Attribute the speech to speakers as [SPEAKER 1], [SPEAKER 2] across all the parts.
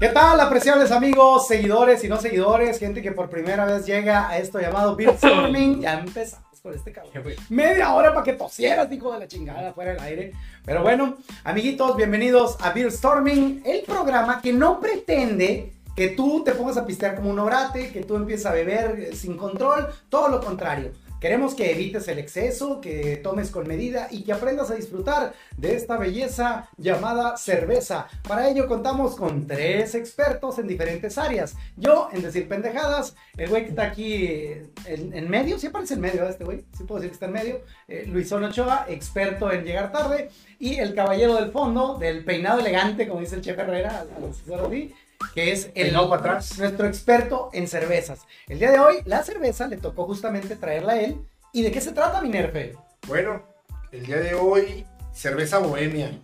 [SPEAKER 1] ¿Qué tal, apreciables amigos, seguidores y no seguidores? Gente que por primera vez llega a esto llamado Beatstorming. Ya empezamos con este cabrón. Media hora para que tosieras, hijo de la chingada, fuera del aire. Pero bueno, amiguitos, bienvenidos a Beatstorming, el programa que no pretende que tú te pongas a pistear como un orate, que tú empieces a beber eh, sin control, todo lo contrario. Queremos que evites el exceso, que tomes con medida y que aprendas a disfrutar de esta belleza llamada cerveza. Para ello contamos con tres expertos en diferentes áreas. Yo en decir pendejadas, el güey que está aquí eh, en, en medio, sí aparece en medio ¿verdad, este güey, sí puedo decir que está en medio, eh, Luisón Ochoa, experto en llegar tarde, y el caballero del fondo, del peinado elegante, como dice el chef Herrera, a los que son así, que es el
[SPEAKER 2] Peinado para atrás.
[SPEAKER 1] nuestro experto en cervezas. El día de hoy, la cerveza le tocó justamente traerla a él. ¿Y de qué se trata, mi nerfe?
[SPEAKER 2] Bueno, el día de hoy, cerveza bohemia.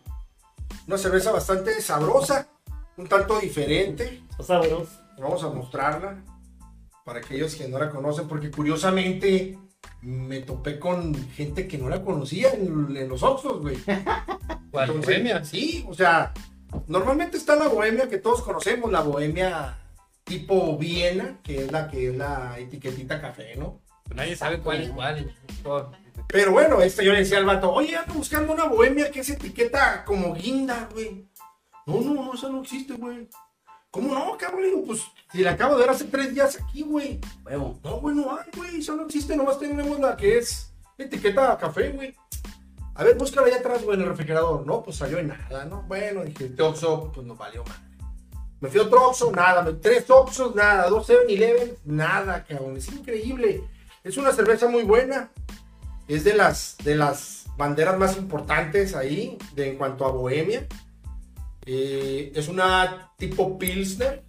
[SPEAKER 2] Una cerveza bastante sabrosa, un tanto diferente. Vamos a mostrarla para aquellos que no la conocen, porque curiosamente me topé con gente que no la conocía en, en los Oxford, güey.
[SPEAKER 3] ¿Cuál
[SPEAKER 2] Entonces,
[SPEAKER 3] bohemia?
[SPEAKER 2] Sí, o sea, normalmente está la bohemia que todos conocemos, la bohemia tipo Viena, que es la que es la etiquetita café, ¿no?
[SPEAKER 3] Nadie sabe cuál es cuál. Por-
[SPEAKER 2] Pero bueno, este yo le decía al vato, oye, ando buscando una bohemia que es etiqueta como guinda, güey. No, no, no, esa no existe, güey. ¿Cómo no, cabrón? Le digo, pues si la acabo de ver hace tres días aquí, güey.
[SPEAKER 4] Huevo.
[SPEAKER 2] No, güey, no hay, güey. Esa no existe, nomás tenemos la que es etiqueta café, güey. A ver, búscala allá atrás, güey, en el refrigerador. No, pues salió en nada, ¿no? Bueno, dije, este Oxxo, pues nos valió madre. Me fui a otro Oxxo, nada. Me- Tres Oxxos, nada. Dos 7-Eleven, nada, cabrón. Es increíble. Es una cerveza muy buena. Es de las, de las banderas más importantes ahí de, en cuanto a Bohemia. Eh, es una tipo Pilsner.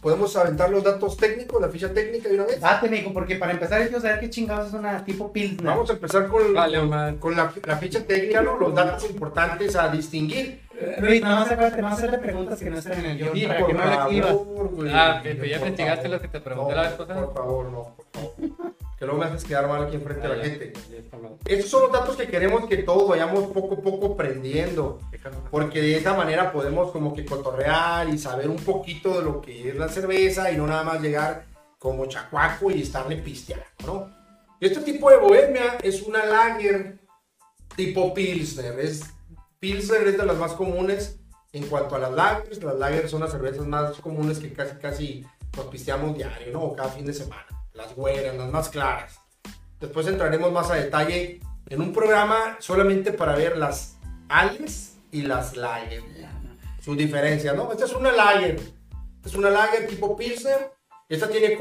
[SPEAKER 2] Podemos aventar los datos técnicos, la ficha técnica de una vez.
[SPEAKER 1] Date, mijo, porque para empezar yo quiero saber qué chingados es una tipo Pilsner.
[SPEAKER 2] Vamos a empezar con,
[SPEAKER 3] Vale, madre.
[SPEAKER 2] con la, la ficha técnica, ¿no? los datos importantes a distinguir.
[SPEAKER 1] Eh, Luis, nada más acuérdate, vamos a hacerle preguntas que no están en el guión
[SPEAKER 2] Sí,
[SPEAKER 1] para que
[SPEAKER 2] por
[SPEAKER 1] no le escribas.
[SPEAKER 2] favor, güey.
[SPEAKER 3] Ah, que- que ya
[SPEAKER 2] Por
[SPEAKER 3] investigaste
[SPEAKER 2] favor.
[SPEAKER 3] las que te pregunté
[SPEAKER 2] No,
[SPEAKER 3] la vez pasada.
[SPEAKER 2] Por favor, no, por favor. Que luego me haces quedar mal aquí enfrente de la gente.
[SPEAKER 3] Ya está hablando.
[SPEAKER 2] Estos son los datos que queremos que todos vayamos poco a poco aprendiendo. Porque de esa manera podemos como que cotorrear y saber un poquito de lo que es la cerveza y no nada más llegar como chacuaco y estarle pisteando, ¿no? Este tipo de bohemia es una lager tipo Pilsner. Es, Pilsner es de las más comunes en cuanto a las lagers. Las lagers son las cervezas más comunes que casi casi nos pisteamos diario, ¿no? O cada fin de semana. Las güeras, las más claras. Después entraremos más a detalle en un programa solamente para ver las ales y las lager. Su diferencia, ¿no? Esta es una lager. Esta es una lager tipo Pilsner. Esta tiene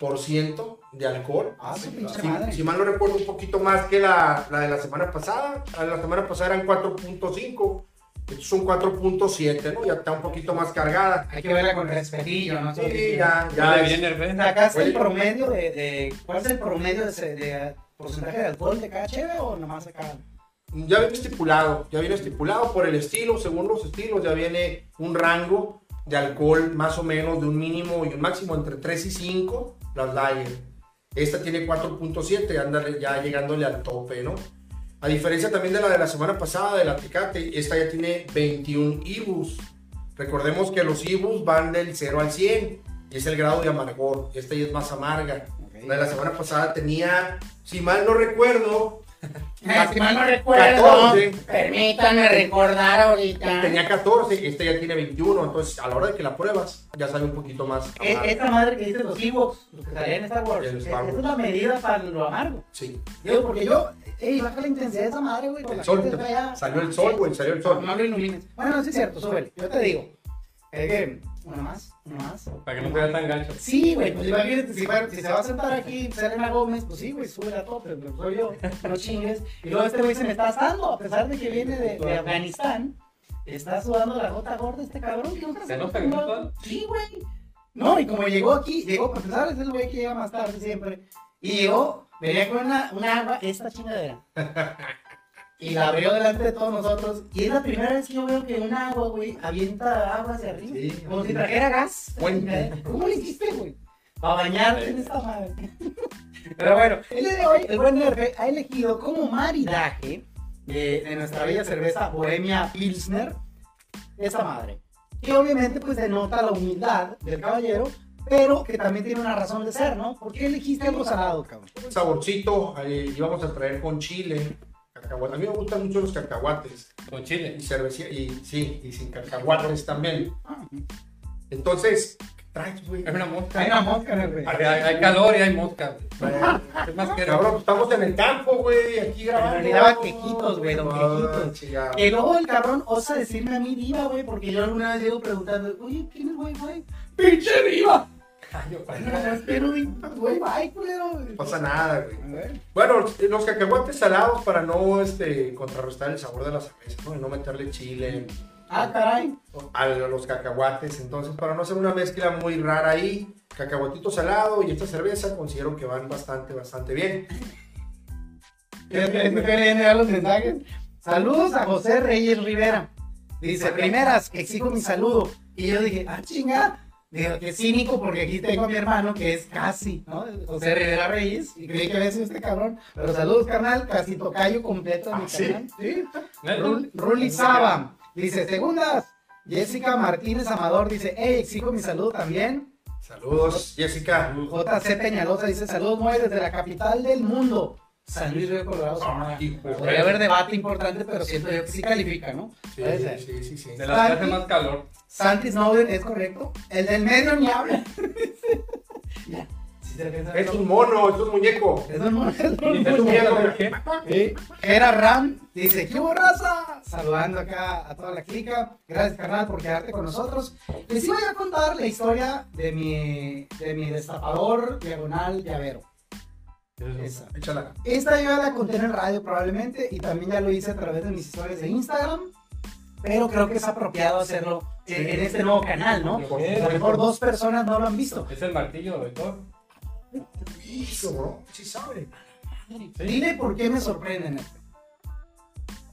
[SPEAKER 2] 4.7% de alcohol.
[SPEAKER 1] Ah, su pinche
[SPEAKER 2] Si-
[SPEAKER 1] madre.
[SPEAKER 2] Si mal no recuerdo, un poquito más que la, la de la semana pasada. La de la semana pasada eran 4.5. Estos son 4.7, ¿no? Ya está un poquito más cargada.
[SPEAKER 1] Hay que verla con respetillo, ¿no?
[SPEAKER 2] Sí, ya, ya.
[SPEAKER 3] Dale
[SPEAKER 2] es-
[SPEAKER 3] bien, Hervé.
[SPEAKER 1] ¿Sacaste el
[SPEAKER 2] Oye.
[SPEAKER 1] promedio de, de- ¿Cuál es el promedio de, ce- de porcentaje de alcohol de cada cheve o nomás acá?
[SPEAKER 2] ya viene estipulado, ya viene estipulado por el estilo, según los estilos, ya viene un rango de alcohol más o menos de un mínimo y un máximo entre 3 y 5, las Lager. Esta tiene 4.7, anda ya llegándole al tope, ¿no? A diferencia también de la de la semana pasada, de la Tecate, esta ya tiene 21 IBUs. Recordemos que los IBUs van del 0 al 100 y es el grado de amargor. Esta ya es más amarga. La de la semana pasada tenía, si mal no recuerdo,
[SPEAKER 1] Ah, Si mal no
[SPEAKER 2] 14.
[SPEAKER 1] permítanme recordar ahorita.
[SPEAKER 2] Tenía 14, este ya tiene 21, entonces a la hora de que la pruebas ya sale un poquito más.
[SPEAKER 1] E-
[SPEAKER 2] amargo.
[SPEAKER 1] Esta madre que dice los Ewoks, los que salían en Star Wars,
[SPEAKER 2] El
[SPEAKER 1] es-
[SPEAKER 2] Star
[SPEAKER 1] esa es
[SPEAKER 2] Wars.
[SPEAKER 1] la medida para lo amargo.
[SPEAKER 2] Sí.
[SPEAKER 1] Digo, porque yo, ey, baja la intensidad de esa madre, güey. porque
[SPEAKER 2] El
[SPEAKER 1] la
[SPEAKER 2] sol,
[SPEAKER 1] gente está allá.
[SPEAKER 2] salió el sol, güey, salió el
[SPEAKER 1] No,
[SPEAKER 2] sol.
[SPEAKER 1] no lo ilumines. Bueno, sí es cierto, súbele. Yo te digo. Es que, una más, una más.
[SPEAKER 3] Para que no sea tan gancho.
[SPEAKER 1] Sí, güey, pues imagínate, si, va- si se va a sentar aquí Selena Gómez, pues sí, güey, sube a tope, pero soy yo, no chingues. Y luego este güey se me está asando, a pesar de que viene de, de Afganistán, está sudando la gota gorda este cabrón. que nunca
[SPEAKER 3] ¿Se
[SPEAKER 1] mete
[SPEAKER 3] nota que
[SPEAKER 1] un
[SPEAKER 3] no
[SPEAKER 1] gol.
[SPEAKER 3] suda?
[SPEAKER 1] Sí, güey. No, y como llegó aquí, llegó, para empezar, es el güey que llega más tarde siempre, y llegó, venía con una, una agua, esta chingadera. Y la abrió delante de todos nosotros. Y es la primera vez que yo veo que un agua, güey, avienta agua hacia arriba.
[SPEAKER 2] Sí.
[SPEAKER 1] como si trajera gas.
[SPEAKER 2] Fuente.
[SPEAKER 1] ¿Cómo lo hiciste, güey? Para bañarte en esta madre. Pero bueno, el día de hoy, el buen Nerfe ha elegido como eh, maridaje de, de nuestra bella cerveza Bohemia Pilsner esta madre. que obviamente pues denota la humildad del caballero, pero que también tiene una razón de ser, ¿no? ¿Por qué elegiste algo salado, cabrón?
[SPEAKER 2] Un saborcito eh, íbamos a traer con chile. cacahuate. A mí me gustan mucho los cacahuates.
[SPEAKER 3] Con chile.
[SPEAKER 2] y cervecía y sí, y sin cacahuates también. Entonces, ¿qué traes, güey?
[SPEAKER 3] Hay una mosca.
[SPEAKER 1] Hay una mosca en el rey.
[SPEAKER 3] Hay, hay- hay calor y hay mosca.
[SPEAKER 2] Bueno,
[SPEAKER 3] Es más que
[SPEAKER 2] Cabrón, pues, estamos en el campo, güey, aquí grabando.
[SPEAKER 1] le daba quejitos, güey, don quejitos. Eh.
[SPEAKER 2] Ah, chingado.
[SPEAKER 1] Que luego el cabrón osa decirme a mí diva, güey, porque yo alguna vez llego preguntando, oye, ¿quién es güey, güey? ¡Pinche diva! Pero, güey, bye, culero.
[SPEAKER 2] No pasa nada, güey.
[SPEAKER 1] A ver.
[SPEAKER 2] Bueno, los cacahuates salados para no este, contrarrestar el sabor de la cerveza, ¿no? Y no meterle chile
[SPEAKER 1] Ah, caray.
[SPEAKER 2] a los cacahuates. Entonces, para no hacer una mezcla muy rara ahí, cacahuatito salado y esta cerveza considero que van bastante, bastante bien.
[SPEAKER 1] Ya te- me estoy leyendo ya los mensajes. Saludos a José Reyes Rivera. Dice, primeras, exijo mi saludo. Y yo dije, ah, chinga. Digo, qué cínico, porque aquí tengo a mi hermano que es casi, ¿no? José Rivera Reyes. Y creí que había sido este cabrón. Pero saludos, carnal. Casi tocayo completo de mi
[SPEAKER 2] Ah, ¿sí?
[SPEAKER 1] canal. Sí.
[SPEAKER 3] Neta.
[SPEAKER 1] Rul- Ruli Saba dice, segundas. Jessica Martínez Amador dice, hey, exijo mi saludo también.
[SPEAKER 2] Saludos, Jessica.
[SPEAKER 1] JC Peñalosa dice, saludos, Moy, desde la capital del mundo. San Luis Río Colorado, Sonora.
[SPEAKER 2] Hijo,
[SPEAKER 1] Podría haber debate importante, pero siento yo que sí califica, ¿no?
[SPEAKER 2] Sí,
[SPEAKER 1] Puede ser.
[SPEAKER 2] sí, sí, sí.
[SPEAKER 3] De las que hace más calor.
[SPEAKER 1] Santi Snowden es correcto. El del medio ni habla. Ya. Si te alcanza a ver,
[SPEAKER 2] Es un mono, es un muñeco.
[SPEAKER 1] Es un
[SPEAKER 3] Y
[SPEAKER 1] momento.
[SPEAKER 3] te
[SPEAKER 2] muñeco.
[SPEAKER 1] Era Ram, dice, ¿qué hubo, raza? Saludando acá a toda la clica. Gracias, carnal, por quedarte con nosotros. Les iba a contar la historia de mi, de mi destapador diagonal llavero. Esa.
[SPEAKER 2] Échala.
[SPEAKER 1] Esta yo ya la conté en el radio probablemente y también ya lo hice a través de mis historias de Instagram, pero creo que es apropiado hacerlo en, en este nuevo canal, ¿no?
[SPEAKER 3] Por-
[SPEAKER 1] A lo mejor dos personas no lo han visto.
[SPEAKER 3] Es el martillo de Thor.
[SPEAKER 2] Hijo, bro. Sí sabe.
[SPEAKER 1] Dime por qué me sorprenden. Ernesto.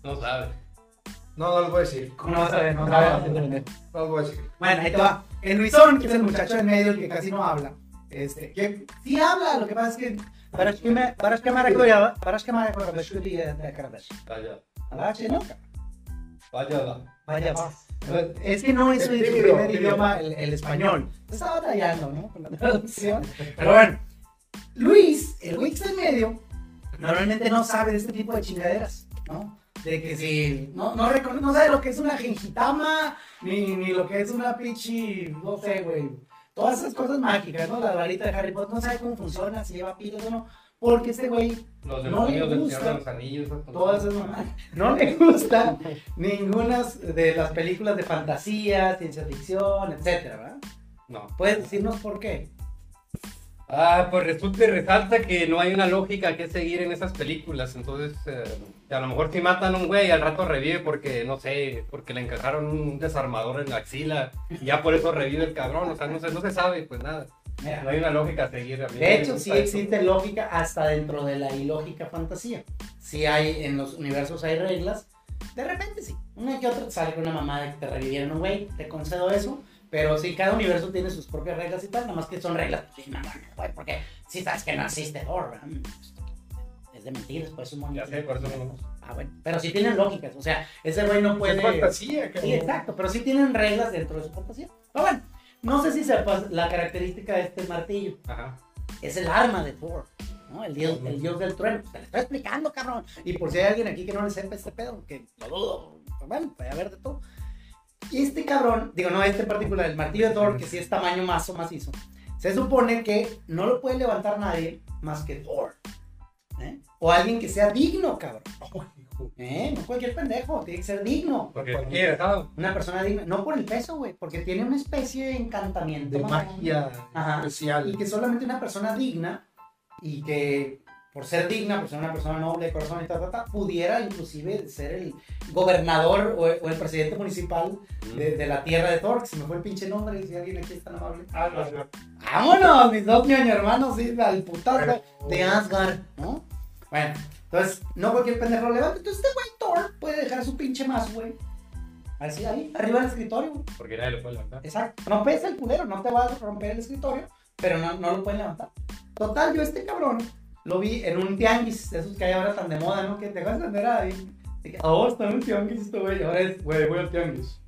[SPEAKER 3] No sabe.
[SPEAKER 2] No, no lo voy a decir.
[SPEAKER 1] No vas a ver, no vas a ver.
[SPEAKER 2] No lo voy a decir.
[SPEAKER 1] Bueno, ahí te va. El Luisón, que es el muchacho en medio, el que casi no habla. Este, que sí habla, lo que pasa es que... para que para que me recuerda, para que me recuerda, yo diría, de Cardash.
[SPEAKER 3] Vaya.
[SPEAKER 1] Habla chino.
[SPEAKER 3] Vaya.
[SPEAKER 1] Vaya, pues, es que no es su
[SPEAKER 2] Es
[SPEAKER 1] su
[SPEAKER 2] tímido,
[SPEAKER 1] primer
[SPEAKER 2] tímido.
[SPEAKER 1] idioma, el, el español. Estaba batallando, ¿no? Con la traducción. Pero bueno, Luis, el Wix del medio, normalmente no sabe de este tipo de chingaderas, ¿no? De que si no, no, recono- no sabe lo que es una gengitama, ni, ni lo que es una pichi, no sé, güey. Todas esas cosas mágicas, ¿no? La varita de Harry Potter, no sabe cómo funciona, si lleva pilas o no. Porque este güey
[SPEAKER 3] Los
[SPEAKER 1] No le
[SPEAKER 3] demonios del
[SPEAKER 1] gusta.
[SPEAKER 3] Señor de los Anillos. esas cosas.
[SPEAKER 1] todas esas mamadas. No le gustan ninguna de las películas de fantasía, ciencia ficción, etcétera, ¿verdad?
[SPEAKER 3] No.
[SPEAKER 1] ¿Puedes decirnos por qué?
[SPEAKER 3] Ah, pues resulta y resalta que no hay una lógica que seguir en esas películas. Entonces, eh, a lo mejor si matan a un güey, al rato revive porque, no sé, porque le encajaron un desarmador en la axila. Y ya por eso revive el cabrón. O sea, no se, no se sabe, pues nada.
[SPEAKER 1] Mira,
[SPEAKER 3] No hay una lógica a seguir. a mí
[SPEAKER 1] de
[SPEAKER 3] me
[SPEAKER 1] hecho,
[SPEAKER 3] gusta
[SPEAKER 1] sí
[SPEAKER 3] eso.
[SPEAKER 1] existe lógica hasta dentro de la ilógica fantasía. Sí hay, en los universos hay reglas. De repente sí, una que otra te sale con una mamada que te revivieron, güey, te concedo eso. Pero sí, cada universo tiene sus propias reglas y tal, nada más que son reglas. pues, Sí, mamá, güey, porque si sabes que no existe Thor, ¿verdad? Es de mentiras, pues es un
[SPEAKER 3] Ya
[SPEAKER 1] monito.
[SPEAKER 3] sé, por eso no me gusta.
[SPEAKER 1] Ah, bueno. Pero sí tienen lógicas. O sea, ese güey no puede.
[SPEAKER 2] Pues Es fantasía, cabrón.
[SPEAKER 1] Sí, exacto. Pero sí tienen reglas dentro de su fantasía. Pero bueno, no sé si sepas la característica de este martillo.
[SPEAKER 3] Ajá.
[SPEAKER 1] Es el arma de Thor. ¿no? El, dios, el dios del trueno. Te lo estoy explicando, cabrón. Y por si hay alguien aquí que no le sepa este pedo, que lo dudo. pero Bueno, puede haber de todo. Y este cabrón, digo, no, este en particular, el martillo de Thor, que sí es tamaño más o macizo, se supone que no lo puede levantar nadie más que Thor. ¿eh? O alguien que sea digno, cabrón.
[SPEAKER 2] Oh, hijo.
[SPEAKER 1] Eh, no cualquier pendejo, tiene que ser digno.
[SPEAKER 3] Porque
[SPEAKER 2] Pues,
[SPEAKER 3] cualquiera, ¿sabes?
[SPEAKER 1] Una persona digna, no por el peso, güey, porque tiene una especie de encantamiento
[SPEAKER 2] De
[SPEAKER 1] mamón,
[SPEAKER 2] magia
[SPEAKER 1] Ajá. Y
[SPEAKER 2] especial.
[SPEAKER 1] que solamente una persona digna y que por ser digna, por ser una persona noble de corazón y ta, ta, ta, pudiera inclusive ser el gobernador o el, o el presidente municipal de, de la tierra de Thor, que se me fue el pinche nombre, si alguien aquí es tan amable.
[SPEAKER 3] Ah, no, no.
[SPEAKER 1] Vámonos, mis dos ñoño hermanos, sí, al putazo de Asgard, ¿no? Bueno, entonces, no cualquier pendejo lo levanta. Entonces, este güey Thor puede dejar su pinche más, güey. Así, ahí, arriba del escritorio, güey.
[SPEAKER 3] Porque nadie lo puede levantar.
[SPEAKER 1] Exacto. No pesa el culero, no te va a romper el escritorio, pero no, no lo pueden levantar. Total, yo a este cabrón lo vi en un tianguis, de esos que hay ahora tan de este moda, ¿no? Que te vas a entender a David. De que, "Ah, oh, está en un tianguis, esto, güey. Ahora es, güey, voy al tianguis.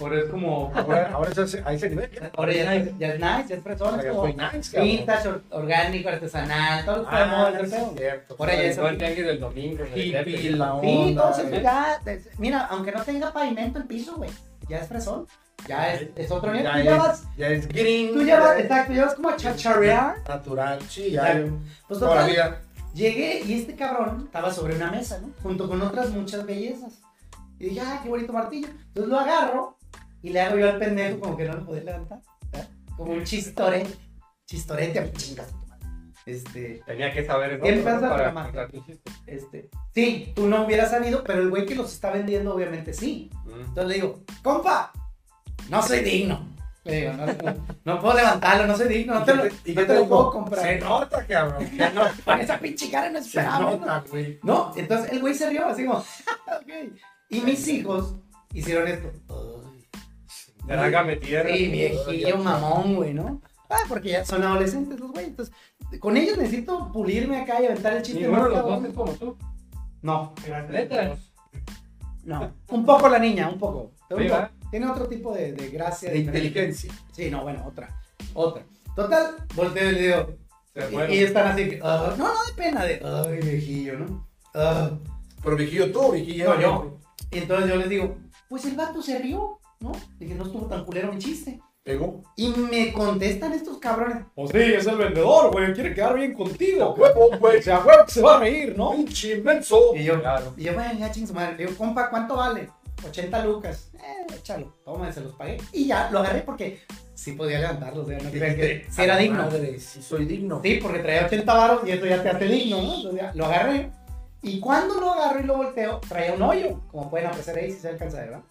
[SPEAKER 3] Ahora es como.
[SPEAKER 2] Ahora, ahora es ese- a ese nivel. ya.
[SPEAKER 1] Ahora ya, es- ya es nice, ya es fresón, es
[SPEAKER 2] Ya
[SPEAKER 1] como
[SPEAKER 2] soy nice, cabrón.
[SPEAKER 1] vintage, or- orgánico, artesanal, todo lo que
[SPEAKER 2] Ah,
[SPEAKER 1] podemos
[SPEAKER 2] sí, es
[SPEAKER 1] hacer.
[SPEAKER 2] cierto.
[SPEAKER 1] Por ahí es-
[SPEAKER 3] Fue el tianguis del domingo. del
[SPEAKER 2] Hippie,
[SPEAKER 3] Tepe.
[SPEAKER 2] la
[SPEAKER 1] Sí,
[SPEAKER 2] onda,
[SPEAKER 1] entonces
[SPEAKER 2] eh.
[SPEAKER 1] ya, es- mira, aunque no tenga pavimento el piso, güey, ya es fresón, ya es, es otro nivel.
[SPEAKER 2] Ya
[SPEAKER 1] ¿eh? Tú
[SPEAKER 2] es-
[SPEAKER 1] ya vas,
[SPEAKER 2] Ya es green.
[SPEAKER 1] tú ya vas,
[SPEAKER 2] ya es
[SPEAKER 1] exacto, ya vas como a chacharear.
[SPEAKER 2] Natural. Sí,
[SPEAKER 1] Ya.
[SPEAKER 2] ya.
[SPEAKER 1] Pues
[SPEAKER 2] Toda la
[SPEAKER 1] total,
[SPEAKER 2] vida.
[SPEAKER 1] Llegué y este cabrón estaba sobre una mesa, ¿no? Junto con otras muchas bellezas. Y dije, ah, qué bonito martillo. Entonces lo agarro y le hago yo al pendejo como que no lo podía levantar. ¿verdad? Como un chistorete. Chistorete, a chingas. a tu madre. Este,
[SPEAKER 3] Tenía que saber eso.
[SPEAKER 1] ¿Quién
[SPEAKER 3] ¿no?
[SPEAKER 1] pasa
[SPEAKER 3] para
[SPEAKER 1] la marca?
[SPEAKER 3] contar tu chiste.
[SPEAKER 1] este. Sí, tú no hubieras sabido, pero el güey que los está vendiendo, obviamente sí.
[SPEAKER 3] Mm.
[SPEAKER 1] Entonces le digo, compa, no soy digno. Le digo, no, no puedo levantarlo, no soy digno, no te lo,
[SPEAKER 2] ¿Y
[SPEAKER 1] no
[SPEAKER 2] qué
[SPEAKER 1] te lo
[SPEAKER 2] dijo?
[SPEAKER 1] puedo comprar.
[SPEAKER 2] Se nota, cabrón. Se nota,
[SPEAKER 1] Con esa pinche cara no
[SPEAKER 2] se
[SPEAKER 1] esperaba. ¿no?
[SPEAKER 2] nota, güey.
[SPEAKER 1] No, entonces el güey se rió, así como, ok. Y mis hijos hicieron esto.
[SPEAKER 3] Trágame tierra.
[SPEAKER 1] Sí, viejillo mamón, güey, ¿no? Ah, porque ya son adolescentes los güeyes. Entonces, con ellos necesito pulirme acá y aventar el chiste.
[SPEAKER 3] Ninguno
[SPEAKER 1] más
[SPEAKER 3] de los
[SPEAKER 1] cabrón.
[SPEAKER 3] dos es como tú.
[SPEAKER 1] No,
[SPEAKER 3] Neta.
[SPEAKER 1] no. Un poco la niña, un poco. Pero un
[SPEAKER 3] Sí,
[SPEAKER 1] poco.
[SPEAKER 3] ¿verdad?
[SPEAKER 1] Tiene otro tipo de, de gracia.
[SPEAKER 2] De inteligencia.
[SPEAKER 1] Sí, no, bueno, otra. Otra. Total, volteo y le digo,
[SPEAKER 3] Se
[SPEAKER 1] y-
[SPEAKER 3] fueron.
[SPEAKER 1] y están así, que, "Ah", no, no, de pena, de, ay, viejillo, ¿no? Ah.
[SPEAKER 2] Pero Vigillo tú, Vigillo
[SPEAKER 1] No, yo. Y entonces yo les digo, pues el vato se rió, ¿no? Dije, no estuvo tan culero mi chiste.
[SPEAKER 2] Pegó.
[SPEAKER 1] Y me contestan estos cabrones.
[SPEAKER 5] Pues sí, es el vendedor, güey. Quiere quedar bien
[SPEAKER 2] A
[SPEAKER 5] contigo.
[SPEAKER 2] huevo, güey.
[SPEAKER 5] O sea, güey, se va a reír, ¿no?
[SPEAKER 2] Un chimenso.
[SPEAKER 1] Y yo,
[SPEAKER 3] Claro.
[SPEAKER 1] y yo, bueno, ya ching su madre. Le digo, compa, ¿cuánto vale? 80 lucas. Eh, échalo. Toma, se los pagué. Y ya, lo agarré porque sí podía levantarlos. ¿eh? No crean que sí era digno.
[SPEAKER 2] Madre, sí soy digno.
[SPEAKER 1] Sí, porque traía 80 varos y eso ya te hace digno, ¿no? Entonces ya, lo agarré. Y cuando lo agarro y lo volteo, traía un hoyo, como pueden apreciar ahí si se alcanza a ver, ¿verdad?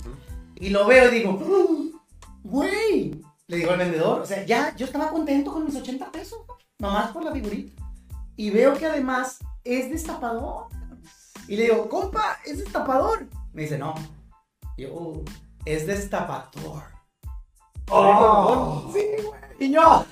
[SPEAKER 3] Ujú.
[SPEAKER 1] Y lo veo y digo, "Ah, güey, le digo al vendedor, o sea, ya yo estaba contento con mis 80 pesos, nomás por la figurita. Y veo que además es destapador. Y le digo, compa, es destapador. Me dice, no. Y yo, "Oh, es destapador.
[SPEAKER 2] Oh.
[SPEAKER 1] Sí, güey. Y yo,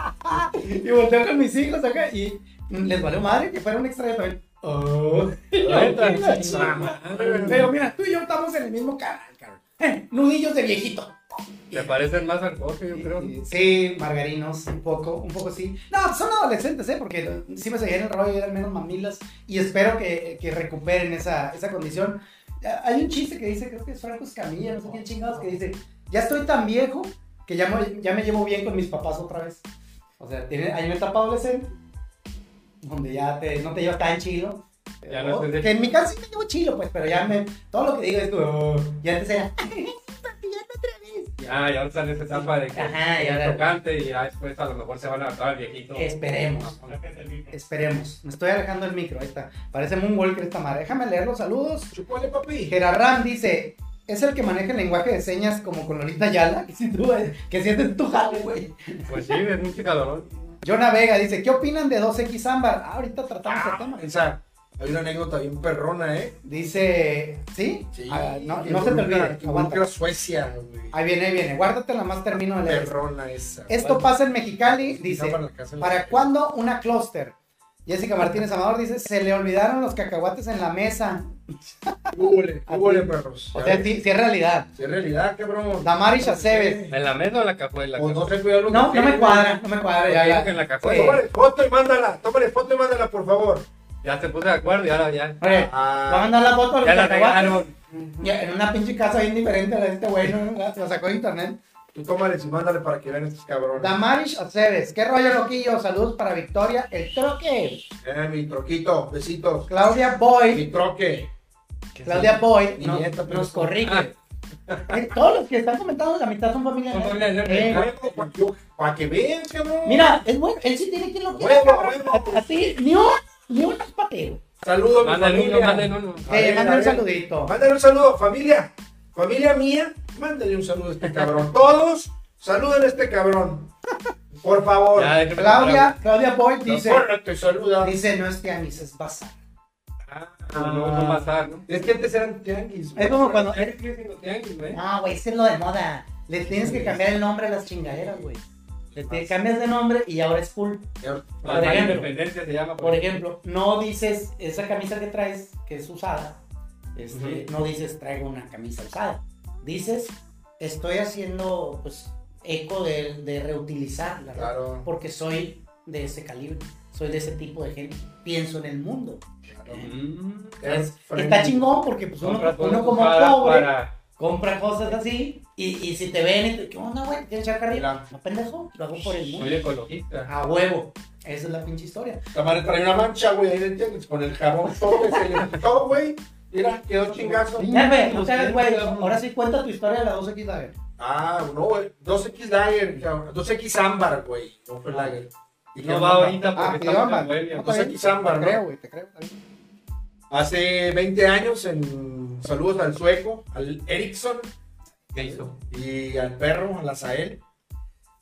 [SPEAKER 1] y volteo con mis hijos acá y les valió madre que fuera un extraño también. Oh.
[SPEAKER 3] Neta.
[SPEAKER 1] la
[SPEAKER 3] Mamá.
[SPEAKER 2] Ah,
[SPEAKER 1] Pero mira, tú y yo estamos en el mismo canal, cabrón. Eh, Nudillos de viejito.
[SPEAKER 3] Te parecen más al Jorge, yo creo.
[SPEAKER 1] Eh, Sí, margarinos, un poco, un poco sí. No, son adolescentes, ¿eh? Porque sí me seguían el rollo, eran menos mamilas. Y espero que, que recuperen esa, esa condición. Eh, Hay un chiste que dice, creo que es Franco Escamilla, no sé quién chingados, que dice, ya estoy tan viejo que ya me, ya me llevo bien con mis papás otra vez. O sea, tiene, hay una etapa adolescente donde ya te, no te llevas tan chilo.
[SPEAKER 3] Ya no
[SPEAKER 1] O-
[SPEAKER 3] es de-
[SPEAKER 1] Oh, que en mi caso sí me llevo chilo, pues, pero ya me, todo lo que digo es como, ya antes era,
[SPEAKER 3] Ah, ya están en esa etapa de que
[SPEAKER 1] Ajá, y
[SPEAKER 3] es
[SPEAKER 1] ahora-
[SPEAKER 3] tocante y ya después a lo mejor se van a matar al viejito.
[SPEAKER 1] Esperemos. Esperemos. Me estoy alejando el micro, ahí está. Parece Moonwalker esta madre. Déjame leer los saludos.
[SPEAKER 2] Chúpale, papi.
[SPEAKER 1] Gerarram dice, es el que maneja el lenguaje de señas como con Lolita Yala, que si tú, que si este es tu jale, güey.
[SPEAKER 3] Pues sí, es un calorón.
[SPEAKER 1] Jonah Vega dice, ¿qué opinan de 2X Ámbar? Ah, ahorita tratamos el tema.
[SPEAKER 2] Ah, esa- hay una anécdota bien perrona, ¿eh?
[SPEAKER 1] Dice, ¿sí? Ah, no no se te olvide,
[SPEAKER 2] Aguanta
[SPEAKER 1] aguanta.
[SPEAKER 2] Suecia, güey.
[SPEAKER 1] Ahí viene, ahí viene. Guárdatela más termino de leer.
[SPEAKER 2] Perrona esa.
[SPEAKER 1] Esto pasa en Mexicali,
[SPEAKER 2] Ya
[SPEAKER 1] dice,
[SPEAKER 2] para la casa de la-
[SPEAKER 1] ¿Para cuándo una clúster? Jessica Martínez Amador dice, se le olvidaron los cacahuates en la mesa.
[SPEAKER 2] Húgole,
[SPEAKER 1] A
[SPEAKER 2] húgole,
[SPEAKER 1] ti.
[SPEAKER 2] perros.
[SPEAKER 1] O
[SPEAKER 2] Ya
[SPEAKER 1] sea,
[SPEAKER 2] ves.
[SPEAKER 1] sí, sí es realidad.
[SPEAKER 2] Sí, es realidad, cabrón.
[SPEAKER 1] Damari Chaceves.
[SPEAKER 3] ¿En la mesa o en la cajuela?
[SPEAKER 2] Pues no sé cuidar lo
[SPEAKER 1] No,
[SPEAKER 2] que
[SPEAKER 1] no me
[SPEAKER 2] tiene.
[SPEAKER 1] cuadra, no me cuadra. Ya,
[SPEAKER 3] Digo que
[SPEAKER 1] ya.
[SPEAKER 3] en la
[SPEAKER 1] Sí.
[SPEAKER 3] cajuela.
[SPEAKER 2] Tómale foto y mándala. Tómale foto y mándala, por favor.
[SPEAKER 3] Ya se puso de acuerdo y ahora ya.
[SPEAKER 1] Oye,
[SPEAKER 2] Ah.
[SPEAKER 1] va a mandar la foto de los
[SPEAKER 3] Ya la
[SPEAKER 1] cacahuates.
[SPEAKER 3] regaron.
[SPEAKER 1] Ya, en una pinche casa bien diferente a la de este güey, ¿no? La- Lo sacó de internet.
[SPEAKER 2] Tú tómales y mándale para que vean estos cabrones.
[SPEAKER 1] Damari Aceves, qué rollo loquillo, saludos para Victoria, el troque.
[SPEAKER 2] Eh, mi troquito, besitos.
[SPEAKER 1] Claudia Boyd,
[SPEAKER 2] Mi troque.
[SPEAKER 1] Claudia Boyd
[SPEAKER 2] Mi
[SPEAKER 1] no-
[SPEAKER 2] nieta, pero-
[SPEAKER 1] nos
[SPEAKER 3] Ah,
[SPEAKER 1] corrige. Eh, Todos los que están comentando, la mitad son familia.
[SPEAKER 3] Son
[SPEAKER 1] de-
[SPEAKER 3] familia de-
[SPEAKER 1] Eh,
[SPEAKER 2] Para que vean, cabrón.
[SPEAKER 1] Mira, es bueno, él sí tiene que lo quiere,
[SPEAKER 2] Huevo,
[SPEAKER 1] cabrón.
[SPEAKER 2] huevo.
[SPEAKER 1] A, a ti, ni un, ni un pateo.
[SPEAKER 2] Saludos, mi
[SPEAKER 3] Manden uno,
[SPEAKER 2] familia.
[SPEAKER 3] manden uno.
[SPEAKER 2] A ver,
[SPEAKER 1] manda
[SPEAKER 2] a
[SPEAKER 1] Eh, un
[SPEAKER 2] ver.
[SPEAKER 1] saludito.
[SPEAKER 2] Mándale un saludo, familia. Familia mía, mándale un saludo a este cabrón. Todos, saluden a este cabrón. Por favor.
[SPEAKER 3] Ya, déjenme
[SPEAKER 1] Claudia, Claudia Boyd dice,
[SPEAKER 2] Socorro, te saluda.
[SPEAKER 1] dice, no es tianguis, es bazar.
[SPEAKER 3] Ah, no, no pasar, ¿no?
[SPEAKER 2] Es que antes eran tianguis. güey.
[SPEAKER 1] Es como cuando... eh,
[SPEAKER 3] Ya que ¿eh? siendo tianguis, güey.
[SPEAKER 1] No, güey, es que es lo de moda. Le tienes que cambiar el nombre a las chingaderas, güey. Le te- cambias de nombre y ahora es cool.
[SPEAKER 3] La
[SPEAKER 1] Por ejemplo.
[SPEAKER 3] independencia se llama.
[SPEAKER 1] Por ejemplo, no dices, esa camisa que traes, que es usada, este,
[SPEAKER 3] Ujú.
[SPEAKER 1] no dices, traigo una camisa usada. dices, estoy haciendo pues, eco de, de reutilizar, la verdad,
[SPEAKER 2] Claro.
[SPEAKER 1] porque soy de ese calibre, soy de ese tipo de gente, pienso en el mundo.
[SPEAKER 3] Mm.
[SPEAKER 1] Es-
[SPEAKER 2] friendly.
[SPEAKER 1] está chingón porque pues, uno,
[SPEAKER 3] Compras
[SPEAKER 1] uno
[SPEAKER 3] cosas
[SPEAKER 1] como
[SPEAKER 3] para-
[SPEAKER 1] pobre
[SPEAKER 3] para-
[SPEAKER 1] compra cosas así y, y si te ven, y te- ¿qué onda, güey? ¿Te ¿Quieres echar carril?
[SPEAKER 2] Mira.
[SPEAKER 1] No, pendejo, lo hago por el
[SPEAKER 3] Soy
[SPEAKER 1] mundo.
[SPEAKER 3] ecologista.
[SPEAKER 1] A huevo. Esa es la pinche historia.
[SPEAKER 2] La madre trae una mancha, güey, ahí del tianguis, con el jabón todo, se le quitó, güey. Mira, quedó chingazo.
[SPEAKER 1] Ya,
[SPEAKER 6] pues,
[SPEAKER 1] güey, no te hagas, güey. Ahora sí cuenta tu historia de la 2X Lager.
[SPEAKER 2] Ah, no, güey. 2X Lager, cabrón. 2X Ámbar, güey. No fue Lager. Y
[SPEAKER 3] No
[SPEAKER 2] que
[SPEAKER 3] va
[SPEAKER 2] ámbar.
[SPEAKER 3] ahorita
[SPEAKER 6] Ah,
[SPEAKER 3] porque
[SPEAKER 6] te
[SPEAKER 3] estamos
[SPEAKER 6] llaman.
[SPEAKER 3] en Bohemia.
[SPEAKER 2] Pues aquí Sambar,
[SPEAKER 6] te
[SPEAKER 2] ¿no?
[SPEAKER 6] creo, güey, te creo. está bien.
[SPEAKER 2] Hace 20 años, en saludos al sueco, al Ericsson
[SPEAKER 3] ¿Qué hizo?
[SPEAKER 2] y al perro, al Azael.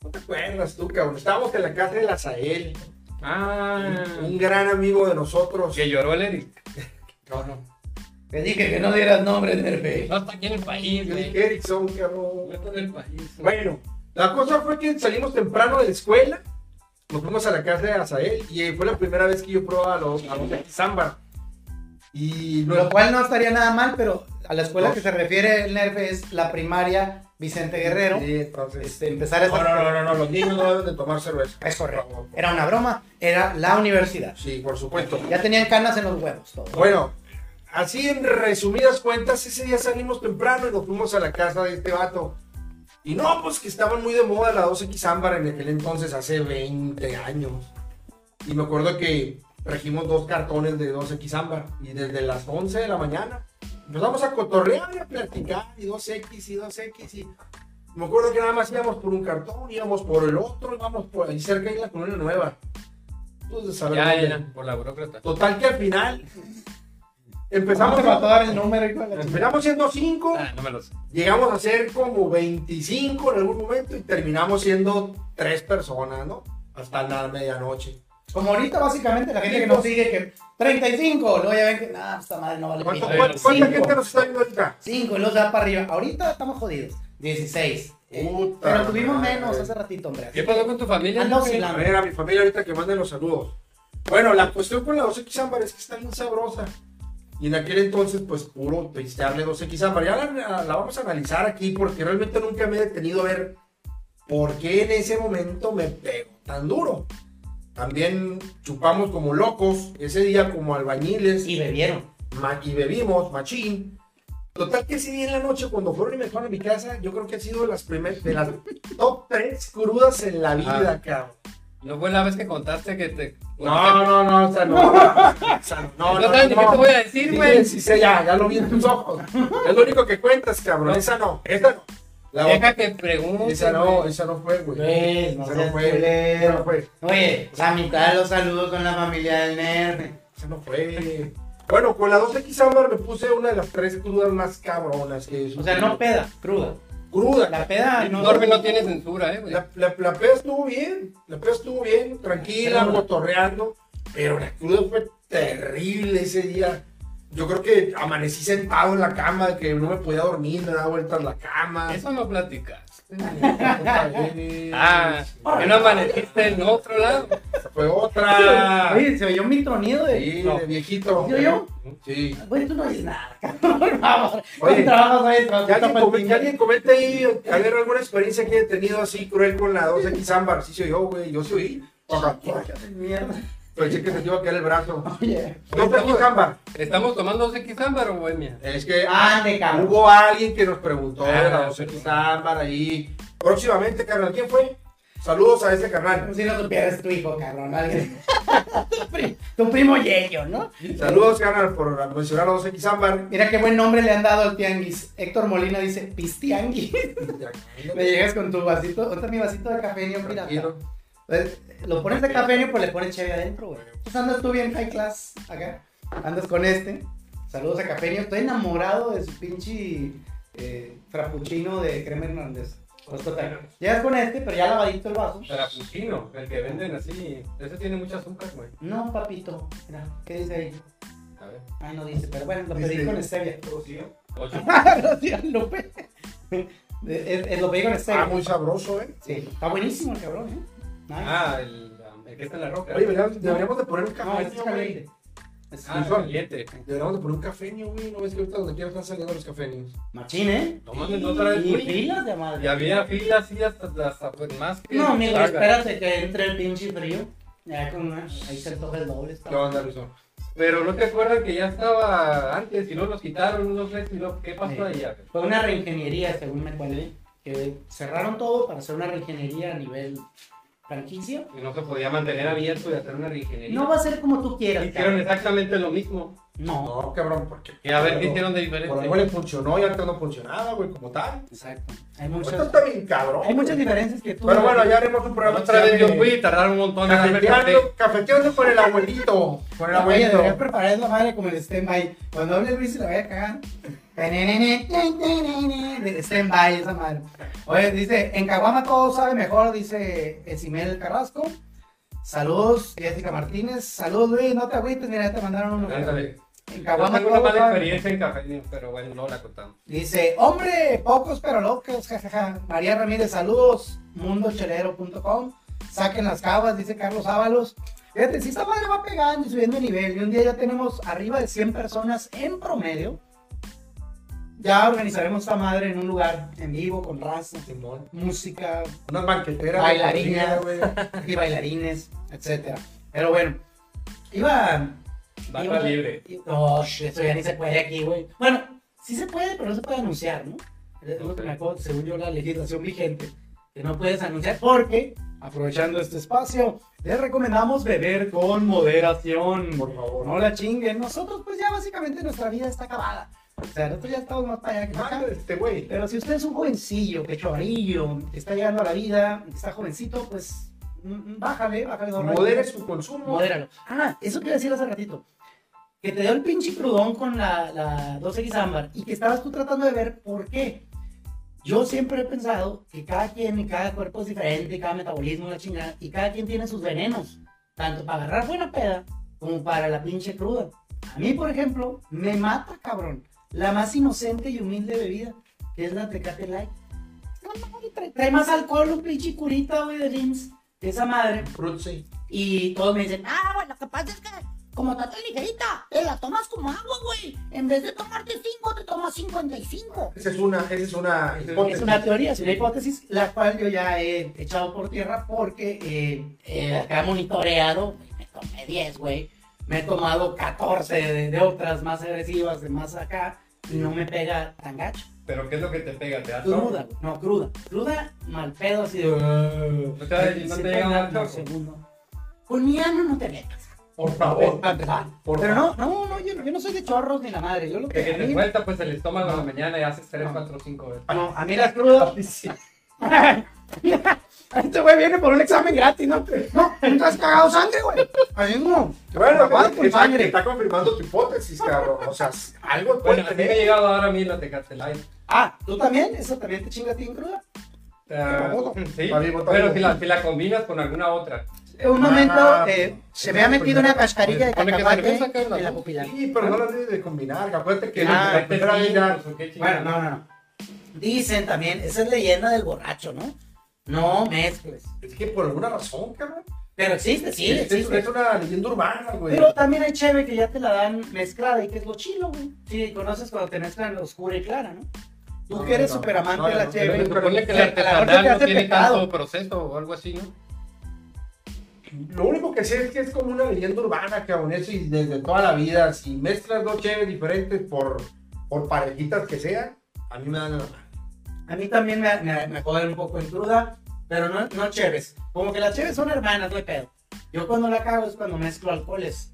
[SPEAKER 2] No te acuerdas tú, cabrón. Estábamos en la casa del Azael.
[SPEAKER 3] Ah,
[SPEAKER 2] Un gran amigo de nosotros.
[SPEAKER 3] que lloró el Eric.
[SPEAKER 2] No, no.
[SPEAKER 1] Te dije que no dieras nombres, Nerfe.
[SPEAKER 3] No está aquí en el país,
[SPEAKER 2] Yo
[SPEAKER 3] güey.
[SPEAKER 2] dije Ericsson, cabrón.
[SPEAKER 3] No está en el país. güey.
[SPEAKER 2] Bueno, la cosa fue que salimos temprano de la escuela, nos fuimos a la casa de Azael y eh, fue la primera vez que yo probaba a los, a los de Sambar. Y
[SPEAKER 6] Lo
[SPEAKER 2] no,
[SPEAKER 6] cual no estaría nada mal, pero a la escuela
[SPEAKER 2] No.
[SPEAKER 6] que se refiere el Nerfe es la primaria Vicente Guerrero.
[SPEAKER 2] Sí, entonces.
[SPEAKER 6] Este, empezar a
[SPEAKER 2] No, no, no, no, no, los niños no deben de tomar cerveza.
[SPEAKER 6] Es correcto. Era una broma, era la universidad.
[SPEAKER 2] Sí, por supuesto.
[SPEAKER 6] Ya tenían canas en los huevos todo.
[SPEAKER 2] Bueno, así en resumidas cuentas, ese día salimos temprano y nos fuimos a la casa de este vato. Y no, pues que estaban muy de moda la 2X ámbar en aquel entonces, hace 20 años. Y me acuerdo que trajimos dos cartones de 2X ámbar. Y desde las 11 de la mañana empezamos a cotorrear y a platicar. Y 2X y 2X. Y me acuerdo que nada más íbamos por un cartón, íbamos por el otro, íbamos por ahí cerca hay la colonia nueva. Entonces, a ver,
[SPEAKER 3] Ya,
[SPEAKER 2] dónde.
[SPEAKER 3] ya, ya, por la burócrata.
[SPEAKER 2] Total que al final empezamos,
[SPEAKER 1] Ah,
[SPEAKER 6] Vamos a dar el número, hijo de la chingada.
[SPEAKER 2] empezamos siendo 5,
[SPEAKER 3] Ah, no me lo sé.
[SPEAKER 2] llegamos a ser como 25 en algún momento y terminamos siendo 3 personas, ¿no? Hasta la medianoche.
[SPEAKER 6] Como ahorita, básicamente, la gente que nos sigue, que 35, luego ya ven que, nada, esta madre no vale
[SPEAKER 2] ¿Cuánto-
[SPEAKER 6] pito.
[SPEAKER 3] Bueno,
[SPEAKER 2] cuánta- ¿Cuánta
[SPEAKER 1] cinco.
[SPEAKER 2] gente nos está viendo ahorita?
[SPEAKER 1] 5 y luego se va para arriba. Ahorita estamos jodidos. 16.
[SPEAKER 2] Puta
[SPEAKER 6] Pero tuvimos
[SPEAKER 2] madre.
[SPEAKER 6] menos hace ratito, hombre.
[SPEAKER 3] ¿Qué pasó con tu familia?
[SPEAKER 1] Ah, no,
[SPEAKER 3] güey?
[SPEAKER 1] sí,
[SPEAKER 2] A ver, a mi familia ahorita que manden los saludos. Bueno, la cuestión con la 2X ámbar es que está bien sabrosa. Y en aquel entonces, pues puro pistearle 2X ámbar. Ya la, la vamos a analizar aquí porque realmente nunca me he detenido a ver por qué en ese momento me pegó tan duro. También chupamos como locos ese día como albañiles
[SPEAKER 1] Y bebieron.
[SPEAKER 2] ma- y bebimos, machín. Total que ese día en la noche, cuando fueron y me fueron a mi casa, yo creo que ha sido de las primeras, de las top 3 crudas en la vida, cabrón.
[SPEAKER 3] No fue la vez que contaste que te.
[SPEAKER 2] No, no, no, o sea, no. O sea, no,
[SPEAKER 3] no,
[SPEAKER 2] no,
[SPEAKER 3] sabes ni
[SPEAKER 2] no.
[SPEAKER 3] qué te voy a decir,
[SPEAKER 2] Sí,
[SPEAKER 3] güey.
[SPEAKER 2] sí, sí, ya, ya lo vi en tus ojos. Es lo único que cuentas, cabrón. Esa no, esa no. La
[SPEAKER 3] Deja
[SPEAKER 2] otra.
[SPEAKER 3] que pregunte.
[SPEAKER 2] Esa no,
[SPEAKER 3] güey.
[SPEAKER 2] esa no fue, güey.
[SPEAKER 1] Pues, no
[SPEAKER 2] Esa no
[SPEAKER 1] seas
[SPEAKER 2] fue. Esa no
[SPEAKER 1] culero.
[SPEAKER 2] fue.
[SPEAKER 1] Oye, la mitad de los saludos con la familia del Nerfe.
[SPEAKER 2] Esa no fue. Bueno, con la 2X Ámbar me puse una de las tres crudas más cabronas que
[SPEAKER 1] O sea, no peda, cruda.
[SPEAKER 2] Cruda.
[SPEAKER 1] La peda no.
[SPEAKER 3] Norby no tiene censura, eh, güey.
[SPEAKER 2] La, la, la peda estuvo bien, la peda estuvo bien, tranquila,
[SPEAKER 1] Pero-
[SPEAKER 2] motorreando, pero la cruda fue terrible ese día. Yo creo que amanecí sentado en la cama, que no me podía dormir, me daba vueltas la cama.
[SPEAKER 3] Eso no platicaste. Ah,
[SPEAKER 2] ah,
[SPEAKER 3] que no amaneciste en otro lado.
[SPEAKER 2] fue otra.
[SPEAKER 6] Oye, se oyó mi tronido de.
[SPEAKER 2] Sí,
[SPEAKER 6] No.
[SPEAKER 2] de viejito.
[SPEAKER 1] ¿Yo, yo?
[SPEAKER 2] Sí.
[SPEAKER 1] Güey, tú no dices nada, cabrón. Por favor.
[SPEAKER 2] Oye,
[SPEAKER 1] Oye, trabajas ahí,
[SPEAKER 2] Que alguien,
[SPEAKER 1] trabajas
[SPEAKER 2] comente, que alguien comente ahí, a ver, alguna experiencia que haya tenido así cruel con la 2X ámbar. Sí, soy yo, güey, yo soy.
[SPEAKER 6] Mierda.
[SPEAKER 2] Pensé que se te iba a caer el brazo.
[SPEAKER 6] Oye.
[SPEAKER 2] No, pero aquí ámbar.
[SPEAKER 3] Estamos tomando 2X ámbar o bohemia.
[SPEAKER 2] Es que
[SPEAKER 1] Ah, de cabrón.
[SPEAKER 2] hubo alguien que nos preguntó
[SPEAKER 3] Ah,
[SPEAKER 2] de la 2X ámbar ahí. Próximamente, carnal, ¿quién fue? Saludos a ese carnal.
[SPEAKER 1] Si no supieras tu hijo, cabrón. Alguien. tu, pri- tu primo Yeyo, ¿no?
[SPEAKER 2] Saludos, carnal, por mencionar a 2X ámbar.
[SPEAKER 6] Mira qué buen nombre le han dado al tianguis. Héctor Molina dice, pistianguis. Me llegas con tu vasito, ahorita mi vasito de café neón pirata.
[SPEAKER 2] Tranquilo.
[SPEAKER 6] Pues, Lo pones de café neón, pues le pones cheve adentro, güey. Pues andas tú bien high class acá. Andas con este. Saludos a Café Neón. Estoy enamorado de su pinche eh, frappuccino de crema Hernández. Pues total. Llegas con este, pero ya lavadito el vaso.
[SPEAKER 3] Frappuccino, el que venden así. Ese tiene mucha azúcar, güey.
[SPEAKER 6] No, papito. Mira, ¿qué dice ahí?
[SPEAKER 3] A ver.
[SPEAKER 6] Ay, no dice, pero bueno, lo pedí
[SPEAKER 2] Dice-
[SPEAKER 6] con stevia.
[SPEAKER 3] Ocho.
[SPEAKER 6] Gracias, Lupe. Eh, eh, Lo pedí con
[SPEAKER 2] Ah,
[SPEAKER 6] stevia.
[SPEAKER 2] muy sabroso, eh.
[SPEAKER 6] Sí, está buenísimo el cabrón, ¿eh? Nice.
[SPEAKER 3] Ah, el, el que está en la roca.
[SPEAKER 2] Oye, deberíamos, deberíamos de poner un
[SPEAKER 6] No,
[SPEAKER 2] café.
[SPEAKER 6] este es
[SPEAKER 2] tío, güey.
[SPEAKER 6] caliente.
[SPEAKER 3] Ah,
[SPEAKER 2] Luis,
[SPEAKER 3] caliente.
[SPEAKER 2] Deberíamos de poner un cafeño, güey. No ves que ahorita donde quiera están saliendo los cafeños.
[SPEAKER 1] Machín, ¿eh?
[SPEAKER 3] No mames, otra vez,
[SPEAKER 1] Y
[SPEAKER 3] güey.
[SPEAKER 1] pilas de madre.
[SPEAKER 3] Y había filas así hasta, hasta pues, más que.
[SPEAKER 1] No, amigo,
[SPEAKER 3] Saga.
[SPEAKER 1] espérate que entre el pinche frío. Ya con una- Ahí se toca el doble. está
[SPEAKER 2] ¿Qué onda, Luisón?
[SPEAKER 3] Pero no te acuerdas que ya estaba antes y no los quitaron, no sé si no, ¿qué pasó
[SPEAKER 1] Sí.
[SPEAKER 3] allá?
[SPEAKER 1] Fue una reingeniería, según me acuerdo, ¿eh? que cerraron todo para hacer una reingeniería a nivel franquicia.
[SPEAKER 3] Y no se podía mantener abierto y hacer una reingeniería.
[SPEAKER 1] No va a ser como tú quieras.
[SPEAKER 3] Hicieron
[SPEAKER 1] cabrón.
[SPEAKER 3] exactamente lo mismo.
[SPEAKER 1] No,
[SPEAKER 2] No, cabrón, porque.
[SPEAKER 3] Y a ver qué
[SPEAKER 2] Pero-
[SPEAKER 3] hicieron de
[SPEAKER 2] Por algo
[SPEAKER 3] diferente.
[SPEAKER 2] le funcionó y ahorita no funcionaba, güey, como tal.
[SPEAKER 1] exacto. Hay
[SPEAKER 2] Esto
[SPEAKER 1] muchas,
[SPEAKER 2] está bien cabrón.
[SPEAKER 1] hay muchas
[SPEAKER 2] güey.
[SPEAKER 1] diferencias que tú.
[SPEAKER 2] Pero bueno, ya haremos un programa.
[SPEAKER 3] Otra
[SPEAKER 2] que
[SPEAKER 3] vez
[SPEAKER 2] se
[SPEAKER 3] yo
[SPEAKER 2] llame
[SPEAKER 3] fui y tardaron un montón en darme café.
[SPEAKER 2] Cafeteando, cafeteando con el abuelito. Con el
[SPEAKER 6] La vaya,
[SPEAKER 2] abuelito.
[SPEAKER 6] debería preparar esa madre como el stand-by. Cuando hable Luis se la vaya a cagar. De Stand-by esa madre. Oye, dice, en Caguama todo sabe mejor, dice Simel Carrasco. Saludos, Jessica Martínez. Saludos, Luis, no te agüites, mira, ya te mandaron uno.
[SPEAKER 3] Ándale.
[SPEAKER 6] En
[SPEAKER 3] Yo
[SPEAKER 6] Caguama
[SPEAKER 3] tengo una
[SPEAKER 6] todo
[SPEAKER 3] mala
[SPEAKER 6] sabe.
[SPEAKER 3] experiencia en café, pero bueno, no la contamos.
[SPEAKER 6] Dice, hombre, pocos pero locos, jajaja. María Ramírez, saludos. Mundochelero.com. Saquen las cabas, dice Carlos Ábalos. Fíjate, si esta madre va pegando y subiendo de nivel, y un día ya tenemos arriba de 100 personas en promedio, ya organizaremos esta madre en un lugar en vivo, con raza,
[SPEAKER 2] Simón.
[SPEAKER 6] música,
[SPEAKER 2] Unas banqueteras.
[SPEAKER 6] Bailarina.
[SPEAKER 2] de comida, güey.
[SPEAKER 6] y bailarines, etcétera. Pero bueno, iba.
[SPEAKER 3] Barra
[SPEAKER 1] iba-
[SPEAKER 3] libre.
[SPEAKER 1] y- No, sh, eso ya ni se puede aquí, güey. Bueno, sí se puede, pero no se puede anunciar, ¿no? Es lo que me acuerdo, según yo, la legislación vigente, que no puedes anunciar porque.
[SPEAKER 6] Aprovechando este espacio, les recomendamos beber con moderación.
[SPEAKER 2] Por favor.
[SPEAKER 6] No la chinguen. Nosotros, pues ya básicamente nuestra vida está acabada. O sea, nosotros ya estamos más para allá que para acá.
[SPEAKER 2] Manda este güey.
[SPEAKER 6] Pero si usted es un jovencillo, pechorillo, que está llegando a la vida, que está jovencito, pues mm, mm, bájale, bájale dos rayitas.
[SPEAKER 2] Modere su consumo.
[SPEAKER 1] Modéralo. Ah, eso quería decir hace ratito. Que te dio el pinche crudón con la, la 2X ámbar y que estabas tú tratando de ver por qué. Yo siempre he pensado que cada quien y cada cuerpo es diferente, cada metabolismo, la chingada, y cada quien tiene sus venenos, tanto para agarrar buena peda como para la pinche cruda.
[SPEAKER 6] A mí, por ejemplo, me mata, cabrón, la más inocente y humilde bebida, que es la Tecate Light. No, no, no, trae-
[SPEAKER 1] Trae más alcohol, un pinche curita, güey, de jeans, de esa madre.
[SPEAKER 2] Frutzi.
[SPEAKER 1] Y todos me dicen, ah, bueno, lo que pasa es que como está tan ligerita, te la tomas como agua, güey. En vez de tomarte 5, te tomas 55.
[SPEAKER 2] Esa es una, esa es una hipótesis.
[SPEAKER 1] Es una teoría, es una hipótesis,
[SPEAKER 6] La cual yo ya he echado por tierra porque eh,
[SPEAKER 1] eh, acá monitoreado, me tomé 10, güey. Me he tomado 14 de, de otras más agresivas, de más acá, y no me pega tan gacho.
[SPEAKER 3] Pero ¿qué es lo que te pega? ¿Te da
[SPEAKER 1] Cruda,
[SPEAKER 3] todo?
[SPEAKER 1] güey. No, cruda. Cruda, mal pedo, así de.
[SPEAKER 3] te da- Ah, pues, no
[SPEAKER 1] Sí,
[SPEAKER 3] te llega
[SPEAKER 1] pega
[SPEAKER 3] un
[SPEAKER 1] por
[SPEAKER 3] antojo.
[SPEAKER 1] segundo. Con mi ano no te metas.
[SPEAKER 2] Por favor.
[SPEAKER 1] pa' empezar.
[SPEAKER 2] Por
[SPEAKER 1] Pero eh,
[SPEAKER 2] favor.
[SPEAKER 1] no, no, no, yo, yo no soy de chorros ni la madre. Yo lo
[SPEAKER 3] Que
[SPEAKER 1] que. A
[SPEAKER 3] te
[SPEAKER 1] mí,
[SPEAKER 3] cuesta pues el estómago en la mañana y haces 3, 4, 5 veces.
[SPEAKER 1] no, a mí las crudas.
[SPEAKER 6] Este güey viene por un examen gratis, ¿no? No, no te has cagado sangre, güey. Ahí no.
[SPEAKER 2] Bueno,
[SPEAKER 6] Acabado
[SPEAKER 2] está-
[SPEAKER 6] con
[SPEAKER 2] está,
[SPEAKER 6] sangre.
[SPEAKER 2] está confirmando tu hipótesis, cabrón. O sea, algo puede
[SPEAKER 3] Bueno, a mí me ha
[SPEAKER 2] tener.
[SPEAKER 3] llegado ahora a mí la Tecate Light.
[SPEAKER 6] Ah, ¿tú también? ¿Eso también te chinga a ti en cruda?
[SPEAKER 3] Ah,
[SPEAKER 2] Tampoco.
[SPEAKER 3] sí,
[SPEAKER 2] Tampoco.
[SPEAKER 3] pero si la, si la combinas con alguna otra.
[SPEAKER 6] En un
[SPEAKER 2] Ah,
[SPEAKER 6] momento eh, se me ha metido una cascarilla de
[SPEAKER 3] Supone que
[SPEAKER 6] cacahuate
[SPEAKER 3] cerveza, Carla,
[SPEAKER 6] en la
[SPEAKER 3] ¿no?
[SPEAKER 6] pupila.
[SPEAKER 2] Sí, pero no las debes de combinar. Acuérdate que
[SPEAKER 1] Ah,
[SPEAKER 2] la primera vida-
[SPEAKER 3] pues,
[SPEAKER 6] Bueno, no, no, no.
[SPEAKER 1] Dicen también, esa es leyenda del borracho, ¿no? No mezcles.
[SPEAKER 2] Es que por alguna razón, cabrón.
[SPEAKER 1] Pero existe, sí,
[SPEAKER 2] es, es-
[SPEAKER 1] existe.
[SPEAKER 2] es una leyenda urbana, güey.
[SPEAKER 1] Pero también hay cheve que ya te la dan mezclada y que es lo chilo, güey. Sí, conoces cuando te mezclan oscura y clara, ¿no?
[SPEAKER 6] Tú
[SPEAKER 2] No,
[SPEAKER 6] que eres
[SPEAKER 2] no,
[SPEAKER 6] súper amante
[SPEAKER 2] no,
[SPEAKER 6] de la
[SPEAKER 2] no, no,
[SPEAKER 6] chévere.
[SPEAKER 2] no,
[SPEAKER 3] Supone que la
[SPEAKER 6] A la mejor
[SPEAKER 3] artesanal
[SPEAKER 6] te
[SPEAKER 3] no
[SPEAKER 6] hace
[SPEAKER 3] tiene
[SPEAKER 6] pecado.
[SPEAKER 3] tanto proceso o algo así, ¿no?
[SPEAKER 2] Lo único que sé es que es como una leyenda urbana, cabrón. Eso y desde toda la vida, si mezclas dos cheves diferentes por, por parejitas que sean, a mí me dan la mano.
[SPEAKER 1] A mí también me, me, me joden un poco en cruda, pero no, no cheves. Como que las cheves son hermanas, no hay pedo. Yo cuando la cago es cuando mezclo alcoholes.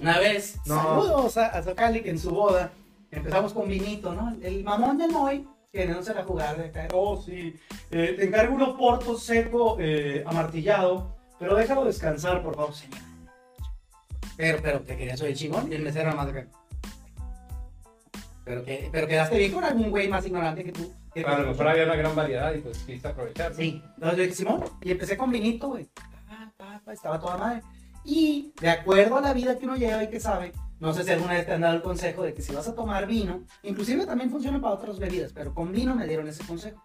[SPEAKER 1] Una vez,
[SPEAKER 2] No.
[SPEAKER 6] Saludos a, a Zocali, que en su boda empezamos con vinito, ¿no? El, el mamón de Moy, que no se la jugaba de acá. Oh, sí. Eh, te encargo un oporto seco, eh, amartillado, pero déjalo descansar, por favor, señor.
[SPEAKER 1] pero, pero te querías oír chingón y el mesero nada más de acá. Pero, que, pero quedaste bien con algún güey más ignorante que tú. que te
[SPEAKER 3] A lo mejor
[SPEAKER 1] escuchó.
[SPEAKER 3] había una gran variedad y pues quisiste aprovechar.
[SPEAKER 1] Sí, entonces yo dije, Simón, y empecé con vinito, güey. Pa, pa, pa, Estaba toda madre. Y de acuerdo a la vida que uno lleva y que sabe, no sé si alguna vez te han dado el consejo de que si vas a tomar vino, inclusive también funciona para otras bebidas, pero con vino me dieron ese consejo.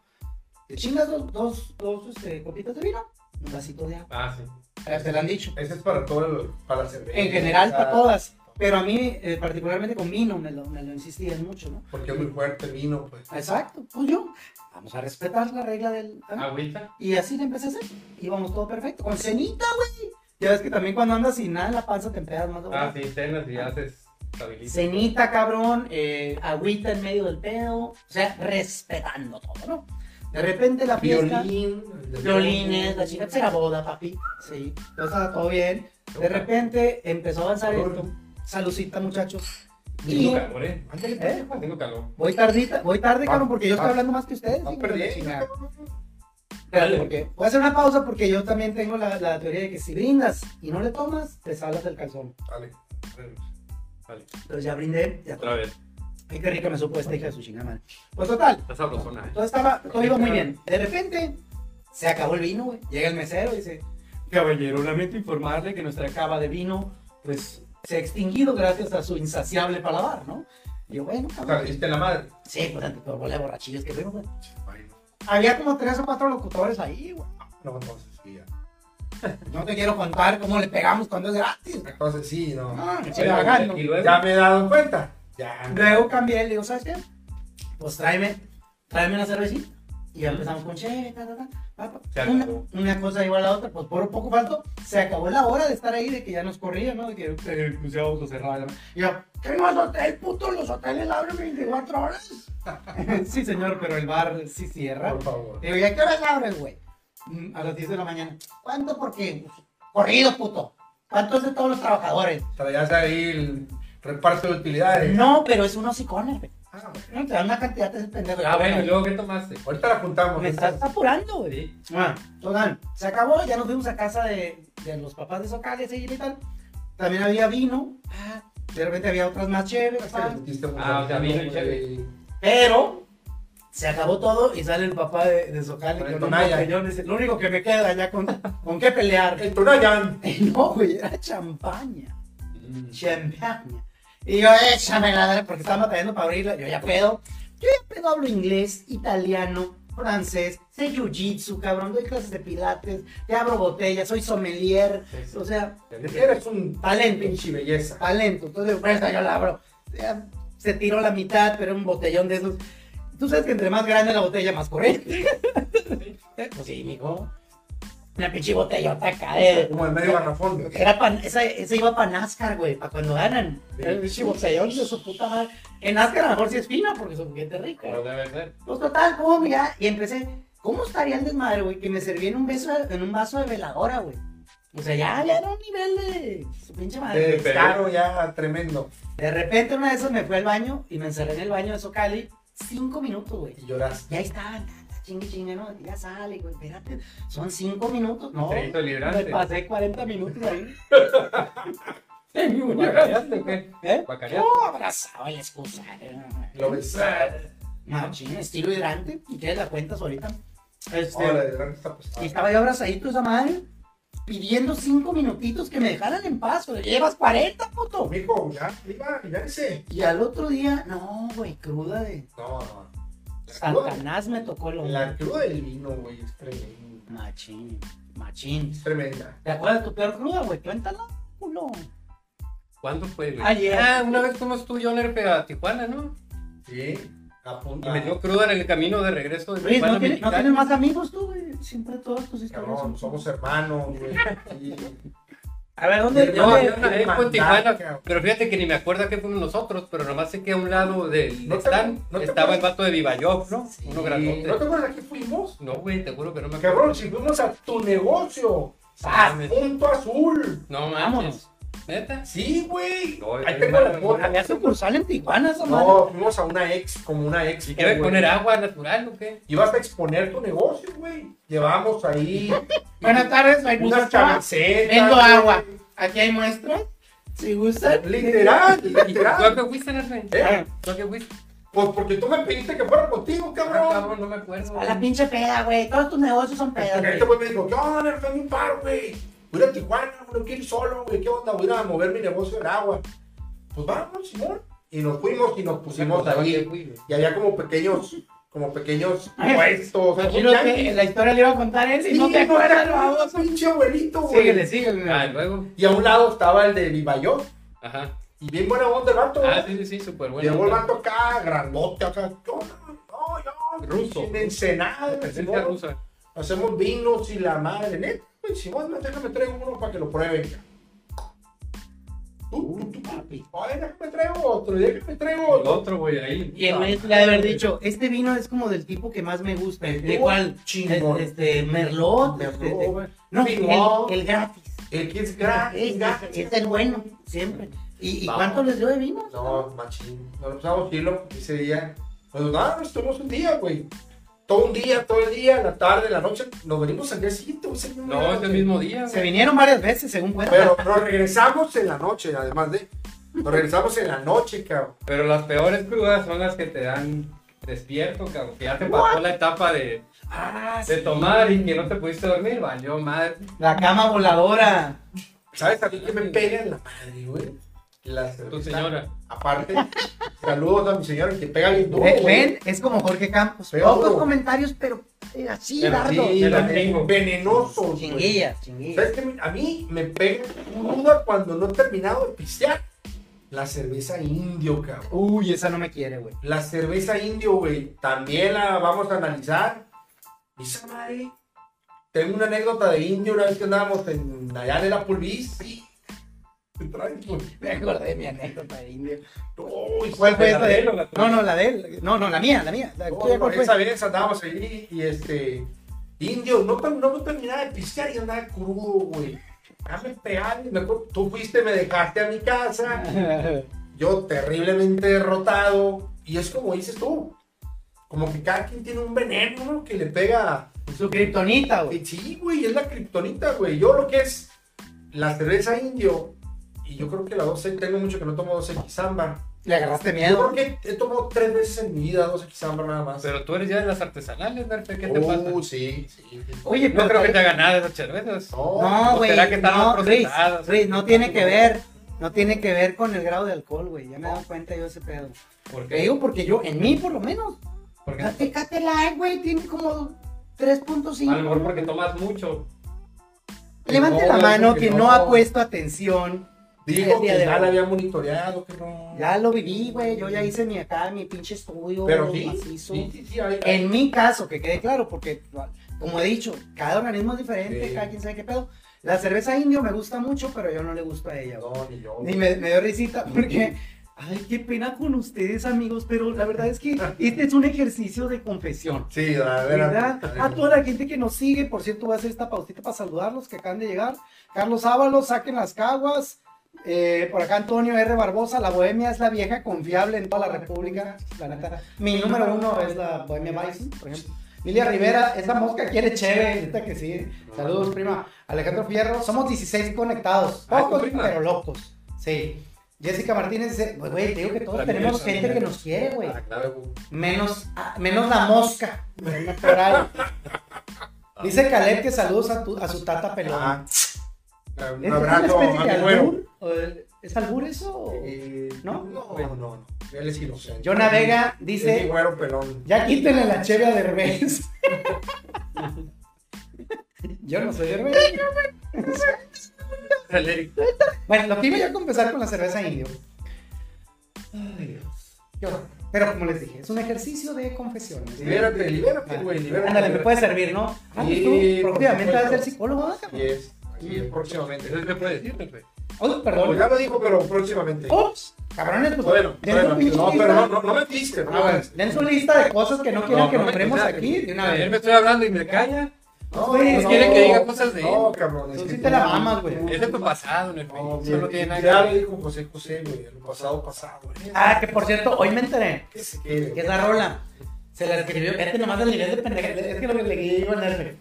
[SPEAKER 1] Te chingas dos, dos, dos este, copitas de vino, un vasito de agua.
[SPEAKER 3] Ah, sí.
[SPEAKER 1] Te lo han dicho.
[SPEAKER 2] Ese es para todo el- para la cerveza.
[SPEAKER 1] En general, para todas. Pero a mí, eh, particularmente con vino, me lo, me lo insistían mucho, ¿no?
[SPEAKER 2] Porque es muy fuerte el vino, pues.
[SPEAKER 1] Exacto, pues yo, vamos a respetar la regla del... ¿ah?
[SPEAKER 3] Agüita.
[SPEAKER 1] Y así le empecé a hacer. Íbamos todo perfecto. Con cenita, güey. Ya ves que también cuando andas sin nada en la panza te empedas más. güey.
[SPEAKER 3] Ah, sí, cenas y haces estabiliza.
[SPEAKER 1] Cenita, cabrón. eh, agüita en medio del pedo. O sea, respetando todo, ¿no? De repente la fiesta.
[SPEAKER 2] Violín.
[SPEAKER 1] Violines, la chica, pues era boda, papi. Sí, todo estaba todo bien. De repente empezó a avanzar esto. Salucita, muchachos. Y
[SPEAKER 3] Tengo calor, eh.
[SPEAKER 2] Ándale, pues,
[SPEAKER 1] ¿Eh?
[SPEAKER 2] pendejo.
[SPEAKER 3] Tengo calor.
[SPEAKER 1] voy tardita, voy tarde, cabrón, porque yo estoy
[SPEAKER 2] Ah.
[SPEAKER 1] hablando más que ustedes. hijo
[SPEAKER 2] Ah,
[SPEAKER 1] de la
[SPEAKER 2] perdí.
[SPEAKER 1] chingada. Espérate, porque voy a hacer una pausa porque yo también tengo la, la teoría de que si brindas y no le tomas, te salas del calzón.
[SPEAKER 2] Dale.
[SPEAKER 1] Entonces ya brindé, ya
[SPEAKER 3] Otra vez.
[SPEAKER 1] Ay, qué rica me supo esta hija de su chingada madre. Pues total,
[SPEAKER 3] Está sabrosona, eh.
[SPEAKER 1] todo estaba, todo iba muy bien. De repente, se acabó el vino, güey. Llega el mesero y dice, caballero, lamento informarle que nuestra cava de vino, pues, se ha extinguido gracias a su insaciable paladar, ¿no? Y yo, bueno,
[SPEAKER 2] O sea,
[SPEAKER 1] cabrón.
[SPEAKER 2] diste la madre.
[SPEAKER 1] Sí, pues, ante todo, bola de borrachillos que fuimos, güey.
[SPEAKER 2] Ay, no.
[SPEAKER 1] Había como tres o cuatro locutores ahí, güey.
[SPEAKER 2] No, entonces sí, ya.
[SPEAKER 1] No te quiero contar cómo le pegamos cuando es gratis. güey.
[SPEAKER 2] Entonces sí, no.
[SPEAKER 1] No, me
[SPEAKER 3] Oye,
[SPEAKER 1] estoy halagando.
[SPEAKER 3] y luego-
[SPEAKER 2] Ya me he dado cuenta. Ya.
[SPEAKER 1] Luego cambié, le digo, ¿sabes qué? Pues tráeme, tráeme una cervecita. Y ya empezamos con chévere, ta, ta, ta, pa, pa.
[SPEAKER 3] Se
[SPEAKER 1] Una,
[SPEAKER 3] acabó.
[SPEAKER 1] una cosa igual a la otra, pues por poco faltó. Se acabó la hora de estar ahí, de que ya nos corría, ¿no? De que eh, pues ya vamos a cerrar. ¿no? Y yo, ¿qué más hotel, puto? Los hoteles abren 24 horas. sí, señor, pero el bar sí cierra.
[SPEAKER 2] Por favor.
[SPEAKER 1] Digo, ¿y a qué horas abres, güey? "Mm, A las 10 de la mañana. ¿Cuánto por qué? Corrido, puto. ¿Cuánto es de todos los trabajadores?
[SPEAKER 2] Traías ahí el reparto de utilidades.
[SPEAKER 1] No, pero es unos icones, güey.
[SPEAKER 2] Ah, bueno.
[SPEAKER 1] No, te dan una cantidad de ese pendejo.
[SPEAKER 3] Ah, bueno, y luego ¿qué tomaste?
[SPEAKER 2] Ahorita la apuntamos.
[SPEAKER 1] Me estás apurando, güey.
[SPEAKER 3] Sí.
[SPEAKER 1] Ah, total. Se acabó, ya nos fuimos a casa de, de los papás de Socales y tal. También había vino. ah, De repente había otras más chéveres.
[SPEAKER 2] Ah,
[SPEAKER 1] ah,
[SPEAKER 3] Ah, o sea, vino y chévere.
[SPEAKER 1] Pero se acabó todo y sale el papá de, de Socales
[SPEAKER 2] Con el
[SPEAKER 1] con un
[SPEAKER 2] Tonaya.
[SPEAKER 1] botellón y dice, Lo único que me queda ya con, con qué pelear.
[SPEAKER 2] El Tonayan.
[SPEAKER 1] No, güey, era champaña.
[SPEAKER 3] Mm.
[SPEAKER 1] Champaña. Y yo, échame la madre", porque estaba batallando para abrirla. Yo ya puedo. Yo ya puedo, hablo inglés, italiano, francés, sé jiu-jitsu, cabrón, doy clases de pilates, te abro botellas, soy sommelier. O sea,
[SPEAKER 2] Eres un
[SPEAKER 1] talento,
[SPEAKER 2] pinche belleza.
[SPEAKER 1] talento. Entonces, por eso yo la abro. Ya, Se tiró la mitad, pero era un botellón de esos. Tú sabes que entre más grande la botella, más corriente. pues sí, mijo. Una pinche botellota acá de
[SPEAKER 2] Como el medio garrafón.
[SPEAKER 1] era pan, esa, esa iba para NASCAR, güey, para cuando ganan. Era El pinche botellón de su puta madre. En NASCAR a lo mejor sí es fina porque son gente rica.
[SPEAKER 3] Como debe ser.
[SPEAKER 1] Pues total, ¿cómo mira? Y empecé, ¿cómo estaría el desmadre, güey? Que me serví en un, beso, en un vaso de veladora, güey. O sea, ya, ya era un nivel de su pinche madre.
[SPEAKER 2] Eh, Caro ya, tremendo.
[SPEAKER 1] De repente una de esas me fui al baño y me encerré en el baño de Socali cinco minutos, güey.
[SPEAKER 2] Y lloraste.
[SPEAKER 1] Y ahí estaban, tata, chingue, chingue, no, ya sale, güey, espérate, son cinco minutos, no.
[SPEAKER 3] Te hizo
[SPEAKER 1] Me
[SPEAKER 3] librante.
[SPEAKER 1] pasé 40 minutos ahí.
[SPEAKER 3] ¿Guacareaste o qué?
[SPEAKER 1] ¿Eh?
[SPEAKER 3] ¿Guacareaste?
[SPEAKER 1] No, abrazaba la excusa.
[SPEAKER 2] Lo besaste.
[SPEAKER 1] Machín, estilo hidrante. Y tienes la cuentas ahorita. Este,
[SPEAKER 2] Ahora, de verdad está Ah, pesado.
[SPEAKER 1] y estaba yo abrazadito esa madre, pidiendo cinco minutitos que me dejaran en paz. güey. Llevas 40, puto.
[SPEAKER 2] Mijo, ya, iba, ya ese.
[SPEAKER 1] Y al otro día, no, güey, cruda de
[SPEAKER 2] No, no. La cruda-
[SPEAKER 1] Satanás me tocó el
[SPEAKER 2] La
[SPEAKER 1] hombro.
[SPEAKER 2] cruda del vino, güey, es tremenda.
[SPEAKER 1] Machín, machín.
[SPEAKER 2] Es tremenda.
[SPEAKER 1] ¿Te acuerdas de tu peor cruda, güey? Cuéntala, culo.
[SPEAKER 3] ¿Cuándo fue, güey?
[SPEAKER 1] Ayer.
[SPEAKER 3] Ah, una vez fuimos tú y yo Nerfe a Tijuana, ¿no?
[SPEAKER 2] Sí. Apunta.
[SPEAKER 3] Y me dio cruda en el camino de regreso de
[SPEAKER 1] Luis,
[SPEAKER 3] Tijuana.
[SPEAKER 1] ¿no,
[SPEAKER 3] a
[SPEAKER 1] tienes- no
[SPEAKER 3] Mexicali.
[SPEAKER 1] tienes más amigos tú, güey? Siempre todas tus historias
[SPEAKER 2] Cabrón,
[SPEAKER 1] son...
[SPEAKER 2] somos hermanos, güey. Sí.
[SPEAKER 1] A ver,
[SPEAKER 2] ¿dónde-
[SPEAKER 1] ¿dónde?
[SPEAKER 2] dónde-
[SPEAKER 3] No, yo una vez fue en
[SPEAKER 2] Hermandad,
[SPEAKER 3] Tijuana,
[SPEAKER 2] cabrón.
[SPEAKER 3] pero fíjate que ni me acuerdo a qué fuimos nosotros, pero nomás sé que a un lado del
[SPEAKER 2] No te-
[SPEAKER 3] stand
[SPEAKER 2] no te
[SPEAKER 3] estaba el
[SPEAKER 2] acuerdas.
[SPEAKER 3] vato de Vivayop, ¿no? Uno
[SPEAKER 2] Sí. ¿No te
[SPEAKER 3] grandote.
[SPEAKER 2] acuerdas a qué fuimos?
[SPEAKER 3] No, güey, te juro que no me acuerdo.
[SPEAKER 2] Cabrón, si fuimos a tu negocio.
[SPEAKER 3] Ah,
[SPEAKER 2] ¡Ah,
[SPEAKER 3] me-
[SPEAKER 2] punto azul!
[SPEAKER 3] No,
[SPEAKER 1] Vámonos.
[SPEAKER 3] mames. ¿Neta?
[SPEAKER 2] Sí, güey.
[SPEAKER 3] No,
[SPEAKER 2] Ahí
[SPEAKER 3] es
[SPEAKER 2] tengo
[SPEAKER 3] mala
[SPEAKER 2] la foto.
[SPEAKER 1] Había sucursal en Tijuana, esa madre.
[SPEAKER 2] No, fuimos a una ex, como una ex.
[SPEAKER 3] ¿Y qué
[SPEAKER 2] güey.
[SPEAKER 3] poner agua natural o qué?
[SPEAKER 2] Ibas a exponer tu negocio, güey. Llevamos ahí
[SPEAKER 1] Buenas tardes, soy
[SPEAKER 2] unas
[SPEAKER 1] Mustafa.
[SPEAKER 2] chamacetas.
[SPEAKER 1] Vendo
[SPEAKER 2] güey.
[SPEAKER 1] agua. Aquí hay muestras. Si gustan.
[SPEAKER 2] Literal,
[SPEAKER 3] ¿Y tú a
[SPEAKER 2] literal.
[SPEAKER 3] qué fuiste, Nerfe?
[SPEAKER 2] ¿Eh?
[SPEAKER 3] ¿Tú a qué fuiste?
[SPEAKER 2] Pues porque tú me pediste que fuera contigo,
[SPEAKER 3] Ah,
[SPEAKER 2] cabrón.
[SPEAKER 3] cabrón, no me acuerdo.
[SPEAKER 1] A la pinche peda, güey. Todos tus negocios son pedas.
[SPEAKER 2] Porque
[SPEAKER 1] güey.
[SPEAKER 2] este güey me dijo, ¿qué onda, Nerf? Hazme un par, güey. Voy a ir a Tijuana, güey, no quiero ir solo, güey. ¿Qué onda? Voy a ir a mover mi negocio del agua. Pues vamos, Simón. Y nos fuimos y nos pusimos ahí. Y había como pequeños, como pequeños puestos.
[SPEAKER 1] Aquí lo que- la historia le iba a contar él. Si no te acuerdas, lo hago.
[SPEAKER 2] pinche abuelito, güey.
[SPEAKER 1] Síguele, síguele.
[SPEAKER 3] Ah, luego.
[SPEAKER 2] Y a un lado estaba el de Viva Yo.
[SPEAKER 3] Ajá.
[SPEAKER 2] Y bien buena onda el vato.
[SPEAKER 3] Ah,
[SPEAKER 2] ¿eh?
[SPEAKER 3] sí, sí, sí, súper bueno.
[SPEAKER 2] Llegó el vato acá, grandote, acá. Yo, no, yo.
[SPEAKER 3] Ruso.
[SPEAKER 2] sin Ensenada,
[SPEAKER 3] Presencia
[SPEAKER 2] Simón.
[SPEAKER 3] rusa.
[SPEAKER 2] Hacemos vinos y la madre, neta. güey, Simón, no, déjame traigo uno para que lo prueben. Tú, tú, tú, papi. Ay, déjame traigo otro, déjame traigo
[SPEAKER 3] El
[SPEAKER 2] otro.
[SPEAKER 3] otro, güey, ahí.
[SPEAKER 1] Y en vez de haber dicho, este vino es como del tipo que más me gusta.
[SPEAKER 2] El
[SPEAKER 1] ¿De
[SPEAKER 2] tipo
[SPEAKER 1] cuál?
[SPEAKER 2] chingón.
[SPEAKER 1] Este, este, Merlot.
[SPEAKER 2] Me
[SPEAKER 1] este,
[SPEAKER 2] robó,
[SPEAKER 1] este-
[SPEAKER 2] güey.
[SPEAKER 1] no,
[SPEAKER 2] Simón.
[SPEAKER 1] el, el gratis.
[SPEAKER 2] El que es gratis,
[SPEAKER 1] Es,
[SPEAKER 2] gratis.
[SPEAKER 1] es el bueno, siempre. ¿Y, y
[SPEAKER 2] Vamos.
[SPEAKER 1] cuánto les dio de vino?
[SPEAKER 2] No, pues, machín. Nos empezamos chilo ese día. Pues nada, nos estuvimos un día, güey. Todo un día, todo el día, la tarde, la noche. Nos venimos al día siguiente, güey, ese mismo
[SPEAKER 3] No,
[SPEAKER 2] día,
[SPEAKER 3] es el
[SPEAKER 2] güey.
[SPEAKER 3] mismo día.
[SPEAKER 1] Se
[SPEAKER 3] güey.
[SPEAKER 1] vinieron varias veces, según cuentan.
[SPEAKER 2] Pero nos regresamos en la noche, además de. Nos regresamos en la noche, cabrón.
[SPEAKER 3] Pero las peores crudas son las que te dan despierto, cabrón. Que ya te pasó la etapa de,
[SPEAKER 1] Ah,
[SPEAKER 3] de tomar y que no te pudiste dormir. Valió madre.
[SPEAKER 1] La cama voladora.
[SPEAKER 2] ¿Sabes a mí que me pega en la madre, güey? La
[SPEAKER 3] Tu
[SPEAKER 2] cerveza.
[SPEAKER 3] señora.
[SPEAKER 2] Aparte, saludos a mi señora que pega bien duro.
[SPEAKER 1] Ve-
[SPEAKER 2] güey.
[SPEAKER 1] Ven, es como Jorge Campos.
[SPEAKER 2] Pero-
[SPEAKER 1] Pocos comentarios, pero eh, así,
[SPEAKER 3] Pero
[SPEAKER 1] dardo.
[SPEAKER 2] Sí,
[SPEAKER 3] Te la
[SPEAKER 2] ven-
[SPEAKER 3] tengo.
[SPEAKER 2] venenosos, güey.
[SPEAKER 1] Chinguillas, chinguillas.
[SPEAKER 2] ¿Sabes qué? A mí me pega cruda cuando no he terminado de pistear. La cerveza indio, cabrón.
[SPEAKER 1] Uy, esa no me quiere, güey.
[SPEAKER 2] La cerveza indio, güey, también la vamos a analizar. Esa madre. Tengo una anécdota de indio una vez que andábamos en allá en la pulvis. Sí. Te traes, güey.
[SPEAKER 1] Me acordé de mi anécdota de indio.
[SPEAKER 2] Uy,
[SPEAKER 1] ¿Cuál fue
[SPEAKER 3] ¿La
[SPEAKER 1] esta
[SPEAKER 3] de
[SPEAKER 1] de
[SPEAKER 3] él o la tuya?
[SPEAKER 1] No, no, la de él. No, no, la mía, la mía. La tuya, ¿cuál
[SPEAKER 2] No, no,
[SPEAKER 1] fue?
[SPEAKER 2] esa vez andábamos ahí y este. Indio, no, ter- no, terminaba de pistear y andaba crudo, güey. Ya me pegaron, me acuerdo, tú fuiste, me dejaste a mi casa. Yo terriblemente derrotado. Y es como dices tú. Como que cada quien tiene un veneno ¿no? que le pega.
[SPEAKER 1] Su kriptonita, güey.
[SPEAKER 2] Y Sí, güey, es la kriptonita, güey. Yo lo que es la cerveza indio. Y yo creo que la 12, tengo mucho que no tomo 2X ámbar.
[SPEAKER 1] Le agarraste
[SPEAKER 2] Yo
[SPEAKER 1] miedo.
[SPEAKER 2] creo que he tomado tres veces en mi vida 2X ámbar nada más.
[SPEAKER 3] Pero tú eres ya de las artesanales, Nerfe. ¿Qué te
[SPEAKER 2] Uh,
[SPEAKER 3] pasa?
[SPEAKER 2] sí, sí.
[SPEAKER 1] Oye,
[SPEAKER 3] No
[SPEAKER 1] pero.
[SPEAKER 3] creo que te haga nada esas cervezas.
[SPEAKER 2] No,
[SPEAKER 1] No,
[SPEAKER 3] ¿O
[SPEAKER 1] güey.
[SPEAKER 3] será que están
[SPEAKER 1] no,
[SPEAKER 3] más
[SPEAKER 1] Riz,
[SPEAKER 3] procesadas?
[SPEAKER 1] Riz, no tiene que ver. No tiene que ver con el grado de alcohol, güey. Ya me he dado cuenta yo de ese pedo.
[SPEAKER 3] ¿Por
[SPEAKER 1] Te
[SPEAKER 3] qué?
[SPEAKER 1] digo porque yo, en mí por lo menos.
[SPEAKER 3] Porque
[SPEAKER 1] La
[SPEAKER 3] a
[SPEAKER 1] Tecate Light, güey, tiene como 3.5.
[SPEAKER 3] lo mejor porque tomas mucho.
[SPEAKER 1] Levante
[SPEAKER 2] No,
[SPEAKER 1] la
[SPEAKER 2] güey,
[SPEAKER 1] mano
[SPEAKER 2] porque
[SPEAKER 1] que
[SPEAKER 2] no.
[SPEAKER 1] no ha puesto atención.
[SPEAKER 2] dijo
[SPEAKER 1] el día
[SPEAKER 2] que
[SPEAKER 1] de
[SPEAKER 2] ya
[SPEAKER 1] hoy.
[SPEAKER 2] la había monitoreado, que no.
[SPEAKER 1] Ya lo viví, güey. Yo ya hice mi acá, mi pinche estudio
[SPEAKER 2] Pero sí,
[SPEAKER 1] macizo.
[SPEAKER 2] sí, sí, sí, hay-
[SPEAKER 1] En mi caso, que quede claro, porque como he dicho, cada organismo es diferente,
[SPEAKER 2] Sí.
[SPEAKER 1] cada quien sabe qué pedo. La cerveza indio me gusta mucho, pero yo no le gusto a ella. güey.
[SPEAKER 2] No, ni yo.
[SPEAKER 1] Y me, me dio risita porque, ay, qué pena con ustedes, amigos, pero la verdad es que este es un ejercicio de confesión.
[SPEAKER 2] Sí, la
[SPEAKER 1] ¿verdad?
[SPEAKER 2] verdad.
[SPEAKER 1] A Ah, toda la gente que nos sigue, por cierto, voy a hacer esta pausita para saludarlos que acaban de llegar. Carlos Ábalos, saquen las caguas. Eh, por acá Antonio R. Barbosa, la bohemia es la vieja confiable en toda la República. La neta. Mi número uno es la bohemia Bison, por ejemplo. Lilia Rivera, es la mosca que quiere chévere, neta que sí. Saludos, prima. Alejandro Fierro, somos 16 conectados.
[SPEAKER 3] Ah,
[SPEAKER 1] Pocos,
[SPEAKER 3] tu prima.
[SPEAKER 1] pero locos. Sí. Jessica Martínez dice, "Pues, güey, te digo que todos
[SPEAKER 3] La mía
[SPEAKER 1] tenemos
[SPEAKER 3] también.
[SPEAKER 1] gente que nos quiere, güey.
[SPEAKER 3] Ah, claro, güey.
[SPEAKER 1] Menos, ah, menos la mosca. Por ahí. Dice Caleb que saludos a, tu- a su tata pelona.
[SPEAKER 2] Ah, Un
[SPEAKER 1] ¿Es
[SPEAKER 2] abrazo,
[SPEAKER 1] una especie de
[SPEAKER 2] mami, güero.
[SPEAKER 1] albur? ¿O el- ¿Es albur eso? o-
[SPEAKER 2] Eh,
[SPEAKER 1] ¿No?
[SPEAKER 2] No, no, no. Él es inocente.
[SPEAKER 1] Jonah Vega
[SPEAKER 2] Es mi
[SPEAKER 1] dice,
[SPEAKER 2] güero pelón.
[SPEAKER 1] ya quítenle la cheve a Derbez. Yo no soy Derbez.
[SPEAKER 3] El Eric.
[SPEAKER 1] Bueno, lo que iba yo a confesar con la cerveza indio. Ay, Dios. Qué horror. Pero como les dije, es un ejercicio de confesiones.
[SPEAKER 2] Libérate, libérate, güey, libérate.
[SPEAKER 1] Ándale, me puede servir, ¿no? Ah, pues tú
[SPEAKER 2] Sí, por
[SPEAKER 1] próximamente vas a ser
[SPEAKER 2] supuesto.
[SPEAKER 1] psicólogo. ¿no?
[SPEAKER 2] Así es, así es, próximamente.
[SPEAKER 3] Eso te puede decir, Nerfe.
[SPEAKER 1] Ay,
[SPEAKER 2] Bueno,
[SPEAKER 1] perdón. Oh,
[SPEAKER 2] ya lo dijo, pero próximamente.
[SPEAKER 1] Ups, cabrones, pues.
[SPEAKER 2] Bueno,
[SPEAKER 1] den su
[SPEAKER 2] bueno,
[SPEAKER 1] pinche
[SPEAKER 2] no,
[SPEAKER 1] lista.
[SPEAKER 2] pero no, no, no me pues. diste.
[SPEAKER 1] Ah, bueno, Den su lista de cosas que no quieren que
[SPEAKER 3] no me
[SPEAKER 1] nombremos
[SPEAKER 3] escuchaste.
[SPEAKER 1] aquí de una
[SPEAKER 3] Ayer me
[SPEAKER 1] vez.
[SPEAKER 3] estoy hablando y me calla.
[SPEAKER 2] No,
[SPEAKER 1] Ustedes
[SPEAKER 3] quieren que diga cosas de
[SPEAKER 2] No,
[SPEAKER 3] él.
[SPEAKER 2] cabrón. es
[SPEAKER 1] Tú
[SPEAKER 2] que
[SPEAKER 1] Pues, sí
[SPEAKER 2] tú-
[SPEAKER 1] te la mamas, güey.
[SPEAKER 3] Ese es tu pasado, Nerfe.
[SPEAKER 2] No,
[SPEAKER 3] Eso no
[SPEAKER 2] güey,
[SPEAKER 3] tiene nada que
[SPEAKER 2] Ya
[SPEAKER 3] ver.
[SPEAKER 2] lo dijo José José, güey. El pasado, pasado, güey.
[SPEAKER 1] Ah, que por cierto, hoy me enteré
[SPEAKER 2] ¿Qué se quiere?
[SPEAKER 1] que es la rola. Se la escribió. Este nomás del nivel de pendeja. Es que lo que le digo al nerfe.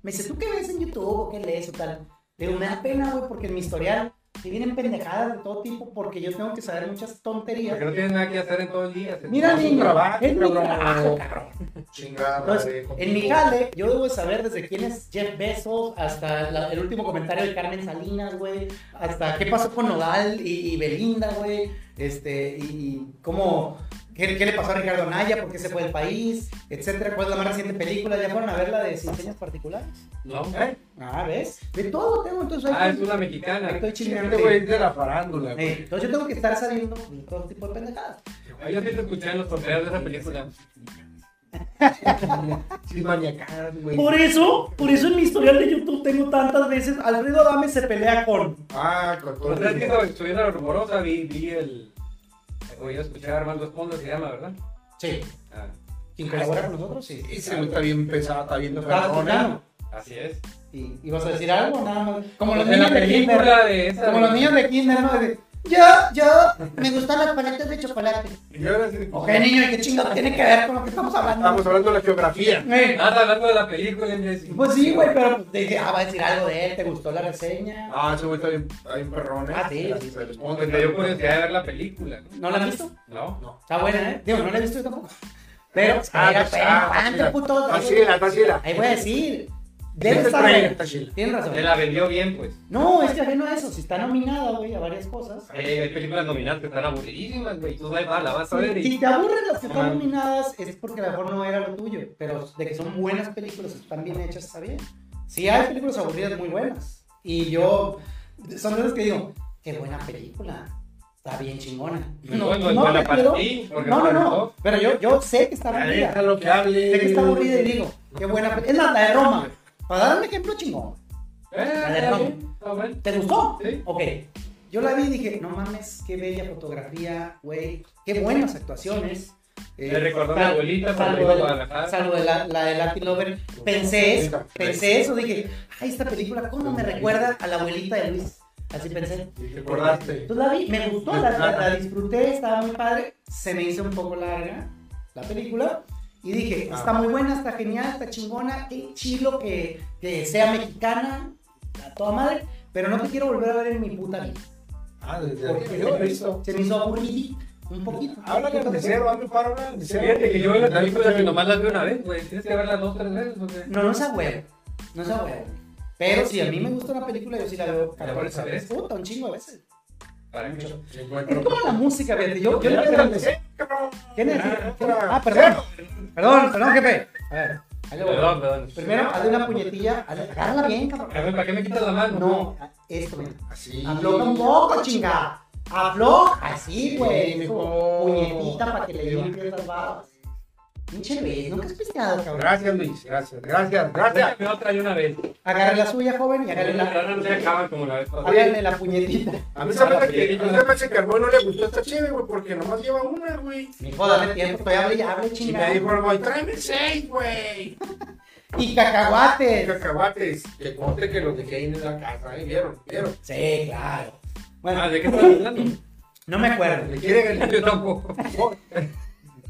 [SPEAKER 1] Me dice, ¿tú qué ves en YouTube o qué lees o tal? Le digo, me da pena, güey, porque en mi historial se vienen pendejadas de todo tipo porque yo tengo que saber muchas tonterías.
[SPEAKER 3] Porque no tienes nada que hacer en todo el día.
[SPEAKER 1] Mira,
[SPEAKER 2] Es un
[SPEAKER 1] niño,
[SPEAKER 2] trabajo,
[SPEAKER 1] es mi
[SPEAKER 2] cabrón.
[SPEAKER 1] trabajo, cabrón.
[SPEAKER 2] Chingada madre,
[SPEAKER 1] Entonces, en
[SPEAKER 2] contigo.
[SPEAKER 1] mi jale, yo debo de saber desde quién es Jeff Bezos hasta la- el último comentario de Carmen Salinas, güey, hasta qué pasó con Nodal y, y Belinda, güey, este, y, y cómo ¿Qué, qué le pasó a Ricardo Anaya? ¿Por qué se fue del país? Etcétera. ¿Cuál es la más reciente película? ¿Ya fueron a ver la de Sin Señas Particulares?
[SPEAKER 3] No.
[SPEAKER 2] ¿Eh?
[SPEAKER 1] Ah, ¿ves? De todo tengo, entonces... ahí
[SPEAKER 3] Ah, es
[SPEAKER 1] estoy-
[SPEAKER 3] una mexicana.
[SPEAKER 1] Estoy
[SPEAKER 2] Este
[SPEAKER 1] chingando.
[SPEAKER 2] güey es de la farándula. güey.
[SPEAKER 1] Eh, entonces yo tengo que estar saliendo de todo tipo de pendejadas.
[SPEAKER 3] Ahí ya te escuché en los torneos de esa película.
[SPEAKER 2] Sí, maniacán, güey.
[SPEAKER 7] Por eso, por eso en mi historial de YouTube tengo tantas veces.
[SPEAKER 1] Alfredo Adame se pelea con...
[SPEAKER 2] Ah, con todo
[SPEAKER 3] Pues es que
[SPEAKER 2] el-
[SPEAKER 3] cuando estuve en la rumorosa, vi, vi el. Oí escuchar a Armando Esponda, se llama, ¿verdad?
[SPEAKER 2] Sí.
[SPEAKER 3] Ah,
[SPEAKER 1] ¿Quién colabora con nosotros? Sí.
[SPEAKER 2] Ese güey está bien pesado, está bien
[SPEAKER 1] Estaba
[SPEAKER 2] perrona.
[SPEAKER 1] escuchando.
[SPEAKER 3] así es.
[SPEAKER 1] ¿Y, y vas a decir algo? Nada más. Como los
[SPEAKER 3] en la
[SPEAKER 1] niños de Kinder.
[SPEAKER 3] película de esa.
[SPEAKER 1] Como los niños de Kinder, ¿no? De, ya, ya, me gustan las paletas de chocolate.
[SPEAKER 2] Y ahora sí.
[SPEAKER 1] Ok, niño, ¿y qué chingado tiene que ver con lo que estamos hablando?
[SPEAKER 2] Estamos hablando de la geografía.
[SPEAKER 1] Eh,
[SPEAKER 3] Ah, hablando de la película, en vez-
[SPEAKER 1] Pues sí, güey, pero dije, ah, va a decir algo de él, ¿te gustó la reseña?
[SPEAKER 2] Ah, ese güey está bien, está bien perrón. ¿eh?
[SPEAKER 1] Ah, sí, sí,
[SPEAKER 2] Se
[SPEAKER 1] sí.
[SPEAKER 2] les
[SPEAKER 3] Porque
[SPEAKER 2] pone-
[SPEAKER 3] me dio curiosidad de ver la película. ¿no?
[SPEAKER 1] ¿No la han visto?
[SPEAKER 3] ¿No?
[SPEAKER 1] Está buena, ¿eh? Digo, no la he visto yo tampoco. Pero,
[SPEAKER 2] Ah,
[SPEAKER 1] era
[SPEAKER 2] pues, ah,
[SPEAKER 1] ¿cuánto, puto?
[SPEAKER 2] Está chila, está chila.
[SPEAKER 1] Ahí voy a decir.
[SPEAKER 2] Este
[SPEAKER 1] Debe estar
[SPEAKER 2] trailer
[SPEAKER 1] buena.
[SPEAKER 2] está chila.
[SPEAKER 1] Tienes razón.
[SPEAKER 3] Se la vendió bien, pues.
[SPEAKER 1] No, es que ajeno a eso, si está nominada, güey, a varias cosas.
[SPEAKER 3] Hay, Eh, hay películas nominadas que están aburridísimas, güey. Tú ahí vas, la vas a ver
[SPEAKER 1] Si
[SPEAKER 3] y.
[SPEAKER 1] te aburren las que están
[SPEAKER 3] Ajá.
[SPEAKER 1] nominadas, es porque a lo mejor no era lo tuyo. Pero de que son buenas películas, están bien hechas, está bien. Sí, hay películas aburridas muy buenas. Y yo, son de las que digo, qué buena película. Está bien chingona.
[SPEAKER 3] bueno, es buena
[SPEAKER 1] me
[SPEAKER 3] para
[SPEAKER 1] quedó-
[SPEAKER 3] ti, porque
[SPEAKER 1] no, no,
[SPEAKER 3] para
[SPEAKER 1] no.
[SPEAKER 3] vos.
[SPEAKER 1] Pero yo, yo sé que está
[SPEAKER 2] Ah,
[SPEAKER 1] aburrida.
[SPEAKER 2] Déjalo que hable.
[SPEAKER 1] Sé que está aburrida
[SPEAKER 3] Eh,
[SPEAKER 1] y digo, qué buena película. Es la, la de Roma. Para dar un ejemplo chingón.
[SPEAKER 3] Eh,
[SPEAKER 1] Dale,
[SPEAKER 3] eh, está bueno.
[SPEAKER 1] ¿Te gustó?
[SPEAKER 3] Sí.
[SPEAKER 1] Ok. Yo la vi y dije, no mames, qué bella fotografía, güey. Qué buenas actuaciones. Eh,
[SPEAKER 3] Le recordó a mi
[SPEAKER 1] sal-
[SPEAKER 3] abuelita cuando
[SPEAKER 1] salvo
[SPEAKER 3] iba a
[SPEAKER 1] de la,
[SPEAKER 3] Guadalajara.
[SPEAKER 1] salvo de la, la de Latin Lover. Pensé eso, pensé eso. Dije, ay, esta película, ¿cómo me recuerda a la abuelita de Luis? Así pensé.
[SPEAKER 2] ¿Te acordaste?
[SPEAKER 1] Entonces la vi, me gustó, la, la- la disfruté, estaba muy padre. Se me hizo un poco larga la película. Y dije, está muy buena, está genial, está chingona. Qué chilo que, que sea mexicana, a toda madre. Pero no te quiero volver a ver en mi puta vida.
[SPEAKER 2] Ah, desde
[SPEAKER 1] Porque se
[SPEAKER 2] aquí.
[SPEAKER 1] me hizo, se me hizo aburridita, un poquito.
[SPEAKER 2] Háblale al mesero, hazme un paro, háblale al mesero.
[SPEAKER 3] Fíjate que yo veo las películas y nomás las veo una vez, güey. Tienes que verlas dos, tres veces, porque.
[SPEAKER 1] No, no es a huevo. No es a huevo. Pero si a mí me gusta una película, yo sí la veo
[SPEAKER 3] La vuelves a
[SPEAKER 1] 14 veces. Puta, un chingo de veces.
[SPEAKER 3] Para que
[SPEAKER 2] Sí,
[SPEAKER 1] Es
[SPEAKER 2] encuentro.
[SPEAKER 1] como la música, fíjate. Yo, yo le
[SPEAKER 2] Háblale
[SPEAKER 1] quiero
[SPEAKER 2] al mesero, cabrón.
[SPEAKER 1] ¿Quién es?
[SPEAKER 2] Ah,
[SPEAKER 1] Ah, perdón. Perdón, perdón, jefe. A ver, ahí le voy.
[SPEAKER 3] Perdón, perdón.
[SPEAKER 1] Primero, hazle una puñetilla. hazle- Agárrala bien, cabrón.
[SPEAKER 3] A ver, ¿para qué me quitas la mano?
[SPEAKER 1] No, esto, mira.
[SPEAKER 2] Así.
[SPEAKER 1] Afloja un poco, chingada. Afloja. Así,
[SPEAKER 2] Sí,
[SPEAKER 1] güey.
[SPEAKER 2] mijo.
[SPEAKER 1] como Puñetita para que le limpies las babas. Pinche Luis, nunca has pisteado, cabrón.
[SPEAKER 2] Gracias, Luis. Gracias, gracias, gracias.
[SPEAKER 3] Déjame otra y una vez.
[SPEAKER 1] Agarre la suya, joven, y agarre
[SPEAKER 3] La
[SPEAKER 1] la,
[SPEAKER 3] rana no se acaban como la vez pasada.
[SPEAKER 1] háganle la puñetita.
[SPEAKER 2] A mí se me hace que, a mí se me hace que al güey no le gustó esta chévere, güey, porque nomás lleva una, güey.
[SPEAKER 1] Hijo, dame tiempo, estoy hable y hable,
[SPEAKER 2] Y me
[SPEAKER 1] chingada.
[SPEAKER 2] dijo el güey, tráeme seis, güey.
[SPEAKER 1] Y cacahuates.
[SPEAKER 2] Cacahuates. Que conte que los dejé ahí en la casa, ¿eh? ¿Vieron? ¿Vieron?
[SPEAKER 1] Sí, claro.
[SPEAKER 3] Ah,
[SPEAKER 1] Bueno,
[SPEAKER 3] ¿de qué estás hablando?
[SPEAKER 1] no me acuerdo.
[SPEAKER 2] Le quieren el
[SPEAKER 3] Yo tampoco.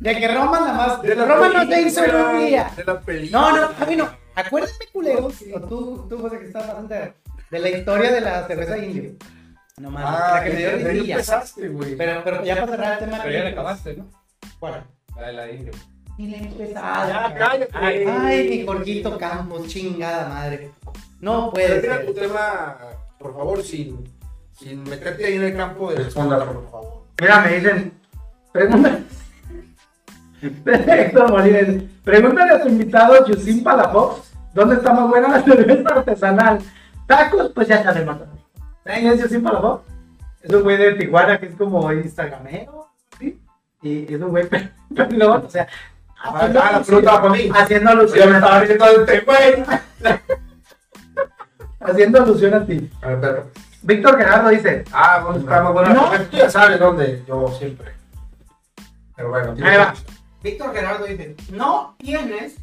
[SPEAKER 1] De que Roma nada más.
[SPEAKER 2] De la
[SPEAKER 1] Roma no
[SPEAKER 2] película,
[SPEAKER 1] te hizo un día.
[SPEAKER 2] De la película.
[SPEAKER 1] No, no, a mí no. Acuérdate, culeros, o tú, tú, José, que estás bastante. De la historia de la cerveza indio. No mames,
[SPEAKER 2] Ah,
[SPEAKER 1] la que me dio
[SPEAKER 2] de ahí
[SPEAKER 1] risilla.
[SPEAKER 2] empezaste, güey.
[SPEAKER 1] Pero, pero ya para cerrar el tema.
[SPEAKER 3] Pero ya la acabaste, ¿no?
[SPEAKER 1] ¿Cuál?
[SPEAKER 3] La de la indio.
[SPEAKER 1] Ni la he
[SPEAKER 2] Ya,
[SPEAKER 1] empezado.
[SPEAKER 2] cállate.
[SPEAKER 3] Ay,
[SPEAKER 1] Ay, mi Jorgito Campos, chingada madre. No puede
[SPEAKER 2] Termina tu
[SPEAKER 1] ser.
[SPEAKER 2] tema, por favor, sin, sin meterte ahí en el campo de escóndalo, por favor.
[SPEAKER 1] Mira, me dicen. Pregúntale. Perfecto, Molines. Pregúntale a tu invitado, Yusin Palafox, ¿dónde está más buena la cerveza artesanal? Tacos, pues ya sabemos. ¿Saben quién es Yusin Palafox? Es un güey de Tijuana que es como instagramero, ¿sí? Y es un güey pe- pelón, o sea...
[SPEAKER 2] Ah, la pregunta para mí.
[SPEAKER 1] Haciendo alusión, a-
[SPEAKER 2] viendo el tema, eh.
[SPEAKER 1] haciendo alusión a ti.
[SPEAKER 2] A ver, perro.
[SPEAKER 1] Víctor Gerardo dice...
[SPEAKER 2] Ah, ¿dónde está más buena?
[SPEAKER 1] No.
[SPEAKER 2] Tú ya sabes dónde, yo siempre. Pero bueno,
[SPEAKER 1] Ahí va. Víctor Gerardo dice, no tienes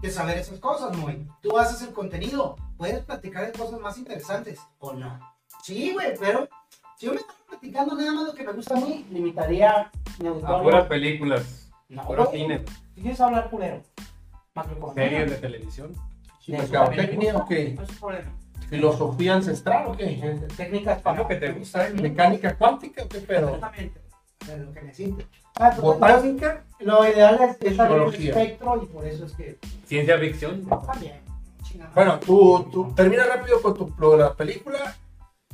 [SPEAKER 1] que saber esas cosas, Moy. Tú haces el contenido, puedes platicar de cosas más interesantes, ¿o no? Sí, güey, pero si yo me estaba platicando nada más lo que me gusta a mí, limitaría... Me gustó
[SPEAKER 3] A Ah, puras películas,
[SPEAKER 1] No,
[SPEAKER 6] Oh.
[SPEAKER 3] puros
[SPEAKER 1] güey.
[SPEAKER 3] cine,
[SPEAKER 1] Si quieres hablar culero, macroeconomía,
[SPEAKER 3] series de televisión.
[SPEAKER 1] de
[SPEAKER 2] ¿Mercadotecnia o qué?
[SPEAKER 1] no es un problema.
[SPEAKER 2] ¿Filosofía ancestral o qué?
[SPEAKER 1] Técnicas
[SPEAKER 3] Es
[SPEAKER 1] para...
[SPEAKER 3] lo que te gusta.
[SPEAKER 2] ¿Mecánica cuántica o qué pedo?
[SPEAKER 1] Exactamente, de lo que necesites. Ah, total,
[SPEAKER 2] ¿Botánica?
[SPEAKER 1] Lo ideal es, es abrir el
[SPEAKER 2] Psicología.
[SPEAKER 1] espectro y por eso es que
[SPEAKER 3] Ciencia ficción.
[SPEAKER 1] también. chingada.
[SPEAKER 2] Bueno, tú, tú termina rápido con tu, lo de la película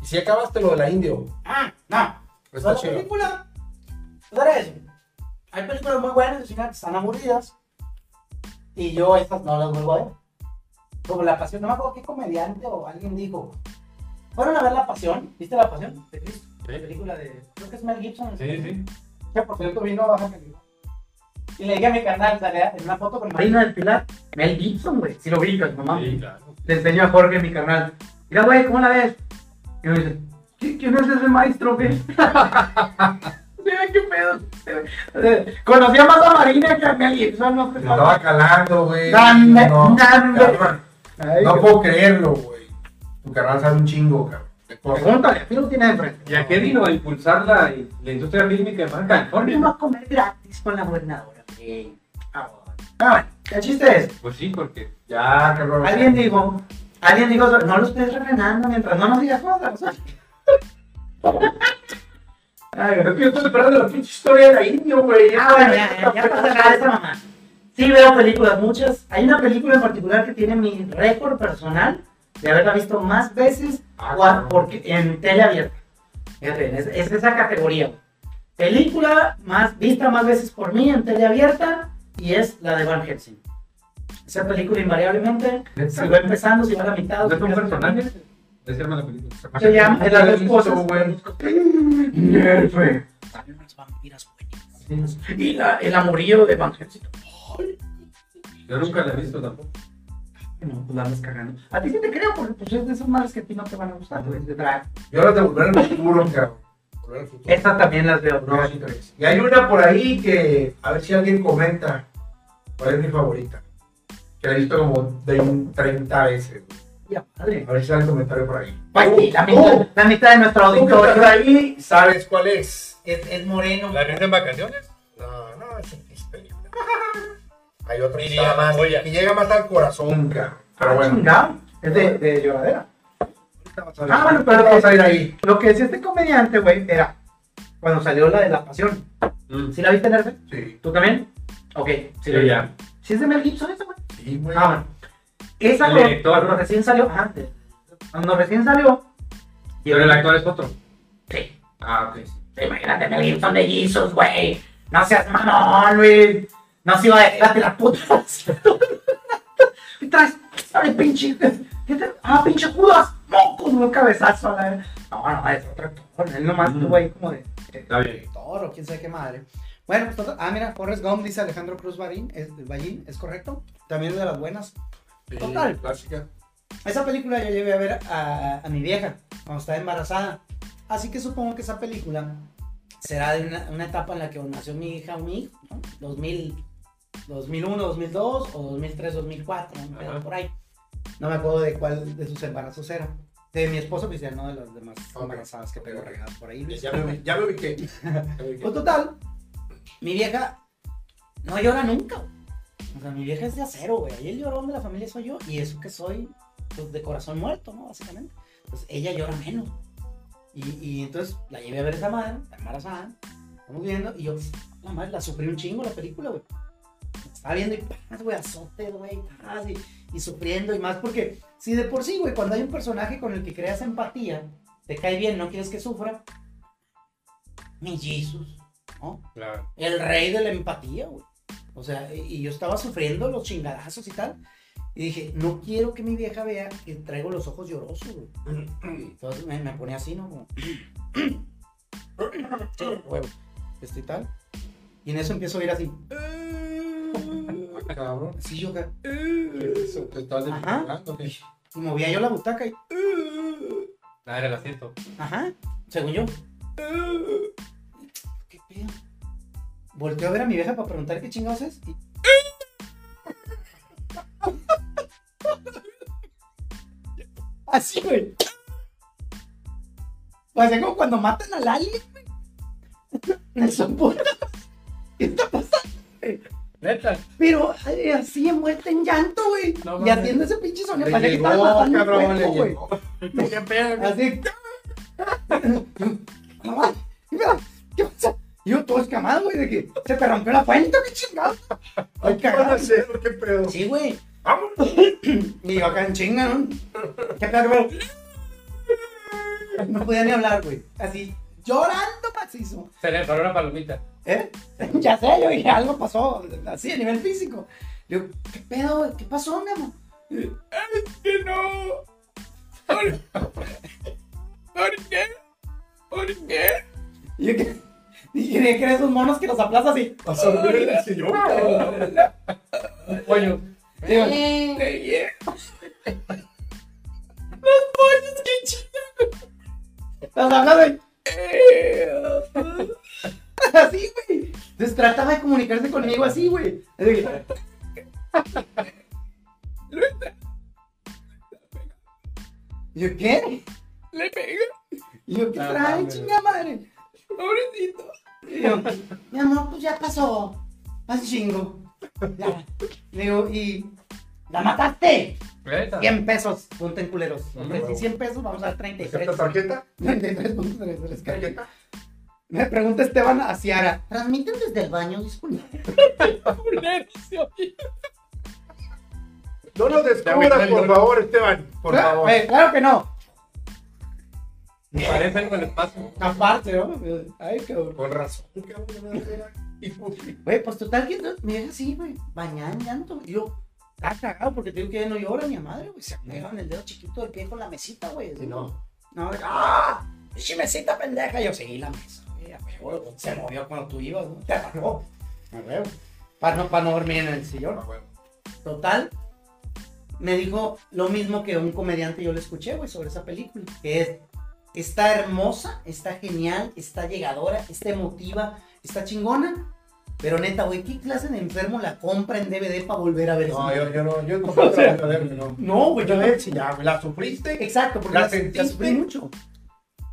[SPEAKER 2] y si acabaste lo de la indio.
[SPEAKER 1] Ah, no.
[SPEAKER 2] Pues Está
[SPEAKER 1] la
[SPEAKER 2] chido.
[SPEAKER 1] película. Pues era eso.
[SPEAKER 8] Hay películas muy buenas que chingan, que están aburridas. Y yo estas no las vuelvo a ver. Como La Pasión, no me acuerdo qué comediante o alguien dijo. Fueron a ver La Pasión, ¿viste La Pasión? De Cristo. La película de. Creo que es Mel Gibson. el
[SPEAKER 3] Sí, sí.
[SPEAKER 8] que por cierto vino a Baja California. Y le dije a mi canal, sale en una foto con Marina.
[SPEAKER 9] Reina del Pilar, Mel Gibson, güey. Si lo brincas, mamá.
[SPEAKER 3] Sí, claro.
[SPEAKER 9] Le enseño a Jorge, mi carnal. Mira, güey, ¿cómo la ves? Y me dice, "¿Qui- ¿quién es ese maestro, güey? Mira, qué pedo. Eh, Conocía más a Marina que a Mel Gibson, no sé.
[SPEAKER 2] Me estaba calando, güey.
[SPEAKER 9] Dame,
[SPEAKER 2] no,
[SPEAKER 9] dame.
[SPEAKER 2] cabrón,
[SPEAKER 9] Ay,
[SPEAKER 2] no
[SPEAKER 9] güey.
[SPEAKER 2] puedo creerlo, güey. Tu carnal sabe un chingo, cabrón. de cosas.
[SPEAKER 9] Pregúntale, aquí lo tienes enfrente.
[SPEAKER 3] ¿Y a qué vino a impulsar la, la industria fílmica en Baja
[SPEAKER 9] Vamos
[SPEAKER 3] California?
[SPEAKER 9] a comer gratis con la gobernadora, güey. Ah, bueno. Ah, bueno, el chiste es,
[SPEAKER 3] Pues sí, porque
[SPEAKER 2] Ya, cabrón.
[SPEAKER 9] alguien dijo, alguien dijo, no lo estés refrenando mientras no nos digas cosas. Ay, güey.
[SPEAKER 2] Es que yo estoy esperando la pinche historia de la indio, güey.
[SPEAKER 9] Ah, bueno, ya, ya, ya para cerrar esa mamá. Sí veo películas, muchas. Hay una película en particular que tiene mi récord personal de haberla visto más veces
[SPEAKER 2] Ah,
[SPEAKER 9] o a-
[SPEAKER 2] cabrón.
[SPEAKER 9] porque, en tele abierta. Fíjate, es, es esa categoría. güey. Película más vista más veces por mí en tele abierta y es la de Van Helsing. Esa película invariablemente, si va empezando, si va a la mitad...
[SPEAKER 3] no
[SPEAKER 9] o
[SPEAKER 3] es
[SPEAKER 9] si
[SPEAKER 3] un
[SPEAKER 9] casi
[SPEAKER 3] personaje. Decirme la película.
[SPEAKER 9] Se llama
[SPEAKER 2] Es
[SPEAKER 9] Las dos
[SPEAKER 2] esposa,
[SPEAKER 9] cosas.
[SPEAKER 2] güey.
[SPEAKER 9] Nerd, güey.
[SPEAKER 8] Salen unas vampiras buenísimas.
[SPEAKER 9] Y la- el amorío de Van Helsing.
[SPEAKER 3] Yo nunca la he visto tampoco.
[SPEAKER 9] No, pues la andas cagando. A ti sí te creo, porque pues es de esas madres que a ti no te van a gustar, güey, de drag.
[SPEAKER 2] Yo las de volver al futuro, cabrón. Volver al futuro.
[SPEAKER 9] Estas también las veo,
[SPEAKER 2] No, sí, tres. Y hay una por ahí que, a ver si alguien comenta, cuál es mi favorita. Que la he visto como de un 30 veces. güey.
[SPEAKER 9] Ya, padre.
[SPEAKER 2] A ver si sale el comentario por ahí. Uh,
[SPEAKER 9] Pues sí, la mitad, la mitad de nuestro
[SPEAKER 2] Tú que
[SPEAKER 9] auditorio.
[SPEAKER 2] estás ahí, sabes cuál es.
[SPEAKER 8] Es, es moreno.
[SPEAKER 3] ¿La gente en vacaciones?
[SPEAKER 2] No, no, es es película. Hay otra que,
[SPEAKER 3] Diría,
[SPEAKER 2] está más,
[SPEAKER 3] "Oye".
[SPEAKER 2] que llega más al corazón, cabrón. Pero bueno.
[SPEAKER 9] Chingado. Es de, de lloradera. Ah, bueno, pero-
[SPEAKER 2] vamos a ir ahí.
[SPEAKER 9] Lo que decía este comediante, güey, era cuando salió la de la pasión.
[SPEAKER 3] Mm.
[SPEAKER 9] ¿Sí la viste, Nerfe?
[SPEAKER 2] Sí,
[SPEAKER 9] ¿Tú también? Ok, sí la
[SPEAKER 3] Sí,
[SPEAKER 9] vi.
[SPEAKER 3] ya.
[SPEAKER 9] ¿Sí es de Mel Gibson esa, güey?
[SPEAKER 2] sí, güey.
[SPEAKER 9] Ah, bueno. Esa,
[SPEAKER 3] El
[SPEAKER 9] cuando-
[SPEAKER 3] director,
[SPEAKER 9] cuando
[SPEAKER 3] ¿no?
[SPEAKER 9] recién salió, antes. Cuando recién salió.
[SPEAKER 3] Pero el actor es otro.
[SPEAKER 9] Sí.
[SPEAKER 3] Ah, ok.
[SPEAKER 9] Imagínate Mel Gibson de Jesus, güey. No seas mamón, güey. No se iba a dejarte la puta. ¿Qué traes? Abre pinche. ¿Qué te... Ah, pinche Judas. Mocos, un cabezazo. a la- No, no, es otro actor. Él nomás,
[SPEAKER 3] Mm.
[SPEAKER 9] güey, como de. eh,
[SPEAKER 3] Está bien.
[SPEAKER 1] Toro, quién sabe qué madre. Bueno, pues, total- ah, mira, Forrest Gump dice Alejandro Cruz Barín, es, Ballín, es correcto. También es de las buenas.
[SPEAKER 2] Sí,
[SPEAKER 1] Total.
[SPEAKER 2] Clásica.
[SPEAKER 1] Esa película yo llevé a ver a, a mi vieja cuando estaba embarazada. Así que supongo que esa película será de una, una etapa en la que nació mi hija o mi hijo, ¿no? 2000, 2001, 2002 o 2003, 2004, ¿no? Pero
[SPEAKER 3] Ajá.
[SPEAKER 1] por ahí. No me acuerdo de cuál de sus embarazos era. De mi esposo, pues ya no de las demás
[SPEAKER 2] Ok.
[SPEAKER 1] embarazadas que tengo regadas por ahí. Luis.
[SPEAKER 2] Ya me, ya me ubiqué. Ya me ubiqué.
[SPEAKER 1] Pues total, mi vieja no llora nunca. güey. O sea, mi vieja es de acero, güey. Ahí el llorón de la familia soy yo y eso que soy pues, de corazón muerto, ¿no? Básicamente. Entonces ella llora menos. Y, y entonces la llevé a ver esa madre, está embarazada. Estamos viendo y yo, la madre, la sufrí un chingo la película, güey. Estaba viendo y paz, güey, azote, güey, paz, y, y sufriendo y más porque si de por sí, güey, cuando hay un personaje con el que creas empatía, te cae bien, no quieres que sufra, mi Jesus, ¿no?
[SPEAKER 3] Claro.
[SPEAKER 1] el rey de la empatía, güey. O sea, y- y yo estaba sufriendo los chingadazos y tal. Y dije, no quiero que mi vieja vea que traigo los ojos llorosos, güey. Entonces me, me ponía así, ¿no? Como... Sí, huevo. Este y tal. Y en eso empiezo a ir así.
[SPEAKER 2] Ah, Cabrón.
[SPEAKER 1] Así yo, ca-
[SPEAKER 2] Eso, te estás
[SPEAKER 1] Ajá.
[SPEAKER 2] despertando, güey.
[SPEAKER 1] y movía yo la butaca y...
[SPEAKER 3] Ah, era el asiento.
[SPEAKER 1] Ajá, según yo. ¿Qué pedo? Volteo a ver a mi vieja para preguntar qué chingados es y... Así, güey. Parece como cuando matan al alien, güey. Nelson puta. ¿Qué está pasando?
[SPEAKER 3] Neta.
[SPEAKER 1] Pero eh, así envuelta en llanto, güey.
[SPEAKER 3] No
[SPEAKER 1] y
[SPEAKER 3] mames.
[SPEAKER 1] haciendo ese pinche sonido.
[SPEAKER 2] Le
[SPEAKER 1] Parece que
[SPEAKER 2] llegó,
[SPEAKER 1] estaba matando un
[SPEAKER 2] cabrón, le
[SPEAKER 1] cuerpo, güey.
[SPEAKER 2] llegó.
[SPEAKER 1] Así. Mamá, mira, ¿qué pasa? Y Yo todo escamado, güey, de que se te rompió la fuente, qué chingado. Ay,
[SPEAKER 2] Van a
[SPEAKER 1] cagado.
[SPEAKER 2] hacer, ¿Qué pedo?
[SPEAKER 1] Sí, güey.
[SPEAKER 2] Vamos.
[SPEAKER 1] Y yo acá en chinga, ¿no? ¿Qué pedo, qué pedo? No podía ni hablar, güey. Así, llorando macizo.
[SPEAKER 3] Se le paró una palomita.
[SPEAKER 6] ¿Eh?
[SPEAKER 1] Ya sé, yo dije algo.
[SPEAKER 6] Algo pasó así a nivel físico. Le digo, ¿qué pedo, güey? ¿Qué pasó, mi amor? Es que no. ¿Por, qué? ¿Por qué?
[SPEAKER 1] Y yo que. Y creía que eres esos monos que los aplazas y.
[SPEAKER 3] Pollo.
[SPEAKER 1] Digo, Los aplazas y. Así, güey. Entonces trataba de comunicarse conmigo así, güey. Así que- Y ¿Yo qué?
[SPEAKER 6] Le pega.
[SPEAKER 1] ¿Y yo qué
[SPEAKER 3] No
[SPEAKER 1] trae,
[SPEAKER 3] mames.
[SPEAKER 1] chinga madre?
[SPEAKER 6] Pobrecito.
[SPEAKER 1] Y yo, mi amor, pues ya pasó. Más chingo. Ya. Le digo, y. ¡La mataste!
[SPEAKER 3] Ahorita.
[SPEAKER 1] 100 pesos. Ponte en culeros. Hombre,
[SPEAKER 3] Ah,
[SPEAKER 2] Ujú.
[SPEAKER 1] si 100 pesos, vamos a dar
[SPEAKER 2] ¿Esta
[SPEAKER 1] 33.
[SPEAKER 2] tarjeta?
[SPEAKER 1] 33.33, caray.
[SPEAKER 2] ¿Tarjeta?
[SPEAKER 1] Me pregunta Esteban a Ciara. ¿Transmiten desde el baño? Disculpe.
[SPEAKER 2] No nos
[SPEAKER 3] Ya me
[SPEAKER 2] descubras, por
[SPEAKER 3] cuelgo.
[SPEAKER 2] favor, Esteban. Por
[SPEAKER 1] Ah,
[SPEAKER 2] favor.
[SPEAKER 1] eh, claro que no.
[SPEAKER 3] Parece algo en el espacio.
[SPEAKER 1] Aparte, ¿no? Eh, Ay, cabrón.
[SPEAKER 2] Con razón, cabrón.
[SPEAKER 1] Güey, pues total que no- mi vieja sí, güey. Bañada en llanto. Y yo, está cagado porque tengo que ya no llora mi madre, güey. Se pegaron el dedo chiquito del pie con la mesita, güey. Así,
[SPEAKER 2] No.
[SPEAKER 1] No, de- ¡ah! ¡Pinche mesita pendeja! Yo seguí la mesa, güey, a huevo, Se movió cuando tú ibas, ¿no? Te agarró. Para no, pa' no dormir en el sillón. Total, me dijo lo mismo que un comediante yo le escuché, güey, sobre esa película. Que es, está hermosa, está genial, está llegadora, está emotiva, está chingona. Pero neta, güey, ¿qué clase de enfermo la compra en DVD para volver a ver eso?
[SPEAKER 2] No, yo, yo no, yo no puedo ver, no.
[SPEAKER 1] No, güey,
[SPEAKER 2] Yo
[SPEAKER 1] yo
[SPEAKER 2] ver si ya, güey, la sufriste
[SPEAKER 1] Exacto, porque
[SPEAKER 2] ¿La
[SPEAKER 1] la sentí
[SPEAKER 2] sentiste?
[SPEAKER 1] mucho.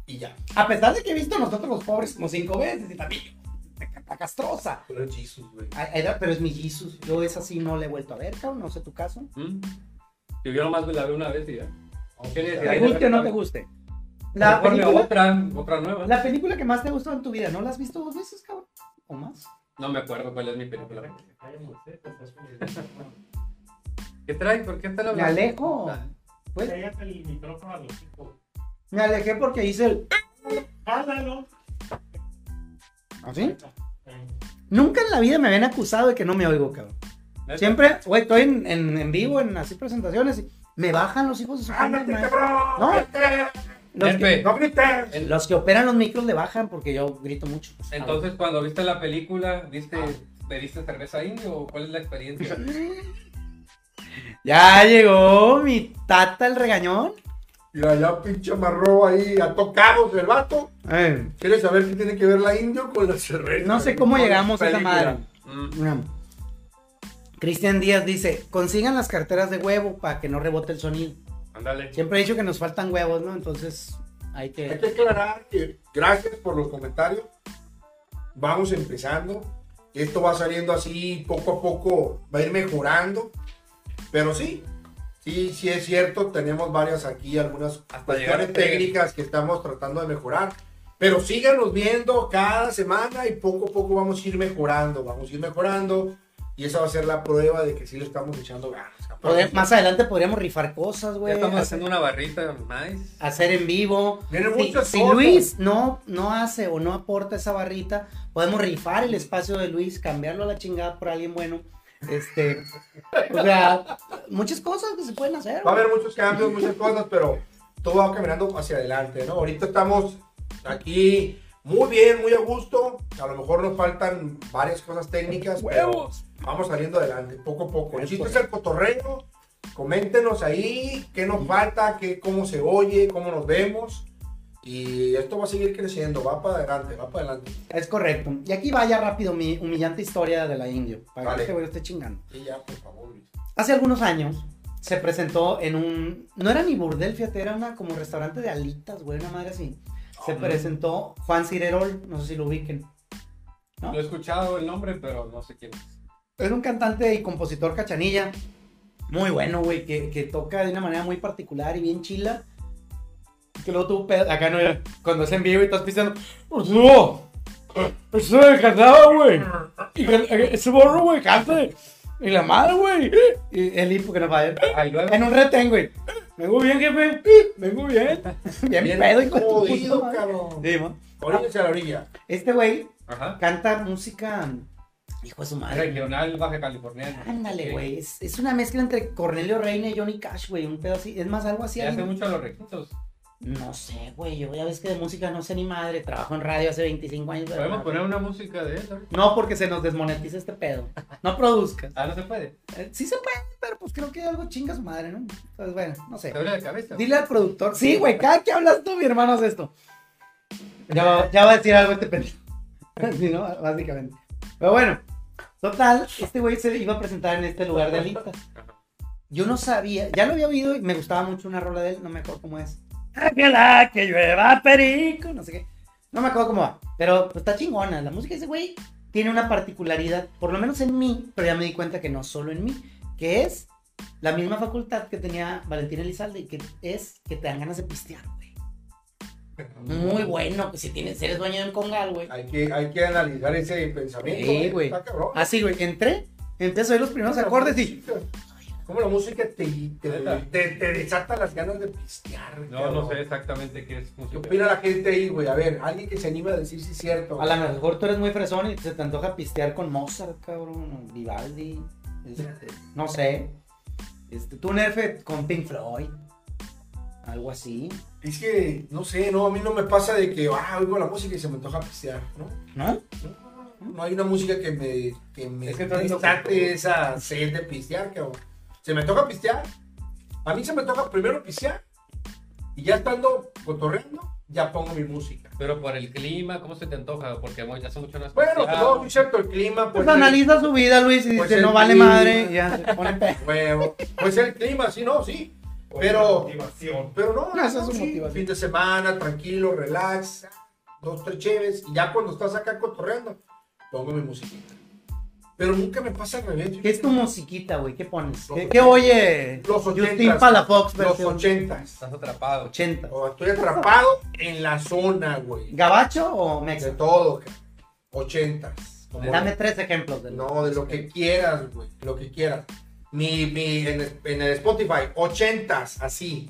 [SPEAKER 2] y ya.
[SPEAKER 1] A pesar de que he visto a nosotros los pobres como cinco veces y también la castrosa.
[SPEAKER 2] Pero Jesus, güey.
[SPEAKER 1] Ay, ay, Pero es mi Jesus. Yo esa sí no la he vuelto a ver, cabrón. No sé tu caso.
[SPEAKER 3] Mm. Yo, yo nomás la veo una vez y ya. ¿Qué le decía?
[SPEAKER 1] Te
[SPEAKER 3] Ahí
[SPEAKER 1] guste
[SPEAKER 3] la-
[SPEAKER 1] o no te guste. La
[SPEAKER 3] La
[SPEAKER 1] película,
[SPEAKER 3] otra, otra nueva.
[SPEAKER 1] la película que más te gustó en tu vida, ¿no la has visto dos veces, cabrón? ¿O más?
[SPEAKER 3] No me acuerdo cuál es mi película. ¿Qué trae? ¿Por qué está la
[SPEAKER 1] Me alejo.
[SPEAKER 3] Ah,
[SPEAKER 1] Pues,
[SPEAKER 10] Pégate el micrófono al hocico.
[SPEAKER 1] me alejé porque hice el...
[SPEAKER 10] Jálalo.
[SPEAKER 1] ¿Así?
[SPEAKER 10] Eh,
[SPEAKER 1] ¿Ah, Nunca en la vida me habían acusado de que no me oigo, cabrón.
[SPEAKER 3] ¿neta?
[SPEAKER 1] Siempre, güey, estoy en, en- en vivo, en así presentaciones y me bajan los hijos de su puta
[SPEAKER 2] ¡Ándate,
[SPEAKER 1] madre.
[SPEAKER 2] Ah, cabrón!
[SPEAKER 1] No.
[SPEAKER 2] ¡Ándate!
[SPEAKER 1] Los que-
[SPEAKER 3] Pepe,
[SPEAKER 2] ¡No grites!
[SPEAKER 3] en-
[SPEAKER 1] Los que operan los micros le bajan porque yo grito mucho.
[SPEAKER 3] entonces cuando viste la película, ¿viste, ¿bebiste cerveza indio o cuál es la experiencia?
[SPEAKER 1] Ya llegó mi tata el regañón.
[SPEAKER 2] Mira, ya pinche amarró ahí a tocados el vato.
[SPEAKER 1] Eh,
[SPEAKER 2] ¿Quieres saber qué tiene que ver la indio con la cerveza?
[SPEAKER 1] no sé cómo
[SPEAKER 2] Con la
[SPEAKER 1] llegamos a esa
[SPEAKER 2] película.
[SPEAKER 1] madre.
[SPEAKER 3] Mm.
[SPEAKER 1] Mm. Cristian Díaz dice, consigan las carteras de huevo para que no rebote el sonido.
[SPEAKER 3] Ándale.
[SPEAKER 1] Siempre he dicho que nos faltan huevos, ¿no? Entonces hay
[SPEAKER 2] Hay
[SPEAKER 1] que...
[SPEAKER 2] que aclarar que gracias por los comentarios. Vamos empezando. Esto va saliendo así poco a poco, va a ir mejorando. Pero sí, sí, sí es cierto. Tenemos varias aquí, algunas
[SPEAKER 3] llegar a este
[SPEAKER 2] cuestiones
[SPEAKER 3] pegar.
[SPEAKER 2] técnicas que estamos tratando de mejorar. Pero síganos viendo cada semana y poco a poco vamos a ir mejorando. Vamos a ir mejorando. Y esa va a ser la prueba de que sí le estamos echando ganas. capaz.
[SPEAKER 1] poder- más adelante podríamos rifar cosas,
[SPEAKER 3] Ya
[SPEAKER 1] güey. Ah,
[SPEAKER 3] estamos
[SPEAKER 1] Hacer,
[SPEAKER 3] haciendo una barrita más.
[SPEAKER 1] hacer en vivo.
[SPEAKER 2] Vienen
[SPEAKER 1] Si,
[SPEAKER 2] muchas
[SPEAKER 1] si
[SPEAKER 2] cosas.
[SPEAKER 1] Luis no, no hace o no aporta esa barrita, podemos rifar el espacio de Luis, cambiarlo a la chingada por alguien bueno. Este, o sea, muchas cosas que se pueden hacer.
[SPEAKER 2] Va a
[SPEAKER 1] güey.
[SPEAKER 2] haber muchos cambios, muchas cosas, pero todo va caminando hacia adelante, ¿no? Ahorita estamos aquí muy bien, muy a gusto. A lo mejor nos faltan varias cosas técnicas, pero vamos saliendo adelante, poco a poco. El chiste es el cotorreo. Coméntenos ahí qué nos falta, qué, cómo se oye, cómo nos vemos. Y esto va a seguir creciendo, va para adelante, va para adelante.
[SPEAKER 1] Es correcto. Y aquí vaya rápido mi humillante historia de la Indio. Para
[SPEAKER 2] Vale.
[SPEAKER 1] que este güey esté chingando.
[SPEAKER 2] Y ya, por favor, Luis.
[SPEAKER 1] Hace algunos años se presentó en un. No era ni burdel, fíjate, era una como restaurante de alitas, güey, una madre así. Se presentó Juan Cirerol, no sé si lo ubiquen.
[SPEAKER 3] Lo he escuchado el nombre, pero no sé quién es.
[SPEAKER 1] Era un cantante y compositor cachanilla. Muy bueno, güey, que, que toca de una manera muy particular y bien chila. Que luego tuvo pedo. Acá no, cuando es en vivo y estás pisando.
[SPEAKER 4] Pues no. Eso me cantaba, güey. Y can-
[SPEAKER 1] eh,
[SPEAKER 4] ese borro, güey, canta. Y la madre, güey.
[SPEAKER 1] Y el hipo que no falla.
[SPEAKER 3] Ay, luego.
[SPEAKER 1] En un retén, güey.
[SPEAKER 11] Vengo bien, jefe. Vengo bien.
[SPEAKER 1] Bien,
[SPEAKER 2] Bien
[SPEAKER 1] pedo, hijo de tu
[SPEAKER 2] jodido,
[SPEAKER 1] puta madre.
[SPEAKER 2] cabrón.
[SPEAKER 1] Sí, mo.
[SPEAKER 2] Oríñense a la orilla.
[SPEAKER 1] Este güey
[SPEAKER 3] Ajá.
[SPEAKER 1] canta música. Hijo de su madre.
[SPEAKER 3] Regional Baja California.
[SPEAKER 1] Ándale, güey. Es, es una mezcla entre Cornelio Reina y Johnny Cash, güey. Un pedo así. Es más, algo así.
[SPEAKER 3] Se hace
[SPEAKER 1] alguien-
[SPEAKER 3] mucho a los requisitos.
[SPEAKER 1] No sé, güey. Yo ya ves que de música no sé ni madre. Trabajo en radio hace 25 años. pero
[SPEAKER 3] Podemos
[SPEAKER 1] no.
[SPEAKER 3] poner una música de eso.
[SPEAKER 1] No, porque se nos desmonetiza este pedo. No produzcas.
[SPEAKER 3] Ah, no se puede.
[SPEAKER 1] Eh, Sí se puede, pero pues creo que algo chinga su madre, ¿no? Entonces, bueno, no sé.
[SPEAKER 3] Te duele la cabeza.
[SPEAKER 1] Dile al productor. Sí, güey, cada que hablas tú, mi hermano, es esto. Ya va, ya va a decir algo este pendejo. Sí, ¿no? Básicamente. Pero bueno, total, este güey se iba a presentar en este lugar de alitas. Yo no sabía, ya lo había oído y me gustaba mucho una rola de él, no me acuerdo cómo es. Ángela, que llueva perico, no sé qué. No me acuerdo cómo va, pero pues, está chingona. La música de ese güey tiene una particularidad, por lo menos en mí, pero ya me di cuenta que no solo en mí, que es la misma facultad que tenía Valentín Elizalde, que es que te dan ganas de pistear, güey. Muy bueno, que si tienes, eres dueño de un congal, güey.
[SPEAKER 2] Hay que, hay que analizar ese pensamiento.
[SPEAKER 1] Sí,
[SPEAKER 2] ¿eh?
[SPEAKER 1] güey.
[SPEAKER 2] Está cabrón.
[SPEAKER 1] Así, güey, entré, empiezo a oír los primeros acordes y...
[SPEAKER 2] ¿Cómo la música te, te, te- te desata las ganas de pistear?
[SPEAKER 3] No,
[SPEAKER 2] cabrón?
[SPEAKER 3] no sé exactamente qué es
[SPEAKER 2] ¿Qué
[SPEAKER 3] música.
[SPEAKER 2] opina la gente ahí, güey? A ver, alguien que se anime a decir si es cierto.
[SPEAKER 1] A lo mejor tú eres muy fresón y se te antoja pistear con Mozart, cabrón, o Vivaldi, este, no sé. Este, tú, Nerfe, con Pink Floyd, algo así,
[SPEAKER 2] Es que, no sé, no, a mí no me pasa de que, ah, oigo la música y se me antoja pistear, ¿no?
[SPEAKER 1] ¿no? Pues
[SPEAKER 2] No hay una música que me, que me
[SPEAKER 3] Es que estás loco.
[SPEAKER 2] desate esa sed de pistear, cabrón. Se me toca pistear. A mí se me toca primero pistear y ya estando cotorreando, ya pongo mi música.
[SPEAKER 3] Pero por el clima, ¿cómo se te antoja? Porque bueno, ya hace mucho no has
[SPEAKER 2] Bueno,
[SPEAKER 3] paseado.
[SPEAKER 2] no, muy cierto, el clima, pues.
[SPEAKER 1] Pues analiza su vida, Luis, y
[SPEAKER 2] pues
[SPEAKER 1] dice,
[SPEAKER 2] el
[SPEAKER 1] no vale
[SPEAKER 2] clima".
[SPEAKER 1] madre, y ya se pone pedo.
[SPEAKER 2] Huevo. Pues el clima, sí, no, sí.
[SPEAKER 6] Pero.
[SPEAKER 2] Pero, pero no,
[SPEAKER 1] No, esa es
[SPEAKER 2] no,
[SPEAKER 1] su
[SPEAKER 2] sí,
[SPEAKER 1] motivación.
[SPEAKER 2] Fin de semana, tranquilo, relax, dos, tres chéves, y ya cuando estás acá cotorreando, pongo mi musiquita. Pero nunca me pasa al revés.
[SPEAKER 1] ¿Qué es tu musiquita, güey? ¿qué pones?
[SPEAKER 2] Los
[SPEAKER 1] ¿Qué, qué oye
[SPEAKER 2] Los
[SPEAKER 1] Justin
[SPEAKER 2] ochentas.
[SPEAKER 1] Palafox
[SPEAKER 2] Los
[SPEAKER 1] versión
[SPEAKER 2] ochentas.
[SPEAKER 3] Estás atrapado.
[SPEAKER 1] 80?
[SPEAKER 2] O estoy atrapado en la zona, güey.
[SPEAKER 1] ¿Gabacho o
[SPEAKER 2] De
[SPEAKER 1] Mexa?
[SPEAKER 2] todo, ca- ochentas. Como-
[SPEAKER 1] Dame tres ejemplos de
[SPEAKER 2] No, de lo que quieras, güey. Lo que quieras. Mi, mi, en, en el Spotify, 80s, así.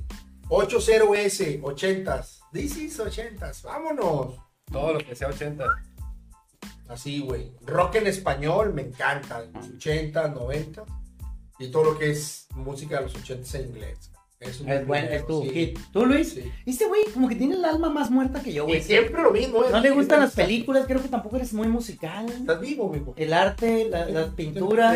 [SPEAKER 2] 80S, 80s. This is 80s, vámonos.
[SPEAKER 3] Todo lo que sea 80.
[SPEAKER 2] Así, güey. Rock en español, me encanta. de Los 80s, 90 Y todo lo que es música de los 80s en inglés. Eso
[SPEAKER 1] Es, buen, es tu
[SPEAKER 2] sí,
[SPEAKER 1] hit. ¿Tú, Luis?
[SPEAKER 2] sí.
[SPEAKER 1] Este güey como que tiene el alma más muerta que yo,
[SPEAKER 2] Y
[SPEAKER 1] güey.
[SPEAKER 2] siempre lo mismo, ¿eh?
[SPEAKER 1] No le gustan las
[SPEAKER 2] Siempre-
[SPEAKER 1] películas, creo que tampoco eres muy musical.
[SPEAKER 2] Estás vivo, mijo.
[SPEAKER 1] El arte, la- las pinturas.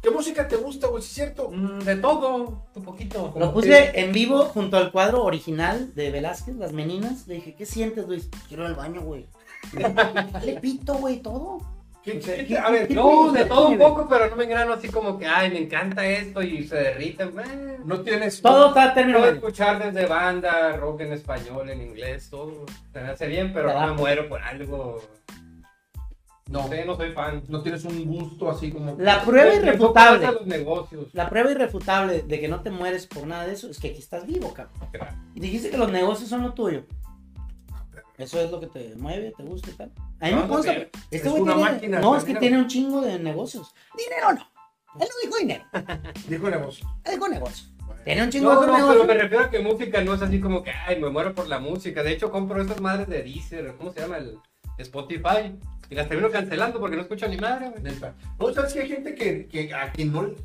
[SPEAKER 2] ¿Qué música te gusta, güey? ¿Sí ¿Es
[SPEAKER 1] Mm.
[SPEAKER 2] cierto?
[SPEAKER 3] de todo, un poquito.
[SPEAKER 1] Lo puse en vivo junto al cuadro original de Velázquez, Las Meninas. Le dije, ¿qué sientes, Luis? Quiero ir al baño, güey. Le pito, güey, todo.
[SPEAKER 2] ¿Qué-
[SPEAKER 1] O sea,
[SPEAKER 2] qué-
[SPEAKER 1] ¿qué-
[SPEAKER 2] a ver,
[SPEAKER 1] qué-
[SPEAKER 3] No, de todo un poco, pero no me engrano así como que, ay, me encanta esto y se derriten. Eh,
[SPEAKER 2] no tienes...
[SPEAKER 1] Todo está a término
[SPEAKER 3] Quiero
[SPEAKER 1] medio.
[SPEAKER 3] escuchar desde banda, rock en español, en inglés, todo. Se me hace bien, pero no me muero por algo. No sé, no soy fan.
[SPEAKER 2] pues, no tienes un gusto así como...
[SPEAKER 1] La prueba
[SPEAKER 3] Me enfoco
[SPEAKER 1] irrefutable.
[SPEAKER 3] más a los negocios.
[SPEAKER 1] La prueba irrefutable de que no te mueres por nada de eso es que aquí estás vivo, cabrón.
[SPEAKER 3] Claro.
[SPEAKER 1] Y dijiste que los negocios son lo tuyo. Eso es lo que te mueve, te gusta y tal. A mí
[SPEAKER 3] No,
[SPEAKER 1] me
[SPEAKER 3] no
[SPEAKER 1] consta.
[SPEAKER 3] sé.
[SPEAKER 1] Este
[SPEAKER 2] Es
[SPEAKER 1] güey
[SPEAKER 2] una
[SPEAKER 1] tiene.
[SPEAKER 2] máquina,
[SPEAKER 1] no, es que
[SPEAKER 2] mira.
[SPEAKER 1] tiene un chingo de negocios. Dinero no. Él no dijo dinero.
[SPEAKER 2] Dijo el negocio.
[SPEAKER 1] Él dijo negocio. Tiene un chingo
[SPEAKER 3] No,
[SPEAKER 1] de
[SPEAKER 3] no, pero
[SPEAKER 1] negocios.
[SPEAKER 3] me refiero a que música no es así como que, ay, me muero por la música. De hecho, compro esas madres de Deezer, ¿cómo se llama? El Spotify. Y las termino cancelando porque no escucho ni madre, güey.
[SPEAKER 2] Neta. No, sabes que hay gente que, que a quien no, le-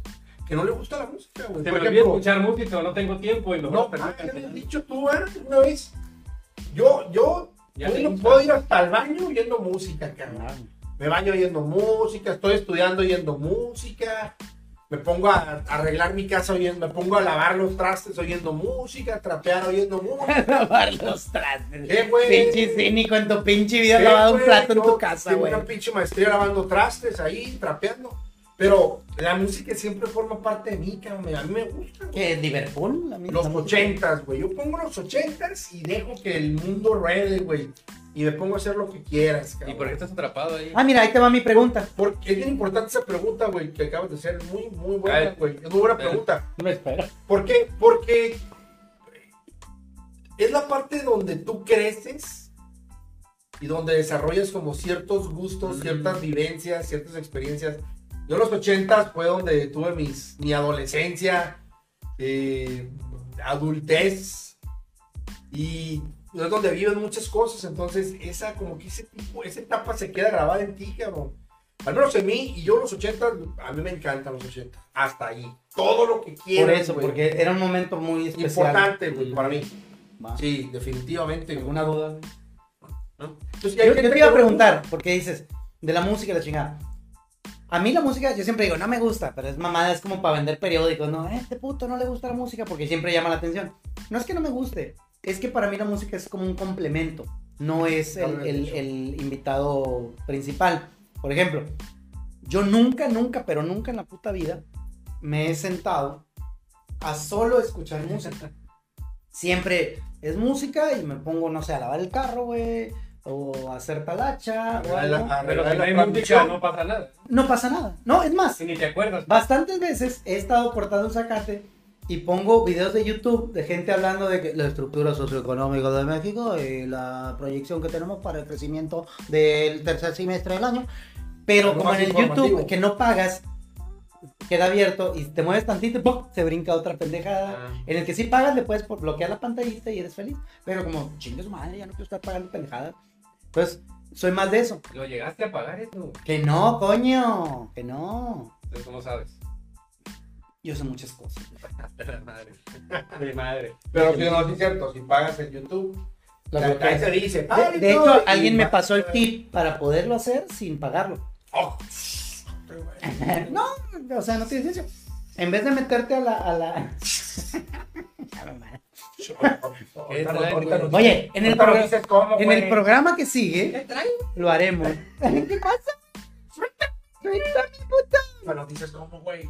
[SPEAKER 2] que no le gusta la música, güey.
[SPEAKER 3] Se
[SPEAKER 2] Por
[SPEAKER 3] me olvida
[SPEAKER 2] ejemplo,
[SPEAKER 3] escuchar música, no tengo tiempo y lo
[SPEAKER 2] No,
[SPEAKER 3] termino
[SPEAKER 2] ah, ya habías
[SPEAKER 3] cancelando.
[SPEAKER 2] dicho tú, ¿eh? Una vez. Yo, yo,
[SPEAKER 3] Ya
[SPEAKER 2] yo
[SPEAKER 3] te
[SPEAKER 2] no
[SPEAKER 3] gusta.
[SPEAKER 2] puedo ir hasta el baño oyendo música, cabrón. Me baño oyendo música, estoy estudiando oyendo música. Me pongo a arreglar mi casa oyendo, me pongo a lavar los trastes oyendo música, trapear oyendo música.
[SPEAKER 1] lavar los trastes.
[SPEAKER 2] ¿Qué, güey?
[SPEAKER 1] Pinche cínico en tu pinche vida has
[SPEAKER 2] Sí,
[SPEAKER 1] lavado un
[SPEAKER 2] güey,
[SPEAKER 1] plato en
[SPEAKER 2] yo
[SPEAKER 1] tu casa,
[SPEAKER 2] tengo
[SPEAKER 1] güey.
[SPEAKER 2] Una pinche maestría lavando trastes ahí, trapeando. Pero la música siempre forma parte de mí, cabrón. A mí me gusta. güey.
[SPEAKER 1] Que es Liverpool, la misma
[SPEAKER 2] Los
[SPEAKER 1] música.
[SPEAKER 2] ochentas, güey. Yo pongo los ochentas y dejo que el mundo ruede, güey. Y me pongo a hacer lo que quieras,
[SPEAKER 3] ¿Y
[SPEAKER 2] cabrón.
[SPEAKER 3] por qué estás atrapado ahí?
[SPEAKER 1] Ah, mira, ahí te va mi pregunta.
[SPEAKER 2] Porque es bien importante esa pregunta, güey, que acabas de hacer. Muy, muy buena,
[SPEAKER 3] Cállate.
[SPEAKER 2] güey. Es muy buena
[SPEAKER 3] Cállate.
[SPEAKER 2] pregunta.
[SPEAKER 1] Me espera.
[SPEAKER 2] ¿Por qué? Porque es la parte donde tú creces y donde desarrollas como ciertos gustos, ciertas vivencias, ciertas experiencias. Yo en los ochentas fue donde tuve mis, mi adolescencia, eh, adultez y no es donde viven muchas cosas. Entonces, esa como que ese tipo, esa etapa se queda grabada en ti, cabrón. Al menos en mí y yo los 80, a mí me encantan los 80. Hasta ahí. Todo lo que quieras.
[SPEAKER 1] Por eso,
[SPEAKER 2] güey.
[SPEAKER 1] porque era un momento muy especial.
[SPEAKER 2] importante güey, para mí.
[SPEAKER 1] Va.
[SPEAKER 2] Sí, definitivamente.
[SPEAKER 1] ¿Alguna duda? güey?
[SPEAKER 2] Entonces,
[SPEAKER 1] Yo, yo te iba a preguntar, porque dices, de la música y la chingada. A mí la música, yo siempre digo, no me gusta, pero es mamada, es como para vender periódicos, ¿no? "Eh, Este puto no le gusta la música porque siempre llama la atención. No es que no me guste, es que para mí la música es como un complemento, no es el, el- el invitado principal. Por ejemplo, yo nunca, nunca, pero nunca en la puta vida me he sentado a solo escuchar música. Siempre es música y me pongo, no sé, a lavar el carro, güey, o a hacer talacha, o
[SPEAKER 2] Arregla-
[SPEAKER 1] algo.
[SPEAKER 2] arregla
[SPEAKER 3] Pero si no hay
[SPEAKER 2] la
[SPEAKER 3] música,
[SPEAKER 2] transmisión.
[SPEAKER 3] no pasa nada.
[SPEAKER 1] No pasa nada. No, es más,
[SPEAKER 3] Si ni te acuerdas.
[SPEAKER 1] bastantes veces he estado cortando un zacate y pongo videos de YouTube de gente hablando de que la estructura socioeconómica de México y la proyección que tenemos para el crecimiento del tercer semestre del año. Pero
[SPEAKER 2] Algo
[SPEAKER 1] como
[SPEAKER 2] más
[SPEAKER 1] en el
[SPEAKER 2] informativo.
[SPEAKER 1] YouTube que no pagas, queda abierto y te mueves tantito y ¡pum! se brinca otra pendejada.
[SPEAKER 3] Ah.
[SPEAKER 1] En el que sí pagas, le puedes por- bloquear la pantallita y eres feliz. Pero como, chingues madre, ya no quiero estar pagando pendejadas. Entonces, soy más de eso.
[SPEAKER 3] ¿Lo llegaste a pagar eso?
[SPEAKER 1] Que no, coño, que no.
[SPEAKER 3] Entonces, pues, ¿Cómo sabes?
[SPEAKER 1] Yo sé muchas cosas.
[SPEAKER 3] De la madre. De madre.
[SPEAKER 2] Pero si no, sí es cierto, si pagas en YouTube,
[SPEAKER 1] La
[SPEAKER 2] la-
[SPEAKER 1] bloqueas.
[SPEAKER 2] ahí se dice.
[SPEAKER 1] De,
[SPEAKER 2] "Ay,
[SPEAKER 1] de
[SPEAKER 2] no",
[SPEAKER 1] hecho,
[SPEAKER 2] y
[SPEAKER 1] alguien me
[SPEAKER 2] va-
[SPEAKER 1] pasó el tip para poderlo hacer sin pagarlo.
[SPEAKER 2] Oh,
[SPEAKER 1] no, o sea, no tienes eso. En vez de meterte a la... A la...
[SPEAKER 2] ahorita no- ahorita no-
[SPEAKER 1] Oye, en el,
[SPEAKER 2] ahorita no
[SPEAKER 1] programa-
[SPEAKER 2] dices cómo,
[SPEAKER 1] en
[SPEAKER 2] güey.
[SPEAKER 1] el programa que sigue, lo haremos. ¿Qué pasa?
[SPEAKER 2] Pero no dices cómo, güey.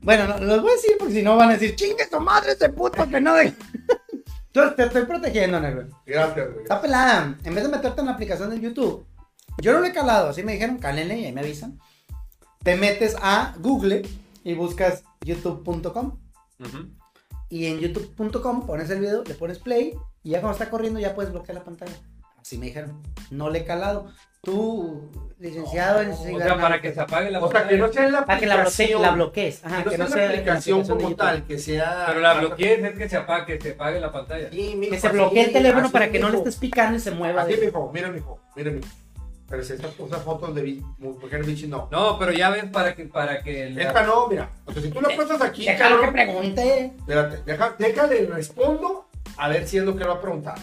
[SPEAKER 1] Bueno, no, los voy a decir porque si no van a decir, chingue su madre ese puto que no de... Entonces te estoy protegiendo, negro.
[SPEAKER 2] Gracias, güey.
[SPEAKER 1] Está pelada. En vez de meterte en la aplicación de YouTube, yo no lo he calado, así me dijeron, cálenle y ahí me avisan. Te metes a Google y buscas youtube.com.
[SPEAKER 3] Ujú.
[SPEAKER 1] Y en youtube.com pones el video, le pones play y ya cuando está corriendo ya puedes bloquear la pantalla. Así me dijeron. No le he calado. Tú, licenciado en
[SPEAKER 2] No, o
[SPEAKER 3] O
[SPEAKER 1] cibernética,
[SPEAKER 3] sea, para que se apague la
[SPEAKER 2] O sea, que no sea la
[SPEAKER 1] para Ah, que la, bloque-
[SPEAKER 2] aplicación.
[SPEAKER 1] la bloquees. Ajá,
[SPEAKER 2] que no sea la
[SPEAKER 1] la
[SPEAKER 2] aplicación
[SPEAKER 1] de
[SPEAKER 2] como
[SPEAKER 1] YouTube.
[SPEAKER 2] tal, que sea.
[SPEAKER 3] Pero la bloquees es que se apague, que se apague la pantalla.
[SPEAKER 2] Sí, mijo,
[SPEAKER 1] Que se
[SPEAKER 2] así,
[SPEAKER 1] bloquee el teléfono
[SPEAKER 2] así,
[SPEAKER 1] para que no le
[SPEAKER 2] mijo.
[SPEAKER 1] estés picando y se mueva.
[SPEAKER 2] Así,
[SPEAKER 1] de-
[SPEAKER 2] mijo, mira, mijo, mira, mijo. Pero si estas esas fotos de bi- mujeres bichis, no.
[SPEAKER 3] No, pero ya ves para que para que la-
[SPEAKER 2] Esta no, mira. O sea, si tú la apuestas aquí,
[SPEAKER 1] Eh, Déjalo que
[SPEAKER 2] cabrón,
[SPEAKER 1] pregunte.
[SPEAKER 2] espérate, deja- déjale, respondo a ver si es lo que va a preguntar.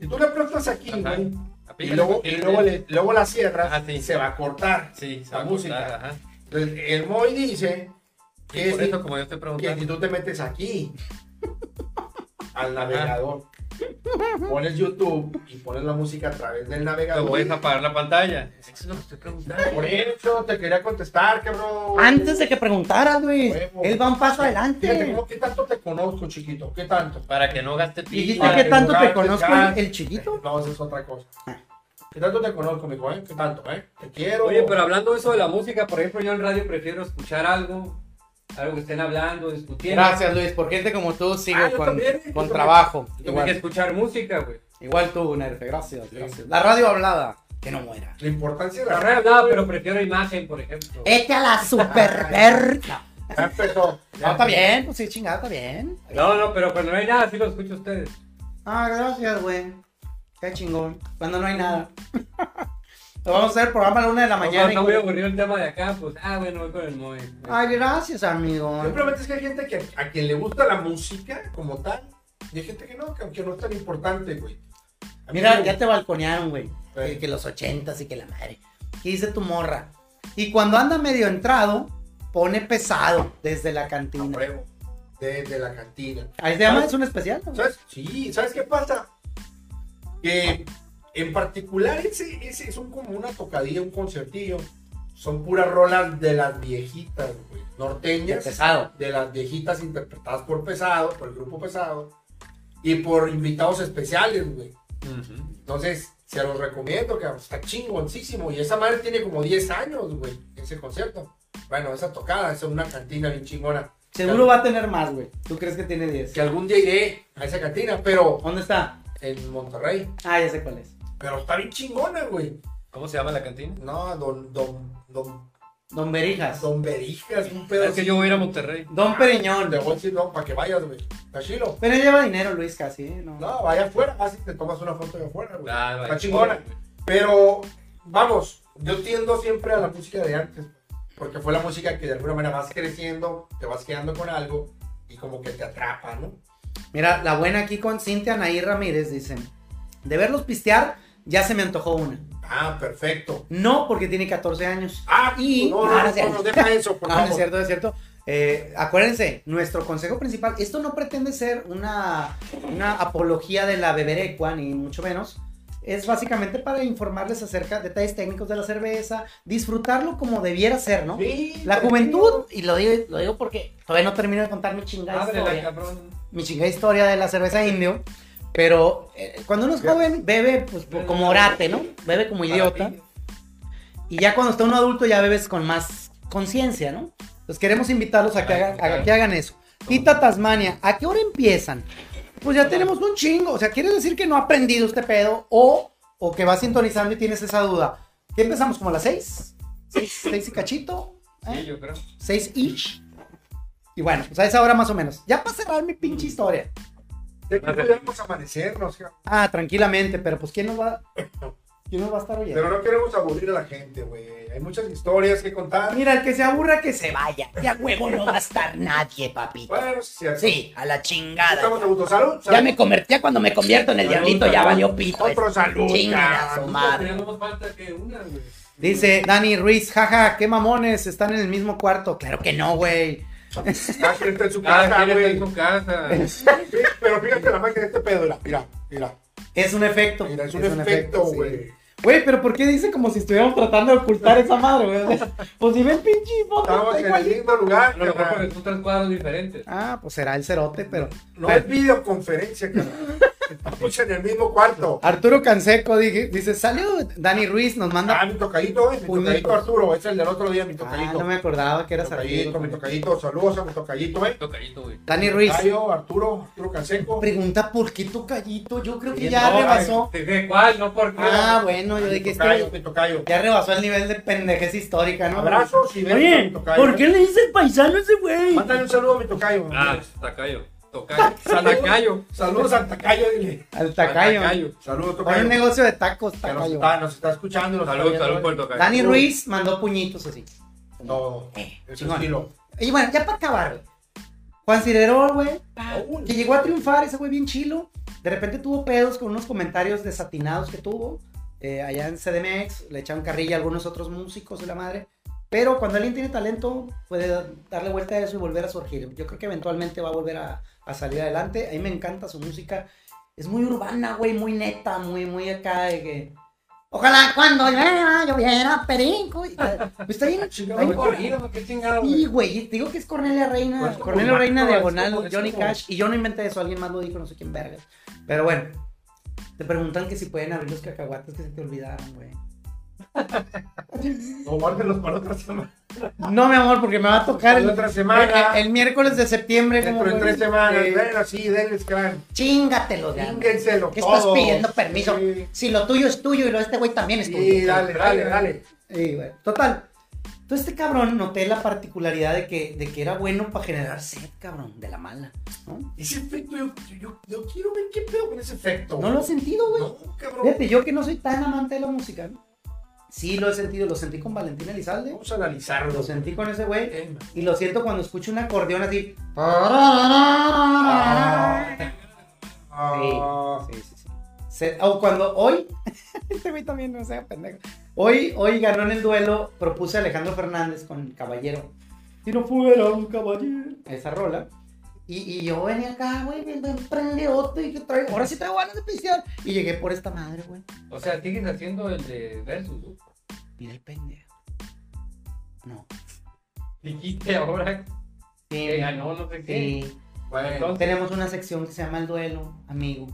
[SPEAKER 2] Si tú la apuestas aquí,
[SPEAKER 3] Ajá.
[SPEAKER 2] güey, y
[SPEAKER 3] aplica
[SPEAKER 2] luego,
[SPEAKER 3] el-
[SPEAKER 2] y luego, le- luego la cierras,
[SPEAKER 3] Ah, sí.
[SPEAKER 2] se va a cortar.
[SPEAKER 3] Sí, se
[SPEAKER 2] la
[SPEAKER 3] va a
[SPEAKER 2] música.
[SPEAKER 3] cortar, ajá.
[SPEAKER 2] Entonces, el Moy dice que
[SPEAKER 3] Y por
[SPEAKER 2] si-
[SPEAKER 3] eso como yo te
[SPEAKER 2] que si
[SPEAKER 3] preguntaba.
[SPEAKER 2] tú te metes aquí al navegador, pones YouTube y pones la música a través del
[SPEAKER 3] No
[SPEAKER 2] navegador.
[SPEAKER 3] puedes apagar la pantalla. Eso es lo que estoy preguntando.
[SPEAKER 2] Por eso te quería contestar, cabrón.
[SPEAKER 1] Antes de que preguntaras, Luis.
[SPEAKER 2] Huevo.
[SPEAKER 1] Él va un paso
[SPEAKER 2] Fíjate,
[SPEAKER 1] adelante.
[SPEAKER 2] ¿no? ¿qué tanto te conozco, chiquito? ¿Qué tanto?
[SPEAKER 3] Para que no gaste
[SPEAKER 1] Dijiste
[SPEAKER 3] pila.
[SPEAKER 1] que tanto
[SPEAKER 2] lugar,
[SPEAKER 1] te
[SPEAKER 2] que
[SPEAKER 1] conozco
[SPEAKER 2] ya-
[SPEAKER 1] el chiquito. Ah.
[SPEAKER 2] No, eso es otra cosa. ¿Qué tanto te conozco, mijo, eh? ¿Qué tanto, eh? Te quiero.
[SPEAKER 3] Oye, pero hablando de eso de la música, por ejemplo, yo en radio prefiero escuchar algo, algo que estén hablando, discutiendo.
[SPEAKER 1] Luis. Por gente como tú sigo
[SPEAKER 2] Ah, yo también, yo también.
[SPEAKER 1] trabajo.
[SPEAKER 3] Tengo que escuchar música, güey.
[SPEAKER 1] Igual tú, Nerfe, gracias, gracias. La radio hablada, que no muera.
[SPEAKER 2] La importancia de la
[SPEAKER 3] La
[SPEAKER 2] red.
[SPEAKER 3] radio hablada, pero prefiero imagen, por ejemplo.
[SPEAKER 2] Eh.
[SPEAKER 1] Este a la superverga.
[SPEAKER 2] Ya empezó.
[SPEAKER 1] No, está bien, pues sí, chingada, está bien.
[SPEAKER 3] No, no, pero cuando no hay nada, sí lo escucho a ustedes.
[SPEAKER 1] Ah, gracias, güey. Qué chingón. Cuando no hay nada. Lo vamos a hacer el programa a la una de la
[SPEAKER 3] Cuando
[SPEAKER 1] mañana.
[SPEAKER 3] está muy
[SPEAKER 1] hijo.
[SPEAKER 3] aburrido el tema de acá, pues, ah, bueno, voy con el móvil.
[SPEAKER 1] Ay, gracias, amigo.
[SPEAKER 2] Simplemente es que hay gente que a quien le gusta la música como tal, y hay gente que no, que aunque no es tan importante, güey. A mí
[SPEAKER 1] Mira,
[SPEAKER 2] me- eh,
[SPEAKER 1] ya te balconearon, güey.
[SPEAKER 2] Sí.
[SPEAKER 1] Que, que los ochentas y que la madre. ¿Qué dice tu morra? Y cuando anda medio entrado, pone pesado desde la
[SPEAKER 2] a
[SPEAKER 1] cantina.
[SPEAKER 2] huevo, Desde la cantina.
[SPEAKER 1] Ahí se llama, es un especial. ¿no?
[SPEAKER 2] ¿Sabes? Sí, ¿sabes qué pasa? Que en particular ese, ese es un, como una tocadilla, un concertillo. Son puras rolas de las viejitas, güey. Norteñas.
[SPEAKER 1] pesado.
[SPEAKER 2] de las viejitas interpretadas por Pesado, por el grupo Pesado, y por invitados especiales, güey.
[SPEAKER 3] Ujú.
[SPEAKER 2] Entonces, se los recomiendo, que está chingoncísimo. Y esa madre tiene como 10 años, güey, ese concierto. Bueno, esa tocada, esa es una cantina bien chingona.
[SPEAKER 1] Seguro va a tener más, güey. ¿Tú crees que tiene 10?
[SPEAKER 2] Que algún día iré a esa cantina, pero
[SPEAKER 1] ¿Dónde está?
[SPEAKER 2] en Monterrey.
[SPEAKER 1] Ah, ya sé cuál es.
[SPEAKER 2] Pero está bien chingona, güey.
[SPEAKER 3] ¿Cómo se llama la cantina?
[SPEAKER 2] No, don, don, don,
[SPEAKER 1] Don Berijas.
[SPEAKER 2] Don Ah, Berijas, un
[SPEAKER 3] Es que
[SPEAKER 2] pedacito.
[SPEAKER 3] yo voy a ir a Monterrey.
[SPEAKER 1] Don Pereñón.
[SPEAKER 2] Te voy a decir, no, para que vayas, güey. Está chilo.
[SPEAKER 1] Pero él lleva dinero, Luis, casi. ¿eh? No.
[SPEAKER 2] No, vaya afuera, vas y te tomas una foto de afuera, güey.
[SPEAKER 3] Ah,
[SPEAKER 2] Está
[SPEAKER 3] vaya.
[SPEAKER 2] chingona. Pero, vamos, yo tiendo siempre a la música de antes, porque fue la música que de alguna manera vas creciendo, te vas quedando con algo y como que te atrapa, ¿no?
[SPEAKER 1] Mira, la buena aquí con Cintia Anaí Ramírez, dicen. De verlos pistear, ya se me antojó una.
[SPEAKER 2] Ah, perfecto.
[SPEAKER 1] No, porque tiene 14 años.
[SPEAKER 2] Ah,
[SPEAKER 1] Y-
[SPEAKER 2] no, no,
[SPEAKER 1] ah,
[SPEAKER 2] no,
[SPEAKER 1] sí.
[SPEAKER 2] no, no, deja eso, por
[SPEAKER 1] Ah, No, no es
[SPEAKER 2] favor.
[SPEAKER 1] cierto, es cierto. Eh, acuérdense, nuestro consejo principal, esto no pretende ser una, una apología de la beberecua, ni mucho menos. Es básicamente para informarles acerca de detalles técnicos de la cerveza, disfrutarlo como debiera ser, ¿no?
[SPEAKER 2] Sí,
[SPEAKER 1] La
[SPEAKER 2] tranquilo.
[SPEAKER 1] juventud, y lo digo, lo digo porque todavía no termino de contar mi chingada
[SPEAKER 3] Ábrela,
[SPEAKER 1] historia
[SPEAKER 3] cabrón.
[SPEAKER 1] mi chingada historia de la cerveza indio, pero eh, cuando uno es joven bebe pues por- como orate, ¿no? Bebe como idiota. Y ya cuando está uno adulto ya bebes con más conciencia, ¿no? Entonces queremos invitarlos a que,
[SPEAKER 3] Ay,
[SPEAKER 1] hagan, a
[SPEAKER 3] claro.
[SPEAKER 1] que hagan eso. Tita Tasmania, ¿a qué hora empiezan? Pues ya tenemos un chingo. O sea, ¿quieres decir que no ha aprendido este pedo? O, o que vas sintonizando y tienes esa duda. ¿Qué empezamos? ¿Como a las seis? ¿Seis, seis y cachito?
[SPEAKER 3] Sí, yo creo.
[SPEAKER 1] 6 each. Y bueno, pues a esa hora más o menos. Ya para cerrar mi pinche historia.
[SPEAKER 2] De que pudiéramos amanecernos, ja.
[SPEAKER 1] Ah, tranquilamente, pero pues ¿quién nos va, quién nos va a estar oyendo?
[SPEAKER 2] pero no queremos aburrir a la gente, güey. Hay muchas historias que contar.
[SPEAKER 1] Mira, el que se aburra que se va.
[SPEAKER 12] Vaya, de a huevo no va a estar nadie, papito.
[SPEAKER 2] Bueno, sí, es cierto.
[SPEAKER 12] Sí, a la
[SPEAKER 2] Estamos
[SPEAKER 12] chingada.
[SPEAKER 2] a gusto. Salud.
[SPEAKER 12] Ya
[SPEAKER 2] salud.
[SPEAKER 12] me convertí, ya cuando me convierto en el
[SPEAKER 2] Salud,
[SPEAKER 12] diablito ya
[SPEAKER 2] salud.
[SPEAKER 12] valió pito.
[SPEAKER 1] eh.
[SPEAKER 2] Otro salud.
[SPEAKER 12] Chinga a
[SPEAKER 2] cabrón.
[SPEAKER 12] su madre.
[SPEAKER 3] Pero no más falta que una, güey.
[SPEAKER 1] Dice Dani Ruiz, jaja, qué mamones, están en el mismo cuarto. Claro que no, güey.
[SPEAKER 2] Cada quien Ah, está en su
[SPEAKER 3] Cada
[SPEAKER 2] casa,
[SPEAKER 3] quien está en
[SPEAKER 2] güey.
[SPEAKER 3] su casa.
[SPEAKER 2] Sí, Pero fíjate la máquina de este pedo. Mira, mira, mira.
[SPEAKER 1] Es un efecto.
[SPEAKER 2] Mira, es un efecto,
[SPEAKER 1] sí.
[SPEAKER 2] güey.
[SPEAKER 1] Güey, pero ¿por qué dice como si estuviéramos tratando de ocultar esa madre, güey? O sea, Pues si ven pinche foto,
[SPEAKER 2] Estamos
[SPEAKER 1] está
[SPEAKER 2] en el
[SPEAKER 1] igualito.
[SPEAKER 2] mismo lugar.
[SPEAKER 3] A lo mejor
[SPEAKER 2] carnal.
[SPEAKER 3] porque son tres cuadros diferentes.
[SPEAKER 1] Ah, pues será el cerote, pero...
[SPEAKER 2] No es videoconferencia, carnal. Estamos en el mismo cuarto.
[SPEAKER 1] Arturo Canseco dije- dice, salud. Dani Ruiz nos manda...
[SPEAKER 2] Ah, mi tocadito, eh, mi tocadito
[SPEAKER 1] Puñitos.
[SPEAKER 2] Arturo, es el del otro día, mi
[SPEAKER 1] Ah,
[SPEAKER 2] tocadito.
[SPEAKER 1] no me acordaba que
[SPEAKER 2] Mi
[SPEAKER 1] eras
[SPEAKER 2] tocadito,
[SPEAKER 1] Arturo.
[SPEAKER 2] mi tocadito, saludos a mi tocadito, eh.
[SPEAKER 3] Tocadito, güey.
[SPEAKER 1] Dani Ruiz.
[SPEAKER 2] Cayo, Arturo, Arturo Canseco.
[SPEAKER 1] Pregunta por qué tu callito. Yo creo que
[SPEAKER 2] Sí,
[SPEAKER 1] ya
[SPEAKER 2] no, eh.
[SPEAKER 1] rebasó.
[SPEAKER 3] ¿De cuál? No por qué.
[SPEAKER 1] Ah, bueno, yo
[SPEAKER 2] Mi
[SPEAKER 1] dije
[SPEAKER 2] tocayo,
[SPEAKER 1] este.
[SPEAKER 2] mi tocayo.
[SPEAKER 1] Ya rebasó el nivel de pendejez histórica, ¿no?
[SPEAKER 2] Abrazos y besos a mi
[SPEAKER 12] Oye,
[SPEAKER 2] tocayo.
[SPEAKER 12] ¿por qué le dices paisano a ese güey?
[SPEAKER 2] Mándale un saludo a mi tocayo.
[SPEAKER 3] Ah, Tacayo. Tocayo. Tacayo.
[SPEAKER 2] Saludos al tocayo, dile.
[SPEAKER 1] Al tacayo.
[SPEAKER 2] Saludos,
[SPEAKER 1] Pon
[SPEAKER 2] tocayo.
[SPEAKER 1] un negocio de tacos,
[SPEAKER 2] Que nos
[SPEAKER 1] tacayo.
[SPEAKER 2] está, nos está escuchando. nos está
[SPEAKER 3] Salud,
[SPEAKER 2] viendo.
[SPEAKER 3] salud por el Tocayo.
[SPEAKER 1] Dani Ruiz mandó puñitos así.
[SPEAKER 2] No,
[SPEAKER 1] Eh,
[SPEAKER 2] es un
[SPEAKER 1] chingón.
[SPEAKER 2] estilo.
[SPEAKER 1] Y bueno, ya para acabar, güey. Juan Cirerol, güey. pa,
[SPEAKER 2] Uy.
[SPEAKER 1] Que llegó a triunfar, ese güey bien chilo. De repente tuvo pedos con unos comentarios desatinados que tuvo. eh, allá en CDMX le echaron carrilla a algunos otros músicos de la madre. Pero cuando alguien tiene talento, puede da- darle vuelta a eso y volver a surgir. Yo creo que eventualmente va a volver a, a salir adelante. A mí me encanta su música. Es muy urbana, güey, muy neta, muy, muy acá de que. Ojalá cuando llueva, lloviera perico. Y tal. Está bien, está bien
[SPEAKER 3] Corrido, qué chingado.
[SPEAKER 1] Sí, güey, te digo que es Cornelia Reina.
[SPEAKER 2] Pues,
[SPEAKER 1] Cornelia
[SPEAKER 2] como
[SPEAKER 1] Reina
[SPEAKER 2] vato, es
[SPEAKER 1] diagonal,
[SPEAKER 2] como- es
[SPEAKER 1] Johnny
[SPEAKER 2] como-
[SPEAKER 1] Cash. Y yo no inventé eso, alguien más lo dijo, no sé quién verga. Pero bueno, te preguntan que si pueden abrir los cacahuates que se te olvidaron, güey.
[SPEAKER 2] No, guárdenlos para otra semana.
[SPEAKER 1] No, mi amor, porque me va a tocar el,
[SPEAKER 2] Para otra semana.
[SPEAKER 1] el- el miércoles de septiembre. como
[SPEAKER 2] Dentro de
[SPEAKER 1] güey.
[SPEAKER 2] tres semanas.
[SPEAKER 1] Sí.
[SPEAKER 2] Ven así, denles crán.
[SPEAKER 1] Chíngatelo, de hambre.
[SPEAKER 2] Íngenselo.
[SPEAKER 1] ¿Qué estás
[SPEAKER 2] todo.
[SPEAKER 1] pidiendo permiso?
[SPEAKER 2] Sí.
[SPEAKER 1] Si lo tuyo es tuyo y lo de este güey también es tuyo.
[SPEAKER 2] Sí, dale, dale, dale.
[SPEAKER 1] Sí, güey. Total. Entonces este cabrón noté la particularidad de que, de que era bueno para generar sed, cabrón, de la mala. ¿no?
[SPEAKER 2] Ese efecto, yo, yo, yo quiero ver qué pedo con ese efecto.
[SPEAKER 1] ¿No lo has sentido, güey?
[SPEAKER 2] No, cabrón.
[SPEAKER 1] Fíjate, yo que no soy tan amante de la música, ¿no? sí lo he sentido, lo sentí con Valentín Elizalde,
[SPEAKER 2] Vamos a analizarlo.
[SPEAKER 1] lo sentí con ese güey,
[SPEAKER 2] Eh,
[SPEAKER 1] y lo siento cuando escucho un acordeón así.
[SPEAKER 2] Ah. Ah.
[SPEAKER 1] Sí, sí, sí. Se- o cuando hoy, este güey también no sea pendejo. Hoy, hoy ganó en el duelo, propuse a Alejandro Fernández con Caballero. Si no fuera un caballero. Esa rola. Y, y yo venía acá, güey, viendo otro y que traigo, ahora sí traigo ganas de pistear. Y llegué por esta madre, güey.
[SPEAKER 3] O sea, sigues haciendo el de Versus. ¿no?
[SPEAKER 1] Mira el pendejo. No.
[SPEAKER 3] Dijiste ahora
[SPEAKER 1] Sí,
[SPEAKER 3] que ganó, no sé qué.
[SPEAKER 1] Sí.
[SPEAKER 2] Bueno,
[SPEAKER 3] Entonces-
[SPEAKER 1] Tenemos una sección que se llama El Duelo, amigo.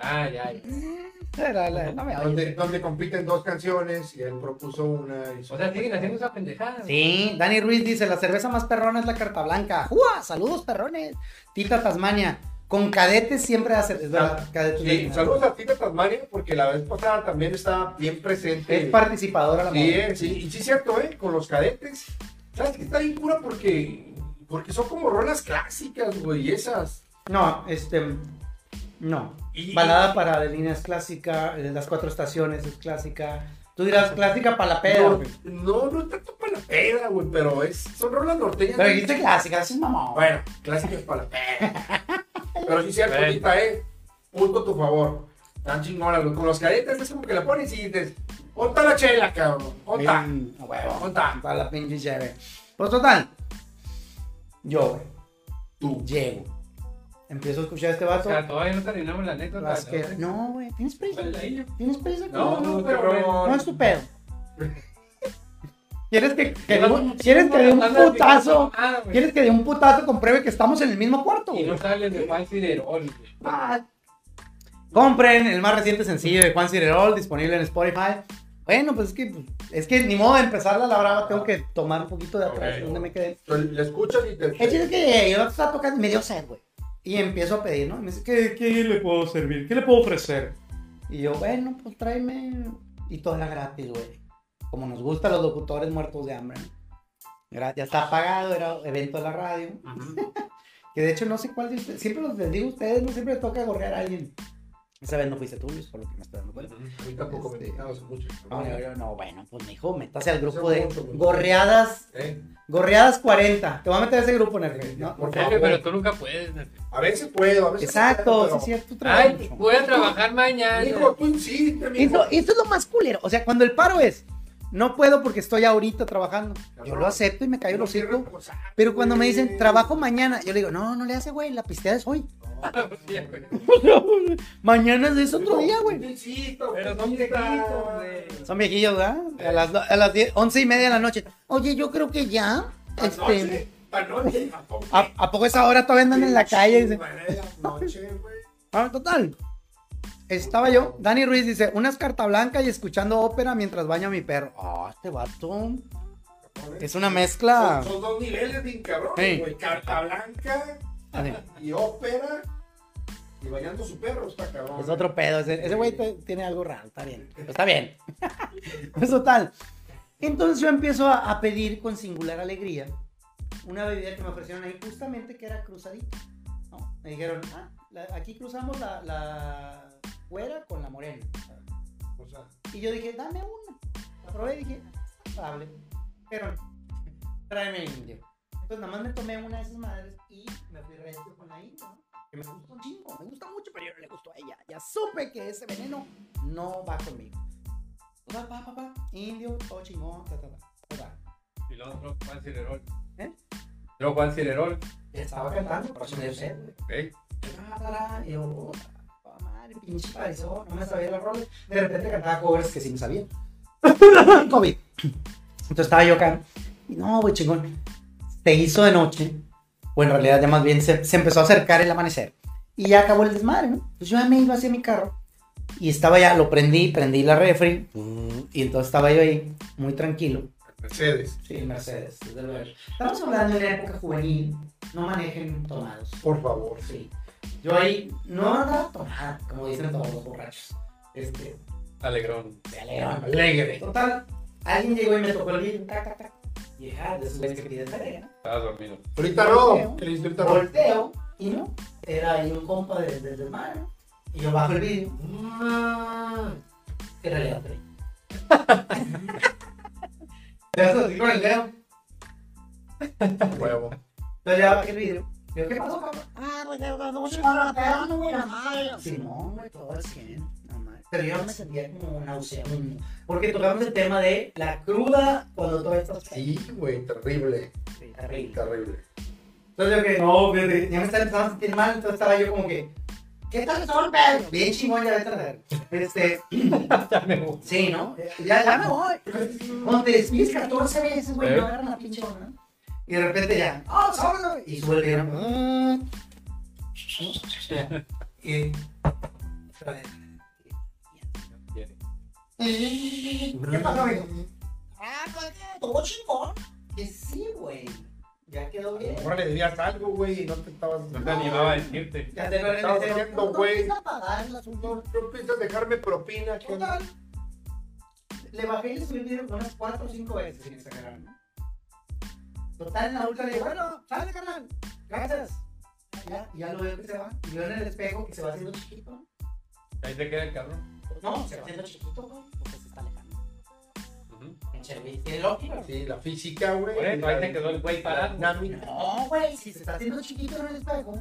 [SPEAKER 3] Ah, ya, ya.
[SPEAKER 1] No me
[SPEAKER 2] donde, donde compiten dos canciones y él propuso una. y-
[SPEAKER 3] O sea, siguen haciendo esa pendejada.
[SPEAKER 1] Sí, Dani Ruiz dice, la cerveza más perrona es la carta blanca. ¡Jua! Saludos, perrones. Tita Tasmania, Con cadetes siempre hacen, es verdad, cadetes. de
[SPEAKER 2] Ah, Sí,
[SPEAKER 1] Tasmania.
[SPEAKER 2] saludos a ti de Tasmania, porque la vez pasada también estaba bien presente.
[SPEAKER 1] Es participadora la
[SPEAKER 2] Sí,
[SPEAKER 1] mujer.
[SPEAKER 2] eh, sí, y sí es cierto, ¿eh? Con los cadetes. ¿Sabes que está bien cura? Porque, porque son como rolas clásicas, güey, esas.
[SPEAKER 1] No, este. No.
[SPEAKER 2] Y-
[SPEAKER 1] Balada para de líneas clásica, eh, las cuatro estaciones es clásica. Tú dirás clásica para la peda.
[SPEAKER 2] No,
[SPEAKER 1] güey.
[SPEAKER 2] no, no es tanto para la peda, güey, pero es, son rolas norteñas.
[SPEAKER 1] Pero dijiste clásica, eso es mamón.
[SPEAKER 2] Bueno, clásicas para la peda. Pero sí es cierto,
[SPEAKER 3] Bueno.
[SPEAKER 2] ahorita, ¿eh? Punto a tu favor. Tan chingonas, güey. Con los cadetes es como que la pones y dices, ponta la chela, cabrón. Ponta.
[SPEAKER 1] Mm, a huevo.
[SPEAKER 2] Ponta.
[SPEAKER 1] Para la pinche chévere. Pues total. Yo, güey,
[SPEAKER 2] Tú.
[SPEAKER 1] llego. Empiezo a escuchar a este
[SPEAKER 3] O
[SPEAKER 1] vato.
[SPEAKER 3] sea, todavía no terminamos la anécdota.
[SPEAKER 1] las que-
[SPEAKER 3] ¿no?
[SPEAKER 1] No, güey, tienes prisa.
[SPEAKER 3] Baladillo.
[SPEAKER 1] Tienes prisa.
[SPEAKER 3] No, no, pero
[SPEAKER 1] No es tu pedo. ¿Quieres que, que-
[SPEAKER 3] No,
[SPEAKER 1] ¿quieres que
[SPEAKER 3] no,
[SPEAKER 1] dé un
[SPEAKER 3] no, no, no,
[SPEAKER 1] putazo?
[SPEAKER 3] ah, güey.
[SPEAKER 1] ¿Quieres que dé un putazo compruebe que estamos en el mismo cuarto?
[SPEAKER 3] Y
[SPEAKER 1] güey?
[SPEAKER 3] no sales de Juan Ciderol. güey.
[SPEAKER 1] Ah. Compren el más reciente sencillo de Juan Cirerol, disponible en Spotify. Bueno, pues es que, es que ni modo de empezarla a la brava, tengo que tomar un poquito de atrás,
[SPEAKER 2] Ok.
[SPEAKER 1] donde me quedé.
[SPEAKER 2] Entonces, Le escuchas y te.
[SPEAKER 1] El chiste es que yo estaba tocando y me dio sed, güey. Y empiezo a pedir, ¿no? Y me dice, ¿qué, qué
[SPEAKER 13] ¿Qué le puedo servir? ¿Qué le puedo ofrecer?
[SPEAKER 1] Y yo, bueno, pues tráeme. Y toda la gratis, güey. Como nos gusta a los locutores muertos de hambre. Gracias, Ya está pagado, era evento de la radio. que de hecho no sé cuál de ustedes. Siempre los les digo a ustedes, no siempre le toca gorrear a alguien. Esa vez no fuiste tú, Luis, por lo que me está dando cuenta.
[SPEAKER 2] A mí tampoco me
[SPEAKER 1] Este-
[SPEAKER 2] invitamos mucho.
[SPEAKER 1] No, yo- yo, no, bueno, pues me dijo, métase al grupo de
[SPEAKER 2] Ese grupo, güey.
[SPEAKER 1] gorreadas,
[SPEAKER 2] ¿Eh?
[SPEAKER 1] gorreadas 40. Te voy a meter a ese grupo, Nerfe. ¿no?
[SPEAKER 2] Por
[SPEAKER 3] Oye,
[SPEAKER 2] favor.
[SPEAKER 3] Pero tú nunca puedes. güey.
[SPEAKER 2] A veces puedo, a veces
[SPEAKER 1] Exacto,
[SPEAKER 2] no
[SPEAKER 1] sí, sí, es tu trabajo.
[SPEAKER 3] Ay, voy a trabajar mañana.
[SPEAKER 2] Hijo, tú insiste, amigo.
[SPEAKER 1] Eso, eso es lo más culero. O sea, cuando el paro es, no puedo porque estoy ahorita trabajando. Yo lo acepto y me callo los círculos. Pero cuando me dicen, trabajo mañana, yo le digo, no, no le hace, güey, la pisteada es hoy.
[SPEAKER 3] Sí, güey.
[SPEAKER 1] Mañana es otro día,
[SPEAKER 2] Tú
[SPEAKER 1] güey.
[SPEAKER 2] insistas,
[SPEAKER 3] Pero
[SPEAKER 2] tú
[SPEAKER 3] son
[SPEAKER 2] insistas.
[SPEAKER 3] viejitos, güey.
[SPEAKER 1] Son viejillos, ¿verdad? A las, do- a las 10, 11 y media de la noche. Oye, yo creo que ya, este,
[SPEAKER 2] Anoche, anoche, ¿a poco?
[SPEAKER 1] ¿a, a poco esa hora todavía andan en la calle? Dice,
[SPEAKER 2] Anoche, güey.
[SPEAKER 1] Ah, total. Estaba yo, Dani Ruiz dice, unas carta blanca y escuchando ópera mientras baño a mi perro. Ah, este vato. Es una mezcla.
[SPEAKER 2] Son, son dos niveles bien cabrón,
[SPEAKER 1] Sí.
[SPEAKER 2] güey. Carta blanca
[SPEAKER 1] Así.
[SPEAKER 2] y ópera y bañando su perro está cabrón.
[SPEAKER 1] Es otro pedo. Ese ese güey te- tiene algo raro. Está bien. Pero Está bien. Pues total. Entonces yo empiezo a, a pedir con singular alegría una bebida que me ofrecieron ahí, justamente que era cruzadita. ¿no? Me dijeron, ah, la- aquí cruzamos la, la güera con la morena.
[SPEAKER 2] O sea,
[SPEAKER 1] Y yo dije, dame una. La probé y dije, "Ah, está estable. Pero no. tráeme el indio. Entonces nada más me tomé una de esas madres y me fui recio con la india, ¿no? Que me gustó un chingo, me gusta mucho, pero yo no le gustó a ella. Ya supe que ese veneno no va conmigo. Pa, pa, pa, pa, indio, todo chingón, ta, ta, ta. ta, ta.
[SPEAKER 3] Y luego otro Juan Ciderol.
[SPEAKER 1] ¿Eh?
[SPEAKER 3] Luego Juan Ciderol.
[SPEAKER 1] Estaba cantando, por eso me dio sed, güey.
[SPEAKER 3] ¿eh?
[SPEAKER 1] Cámara, y yo, puta madre, pinche pareció, no me sabía la rola. De repente cantaba covers que sí me sabía. COVID. Entonces estaba yo acá. y No, güey, chingón. Se hizo de noche. O en realidad, ya más bien se, se empezó a acercar el amanecer. Y ya acabó el desmadre, ¿no? Entonces yo ya me iba hacia mi carro. Y estaba ya, lo prendí, prendí la refri. Y entonces estaba yo ahí, muy tranquilo.
[SPEAKER 2] Mercedes,
[SPEAKER 1] Sí, Mercedes, desde luego. Estamos hablando de la época juvenil. No manejen tomados.
[SPEAKER 2] por favor.
[SPEAKER 1] Sí. Yo ahí no andaba tomada, como dicen todos los borrachos. Este,
[SPEAKER 3] Alegrón.
[SPEAKER 1] de alegrón.
[SPEAKER 2] Alegre.
[SPEAKER 1] Total, alguien llegó y me tocó el vidrio, tac, tac, tac. Y ah, de esos güeyes que piden tarea, ¿no?
[SPEAKER 3] Estabas dormido.
[SPEAKER 2] Ahorita no. ¿Qué le dices ahorita no?
[SPEAKER 1] Volteo y no. Era ahí un compa de- del desmadre, ¿no? Y yo bajo el vidrio. ¡mua! En realidad, traía. Te haces así con el dedo.
[SPEAKER 2] Huevo.
[SPEAKER 1] Entonces ya bajé el vidrio. Yo, ¿qué pasó, papá? Ah, güey, no, no, no, no, no, güey, la madre. Simón, güey, todo al 100. no mames. Pero yo me sentía como nauseabundo. Porque tocamos el tema de la cruda cuando todo esto
[SPEAKER 2] Sí, güey, terrible.
[SPEAKER 1] terrible.
[SPEAKER 2] Terrible.
[SPEAKER 1] Entonces yo que no, fíjate, ya me estaba empezando a sentir mal, entonces estaba yo como que, ¿qué tal son, Pedro? Bien chingón, ya vete a ver. Este,
[SPEAKER 3] Ya me voy.
[SPEAKER 1] sí, ¿no? Ya, ya me voy. Cuando te despides 14 veces, güey,
[SPEAKER 3] ¿Eh?
[SPEAKER 1] no agarran la pinche onda. Y de repente ya, ¡oh, solo! Y sube el video. Y. otra vez. ¿Qué pasó, amigo? Ah, pues, todo chingón. Que sí, güey. Ya quedó bien.
[SPEAKER 2] Ahora le debías algo, güey, y no te estabas.
[SPEAKER 3] No te animaba a decirte.
[SPEAKER 1] Ya te lo
[SPEAKER 2] Estabas
[SPEAKER 1] regresé.
[SPEAKER 2] haciendo,
[SPEAKER 1] No, no
[SPEAKER 2] güey.
[SPEAKER 1] quise pagarlas,
[SPEAKER 2] No,
[SPEAKER 1] señor.
[SPEAKER 2] no piensas dejarme propina, ¿qué onda?
[SPEAKER 1] Total. Le bajé y le subí el video unas 4 o 5 veces sin exagerar, ¿no? Total, en la última le digo, bueno, sale, carnal. Gracias. Ya, y ya lo veo que se va. Y veo en el espejo que se va haciendo chiquito.
[SPEAKER 3] Ahí te queda el cabrón.
[SPEAKER 1] No, se va haciendo chiquito, güey, porque se está alejando.
[SPEAKER 3] Ujú.
[SPEAKER 1] Pinche güey, tiene lógico.
[SPEAKER 2] Sí, la física, güey.
[SPEAKER 3] Por eso, ahí
[SPEAKER 2] la
[SPEAKER 3] te quedó el güey parado.
[SPEAKER 2] dinámica.
[SPEAKER 1] No, güey, si se está haciendo chiquito en el espejo,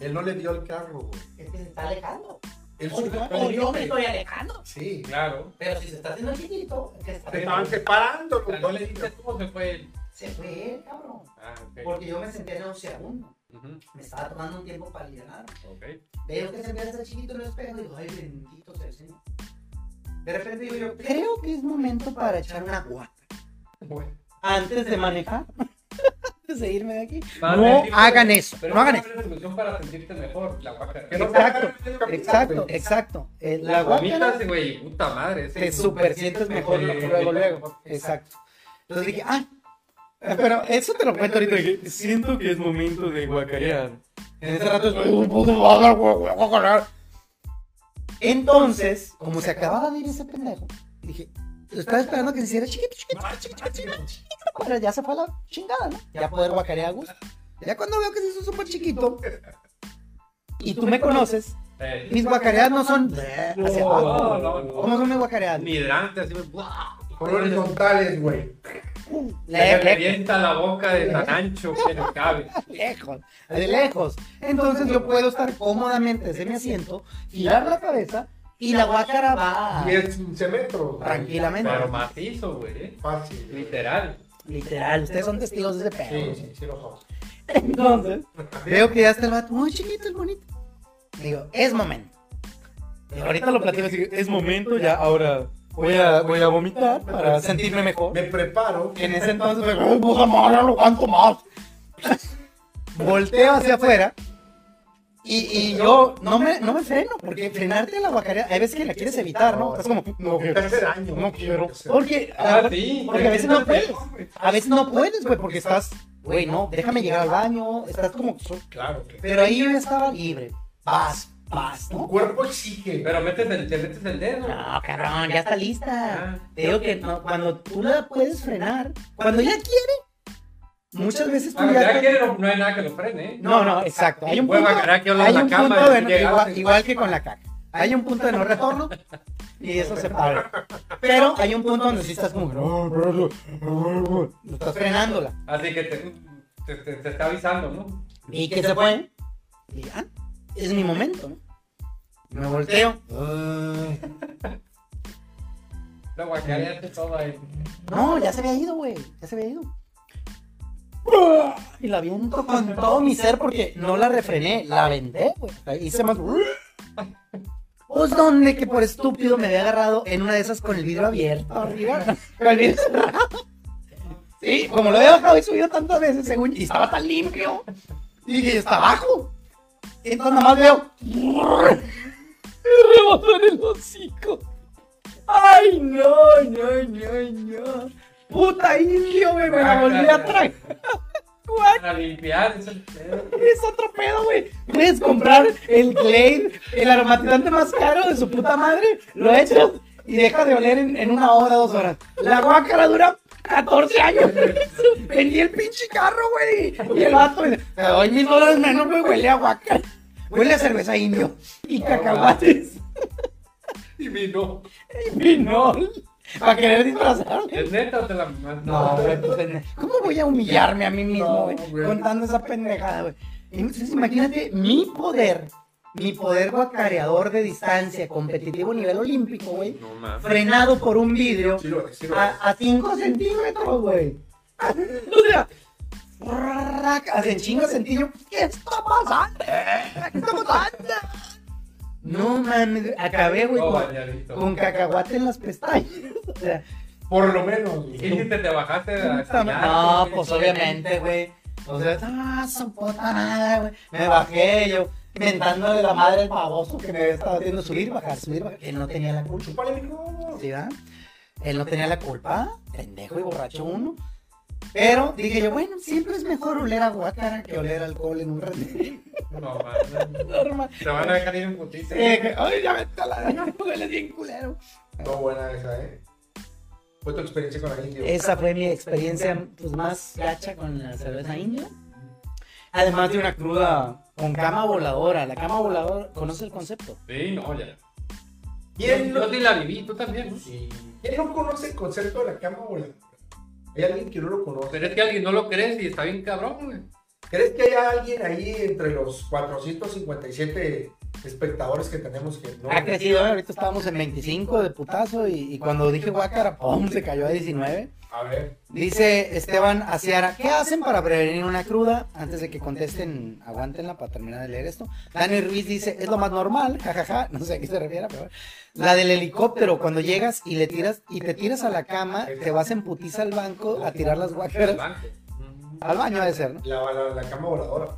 [SPEAKER 2] Él no le dio el carro, güey.
[SPEAKER 1] es que se está alejando.
[SPEAKER 2] Él
[SPEAKER 1] O yo, o Oh, yo me estoy alejando.
[SPEAKER 2] Sí.
[SPEAKER 3] Claro.
[SPEAKER 1] Pero si se está haciendo chiquito, es que se está
[SPEAKER 2] Se estaban separando
[SPEAKER 3] O sea,
[SPEAKER 2] los
[SPEAKER 3] no
[SPEAKER 2] dos.
[SPEAKER 3] le diste tú o se fue él.
[SPEAKER 1] Se fue él, cabrón.
[SPEAKER 3] Ah, ok.
[SPEAKER 1] Porque yo me sentía nauseabundo.
[SPEAKER 3] Ujú,
[SPEAKER 1] Me estaba tomando un tiempo para liberar.
[SPEAKER 3] Ok.
[SPEAKER 1] Veo que se empieza a hacer chiquito en el espejo y digo, ay, bendito sea el Señor. De repente digo yo, creo que es momento para echar una guata.
[SPEAKER 3] Bueno.
[SPEAKER 1] Antes de manejar, antes de irme de aquí.
[SPEAKER 3] Vale,
[SPEAKER 1] No hagan eso,
[SPEAKER 3] pero
[SPEAKER 1] no hagan
[SPEAKER 3] es una solución para sentirte mejor, la guaca.
[SPEAKER 2] Que no
[SPEAKER 1] Exacto,
[SPEAKER 2] te agarren en medio camino,
[SPEAKER 1] Exacto,
[SPEAKER 2] güey.
[SPEAKER 1] exacto. Eh, La
[SPEAKER 3] La
[SPEAKER 1] guata
[SPEAKER 3] vomitas, güey, puta madre. sí.
[SPEAKER 1] te super sientes mejor
[SPEAKER 3] Sí.
[SPEAKER 1] luego, luego. Exacto. Entonces dije, ah, pero eso te lo cuento ahorita.
[SPEAKER 4] Dije, Siento que es momento de guacarear.
[SPEAKER 1] En ese rato es. Entonces, como se acababa de ir ese pendejo, dije, lo estaba esperando que se hiciera chiquito, chiquito, chiquito, chiquito, chiquito, pero ya se fue a la chingada, ¿no? Ya poder guacarear a gusto. Ya cuando veo que se hizo súper chiquito, y tú me conoces,
[SPEAKER 3] Eh,
[SPEAKER 1] mis guacareadas no son bleh, hacia abajo.
[SPEAKER 3] No, no, no.
[SPEAKER 1] ¿Cómo son mis guacareadas?
[SPEAKER 3] Un hidrante, así, ¡buah!
[SPEAKER 2] Por horizontales, güey.
[SPEAKER 3] Se
[SPEAKER 1] Le-
[SPEAKER 3] me
[SPEAKER 1] le-
[SPEAKER 3] revienta la boca de tan ancho que no cabe.
[SPEAKER 1] lejos, de lejos. Entonces yo puedo estar cómodamente desde mi asiento, girar la cabeza y la guacara va
[SPEAKER 2] 10, 15 metros. güey.
[SPEAKER 1] tranquilamente.
[SPEAKER 3] Pero macizo, güey. eh.
[SPEAKER 2] Fácil. güey.
[SPEAKER 3] Literal.
[SPEAKER 1] Literal, ustedes son testigos de ese
[SPEAKER 2] Sí,
[SPEAKER 1] pedo.
[SPEAKER 2] sí, sí, lo somos.
[SPEAKER 1] Entonces, veo que ya está el vato muy chiquito, el bonito. Digo, es momento. Y ahorita lo platico así,
[SPEAKER 4] Es momento ya, ahora voy a, voy a vomitar para
[SPEAKER 1] para sentirme mejor.
[SPEAKER 2] Me preparo.
[SPEAKER 1] En ese entonces fue, ¡ay, puta madre, lo canto más! Volteo hacia afuera y, y yo no me, no me freno, porque frenarte la guacareada, hay veces que la quieres evitar, ¿no? Estás como, no
[SPEAKER 2] Te hace daño.
[SPEAKER 4] No quiero.
[SPEAKER 1] Porque,
[SPEAKER 3] Ah, sí.
[SPEAKER 1] porque a veces no puedes, a veces no puedes, güey, porque estás, güey, no, déjame llegar al baño, estás como,
[SPEAKER 2] Claro. güey.
[SPEAKER 1] pero ahí yo ya estaba libre, paz, paz,
[SPEAKER 2] Tu
[SPEAKER 1] ¿no?
[SPEAKER 2] cuerpo exige.
[SPEAKER 3] Pero metes el, te metes el dedo.
[SPEAKER 1] No, cabrón, ya está lista.
[SPEAKER 3] Ah.
[SPEAKER 1] Te digo que no, cuando tú la puedes frenar, cuando ella quiere, muchas veces tú
[SPEAKER 3] Bueno,
[SPEAKER 1] ya
[SPEAKER 3] ya que no, no hay nada que lo frene, ¿eh?
[SPEAKER 1] No, no, exacto. Hay un
[SPEAKER 3] Puede
[SPEAKER 1] punto,
[SPEAKER 3] agarrar que habla
[SPEAKER 1] hay
[SPEAKER 3] la
[SPEAKER 1] un
[SPEAKER 3] cama
[SPEAKER 1] punto de
[SPEAKER 3] y
[SPEAKER 1] no-
[SPEAKER 3] llegar
[SPEAKER 1] igual,
[SPEAKER 3] sin-
[SPEAKER 1] igual que con la caca. Hay un punto de no retorno y eso se paga. Pero hay un punto donde sí estás como, que no,
[SPEAKER 4] No, bro, no.
[SPEAKER 1] estás frenándola.
[SPEAKER 3] Así que te, te, te- te está avisando, ¿no?
[SPEAKER 1] Y que se fue. Y ah, es mi momento, ¿no? Me volteo.
[SPEAKER 3] La guacareaste todo ahí.
[SPEAKER 1] No, ya se había ido, güey. Ya se había ido. Y la viento con todo mi ser porque no la refrené, la aventé, güey. La Hice más. ¡uh! Pues donde que por estúpido me había agarrado en una de esas con el vidrio abierto arriba. Con el vidrio cerrado. Sí, como lo había bajado y subido tantas veces, según. Y estaba tan limpio. Y dije, está abajo. Entonces nada más veo.
[SPEAKER 4] Me rebotó en el hocico.
[SPEAKER 1] ¡Ay, no, no, no, no! ¡Puta indio, güey! Me la volví a traer.
[SPEAKER 3] Para limpiar, eso es pedo.
[SPEAKER 1] Es otro pedo, güey. Puedes comprar el Glade, el aromatizante más caro de su puta madre, lo echas y deja de oler en, en una hora, dos horas. La guácara dura 14 años. Vendí el pinche carro, güey. Y el vato, güey, te doy mil dólares menos, güey, huele a guácara. Huele a cerveza indio y cacahuates
[SPEAKER 3] Y vino.
[SPEAKER 1] y vinol. Para querer disfrazarme.
[SPEAKER 3] ¿Es neta o te la mamaste?
[SPEAKER 1] No, güey, pues, pende- ¿cómo voy a humillarme a mí mismo, güey?
[SPEAKER 2] No, güey.
[SPEAKER 1] contando esa pendejada, güey. Entonces, imagínate mi poder, mi poder guacareador de distancia, competitivo a nivel olímpico, güey,
[SPEAKER 3] No mames.
[SPEAKER 1] frenado por un vidrio
[SPEAKER 2] Sí lo es, sí lo es.
[SPEAKER 1] a 5 centímetros, güey. o sea, rac, hacen chingo sencillo. ¿Qué está pasando? ¿Qué está pasando? No mames, acabé, güey,
[SPEAKER 3] No,
[SPEAKER 1] con,
[SPEAKER 3] bañadito.
[SPEAKER 1] con cacahuate en las pestañas. O sea,
[SPEAKER 2] Por lo menos. güey.
[SPEAKER 3] ¿Y si te, te bajaste a enseñar?
[SPEAKER 1] no, pues obviamente, güey. O sea, no, son puta nada, güey. Me bajé yo, mentándole la madre al pavoso que me había estado haciendo subir, bajar, subir, bajar. Él no tenía la culpa,
[SPEAKER 2] Chúpale, mijo.
[SPEAKER 1] ¿sí, va? Él no tenía la culpa, pendejo y borracho uno. Pero dije yo, bueno, siempre es mejor oler a guácara que oler alcohol en un retiro.
[SPEAKER 3] No, man.
[SPEAKER 1] Normal.
[SPEAKER 3] Te van a dejar ir en putiza.
[SPEAKER 1] Eh, que, Ay, ya vete a la verga, hueles bien culero.
[SPEAKER 2] No, buena esa, ¿eh? Fue tu experiencia con la Indio.
[SPEAKER 1] Esa fue mi experiencia pues, más gacha con la cerveza india. Además de una cruda con cama voladora. La cama voladora, ¿conoce el concepto?
[SPEAKER 3] Sí, no, ya.
[SPEAKER 2] ¿Quién
[SPEAKER 3] Yo-
[SPEAKER 2] no,
[SPEAKER 3] Yo sí la viví, tú también. ¿no?
[SPEAKER 2] Sí. ¿Quién no conoce el concepto de la cama voladora? Hay alguien que no lo conoce.
[SPEAKER 3] Pero es que alguien no lo crees y está bien cabrón, güey.
[SPEAKER 2] ¿Crees que hay alguien ahí entre los 457 espectadores que tenemos que no?
[SPEAKER 1] Ha crecido, ¿eh? ahorita estábamos en 25 de putazo y, y cuando dije guácara, ¡pum! se cayó a 19.
[SPEAKER 2] A ver,
[SPEAKER 1] Dice Esteban Aciara, ¿qué hacen para prevenir una cruda? Antes de que contesten, aguántenla para terminar de leer esto. Dani Ruiz dice, es lo más normal, jajaja, no sé a qué se refiere, pero bueno. la del helicóptero, cuando llegas y le tiras y te tiras a la cama, te vas en putiza al banco a tirar las
[SPEAKER 3] El
[SPEAKER 1] guácaras.
[SPEAKER 3] banco.
[SPEAKER 1] Al baño ha de ser, ¿no?
[SPEAKER 2] la, la, la cama voladora.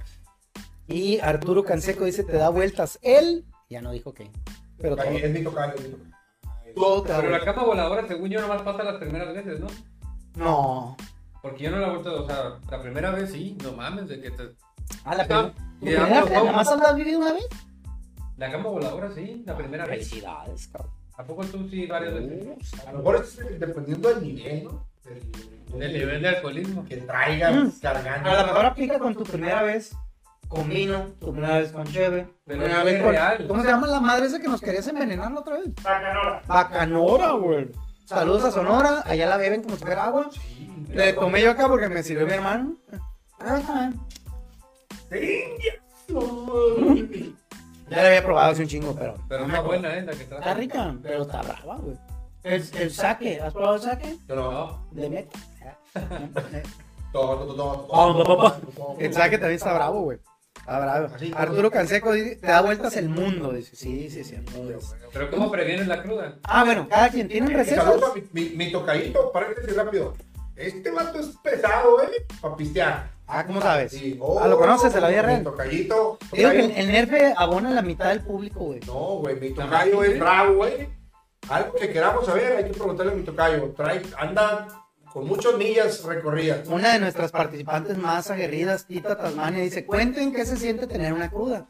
[SPEAKER 1] Y Arturo Canseco dice, te da vueltas él, ya no dijo qué, pero todo,
[SPEAKER 2] Es mi tocayo, es mi tocayo.
[SPEAKER 1] todo te da
[SPEAKER 3] Pero la
[SPEAKER 1] vueltas.
[SPEAKER 3] cama voladora, según yo, nomás pasa las primeras veces, ¿no?
[SPEAKER 1] No.
[SPEAKER 3] Porque yo no la he vuelto, o sea, la primera vez sí, no mames, de que te...
[SPEAKER 1] Ah, la
[SPEAKER 3] Ah,
[SPEAKER 1] primera.
[SPEAKER 3] y ya,
[SPEAKER 1] ¿La primera?
[SPEAKER 3] pues,
[SPEAKER 1] ¿Nada
[SPEAKER 3] vamos.
[SPEAKER 1] más la has vivido una vez?
[SPEAKER 3] La cama voladora sí, la primera vez.
[SPEAKER 1] Felicidades, cabrón.
[SPEAKER 3] ¿A poco tú sí varias veces?
[SPEAKER 2] A lo mejor es dependiendo del nivel, ¿no? Del,
[SPEAKER 3] Del nivel de alcoholismo.
[SPEAKER 2] que
[SPEAKER 1] Mm.
[SPEAKER 2] traigas cargando.
[SPEAKER 1] A lo mejor aplica con tu primera vez con vino, tu primera vez con cheve.
[SPEAKER 3] Pero
[SPEAKER 1] primera
[SPEAKER 3] no
[SPEAKER 1] vez
[SPEAKER 3] es
[SPEAKER 1] con-
[SPEAKER 3] real.
[SPEAKER 1] ¿Cómo se llama la madre esa que nos querías envenenar la otra vez?
[SPEAKER 10] Bacanora.
[SPEAKER 1] Bacanora, güey.
[SPEAKER 4] güey.
[SPEAKER 1] Saludos a Sonora, allá la beben como si fuera agua.
[SPEAKER 2] Sí.
[SPEAKER 1] Le tomé yo acá porque me sirvió mi hermano. Ajá. Ya la había probado hace un chingo, pero.
[SPEAKER 3] Pero
[SPEAKER 1] Ah,
[SPEAKER 3] está buena, ¿eh? La que
[SPEAKER 1] Está
[SPEAKER 3] está.
[SPEAKER 1] rica, pero está brava, güey. El, el saque, ¿has probado el saque?
[SPEAKER 2] Yo no.
[SPEAKER 1] De meta.
[SPEAKER 2] Todo, todo, todo,
[SPEAKER 1] Oh, no, papá.
[SPEAKER 2] todo.
[SPEAKER 1] El saque también está bravo, güey. Está bravo. Arturo Canseco dice, te da vueltas el mundo, dice. Sí, sí, sí.
[SPEAKER 3] Pero ¿cómo previenes la cruda?
[SPEAKER 1] Ah, bueno, cada quien tiene
[SPEAKER 2] Eh,
[SPEAKER 1] recetas.
[SPEAKER 2] saludos a mi, mi, mi tocadito, paréntesis rápido. Este vato es pesado, ¿eh? Para pistear.
[SPEAKER 1] Ah, ¿cómo sabes?
[SPEAKER 2] Sí. oh,
[SPEAKER 1] Ah, ¿lo conoces de la vida
[SPEAKER 2] mi
[SPEAKER 1] real?
[SPEAKER 2] tocayito.
[SPEAKER 1] Digo que el,
[SPEAKER 2] tocayo-
[SPEAKER 1] el nerfe abona la mitad del público, güey.
[SPEAKER 2] No, güey, mi tocayo es bravo, güey. Algo que queramos saber, hay que preguntarle a mi tocayo. Trae, anda con muchas millas recorridas.
[SPEAKER 1] Una de nuestras participantes más aguerridas, Tita Tasmania, dice, cuenten qué se siente tener una cruda.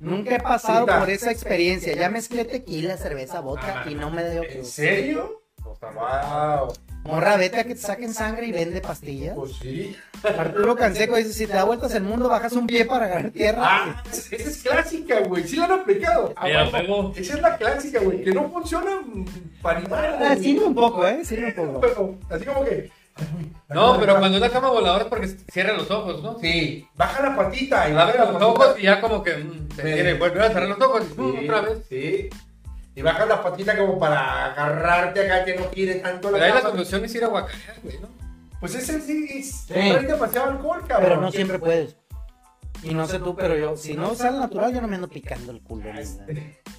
[SPEAKER 1] Nunca he pasado
[SPEAKER 2] Tita.
[SPEAKER 1] por esa experiencia. Ya mezclé tequila, cerveza, vodka
[SPEAKER 3] Ah,
[SPEAKER 1] y no me dio
[SPEAKER 2] ¿En
[SPEAKER 1] cruda.
[SPEAKER 2] serio? Wow.
[SPEAKER 1] Morra, vete a que te saquen sangre y vende pastillas.
[SPEAKER 2] Pues sí.
[SPEAKER 1] Arturo Canseco dice, si te da vueltas el mundo, bajas un pie para ganar tierra.
[SPEAKER 2] Ah, esa es clásica, güey. Sí la han aplicado.
[SPEAKER 3] Ah,
[SPEAKER 2] Ah,
[SPEAKER 10] Mira, luego.
[SPEAKER 2] Esa es la clásica, güey. Que no funciona para animar.
[SPEAKER 1] Ah, sirve un poco, ¿eh? Sirve un poco.
[SPEAKER 2] Pero, así como que.
[SPEAKER 3] No, pero cuando es la cama voladora es porque cierran los ojos, ¿no?
[SPEAKER 2] Sí, baja la patita y baja
[SPEAKER 3] Abre
[SPEAKER 2] la
[SPEAKER 3] los
[SPEAKER 2] patita.
[SPEAKER 3] ojos y ya como que mm, se
[SPEAKER 2] Sí.
[SPEAKER 3] quiere volver a cerrar los ojos y mm,
[SPEAKER 2] Sí,
[SPEAKER 3] otra vez.
[SPEAKER 2] Sí. Y baja la patita como para agarrarte acá que no tire tanto
[SPEAKER 3] Pero ahí
[SPEAKER 2] la
[SPEAKER 3] la
[SPEAKER 2] cama.
[SPEAKER 3] solución es ir a guacarear, güey, ¿no?
[SPEAKER 2] Pues ese sí es.
[SPEAKER 1] Sí.
[SPEAKER 2] trae demasiado alcohol, cabrón.
[SPEAKER 1] Pero no siempre puedes. Y no sé tú, pero yo, si no sale natural, yo no me ando picando el culo. ni nada.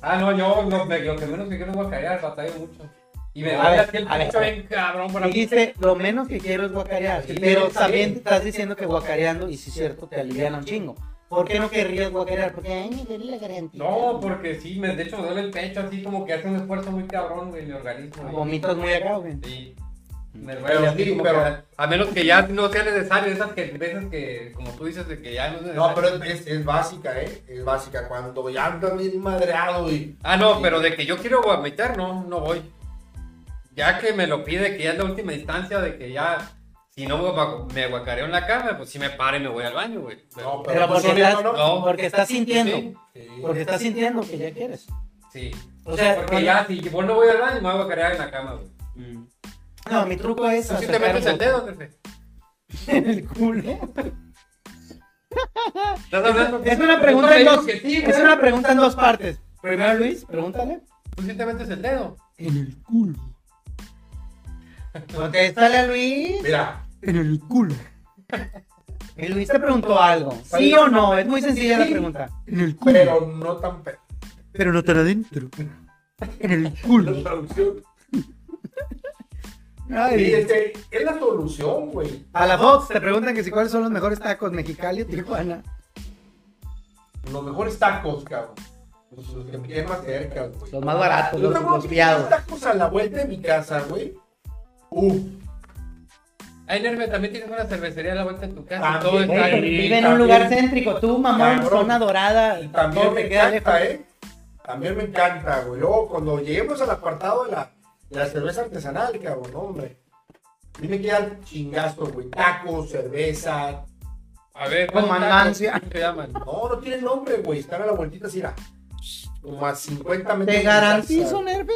[SPEAKER 3] Ah, no, yo lo, me- lo que menos que quiero es guacarear, batallo mucho. Y me
[SPEAKER 1] A
[SPEAKER 3] duele
[SPEAKER 1] ver,
[SPEAKER 3] aquí el
[SPEAKER 1] a ver,
[SPEAKER 3] pecho
[SPEAKER 1] a ver.
[SPEAKER 3] bien cabrón para
[SPEAKER 1] Dijiste, lo menos que quiero es guacarear.
[SPEAKER 3] Sí,
[SPEAKER 1] Pero
[SPEAKER 3] sí.
[SPEAKER 1] también estás diciendo que guacareando, y si es cierto, te alivian un chingo. ¿Por qué no querrías guacarear? Porque, ay, me duele la gargantita.
[SPEAKER 3] No, pues, porque sí, me, de hecho me duele el pecho así como que hace un esfuerzo muy cabrón, güey, mi organismo. güey.
[SPEAKER 1] Vomitas muy acá, güey.
[SPEAKER 3] Sí.
[SPEAKER 1] Mm.
[SPEAKER 3] Me duele
[SPEAKER 2] Pero
[SPEAKER 3] así
[SPEAKER 2] sí,
[SPEAKER 3] como
[SPEAKER 2] pero-
[SPEAKER 3] que- ah, a menos que ya no sea necesario, esas que, veces que, como tú dices, de que ya no es necesario.
[SPEAKER 2] No, pero es, es- es básica, ¿eh? Es básica. Cuando ya andas bien madreado y.
[SPEAKER 3] Ah, no, pero de que yo quiero vomitar, no, no voy. Ya que me lo pide, que ya es la última instancia de que ya, si no me guaca- me guacareo en la cama, pues sí me paro y me voy al baño, güey.
[SPEAKER 2] No, pero,
[SPEAKER 1] Pero
[SPEAKER 2] pues,
[SPEAKER 1] porque
[SPEAKER 2] obvio,
[SPEAKER 1] estás,
[SPEAKER 2] no, no.
[SPEAKER 3] no.
[SPEAKER 1] porque estás
[SPEAKER 3] Sí,
[SPEAKER 1] sintiendo.
[SPEAKER 2] Sí.
[SPEAKER 1] Porque estás sintiendo que ya quieres.
[SPEAKER 3] sí.
[SPEAKER 1] O sea,
[SPEAKER 3] Porque
[SPEAKER 1] no-
[SPEAKER 3] ya, si vos no voy al baño, me voy a guacarear en la cama, güey.
[SPEAKER 1] No, mi truco es.
[SPEAKER 3] Tú sí te metes el
[SPEAKER 1] acercarme
[SPEAKER 3] dedo, Pepe.
[SPEAKER 1] en el culo.
[SPEAKER 3] ¿Estás hablando?
[SPEAKER 1] Es una
[SPEAKER 3] Tú
[SPEAKER 1] pregunta
[SPEAKER 3] me
[SPEAKER 1] en
[SPEAKER 3] dijo
[SPEAKER 1] dos.
[SPEAKER 3] que sí,
[SPEAKER 1] Es
[SPEAKER 3] güey.
[SPEAKER 1] una pregunta en dos partes. Primero, Luis, pregúntale.
[SPEAKER 3] Tú pues sí te metes el dedo.
[SPEAKER 1] En el culo. Contéstale a Luis.
[SPEAKER 2] Mira,
[SPEAKER 1] En el culo. Y Luis te preguntó algo. ¿Sí o no? Es muy sencilla la pregunta. En el
[SPEAKER 2] pero no tan. pe-
[SPEAKER 1] Pero no tan adentro. En el
[SPEAKER 2] La traducción. Sí,
[SPEAKER 1] Ay.
[SPEAKER 2] es que es la solución, güey.
[SPEAKER 1] este, A la Fox te preguntan que si cuáles son los mejores tacos, Mexicali o Tijuana.
[SPEAKER 2] Los mejores tacos, cabrón. Los, los que me queden más cerca, güey.
[SPEAKER 1] Los más baratos,
[SPEAKER 2] Yo
[SPEAKER 1] los,
[SPEAKER 2] tengo
[SPEAKER 1] los piados.
[SPEAKER 2] tacos a la vuelta de mi casa, güey. Uh,
[SPEAKER 3] Ay, Nerve, también tienes una cervecería a la vuelta en tu casa.
[SPEAKER 2] También,
[SPEAKER 3] todo está
[SPEAKER 2] güey, Sí,
[SPEAKER 3] ahí.
[SPEAKER 1] Vive en un
[SPEAKER 2] también.
[SPEAKER 1] lugar céntrico. Tú, mamón,
[SPEAKER 2] Cabrón.
[SPEAKER 1] zona dorada.
[SPEAKER 2] Y también
[SPEAKER 1] todo
[SPEAKER 2] me
[SPEAKER 1] te queda
[SPEAKER 2] encanta,
[SPEAKER 1] lejos.
[SPEAKER 2] ¿eh? También me encanta, güey. Luego, cuando lleguemos al apartado de la, de la cerveza artesanal, cabrón, hombre. A mí me quedan chingazos, güey. Tacos, cerveza.
[SPEAKER 3] A ver,
[SPEAKER 1] Comandancia.
[SPEAKER 3] ¿cómo te llaman?
[SPEAKER 2] No, no tiene nombre, güey. Están a la vueltita así, era. Como a 50 metros.
[SPEAKER 1] Te
[SPEAKER 2] de mi casa.
[SPEAKER 1] garantizo, Nerve,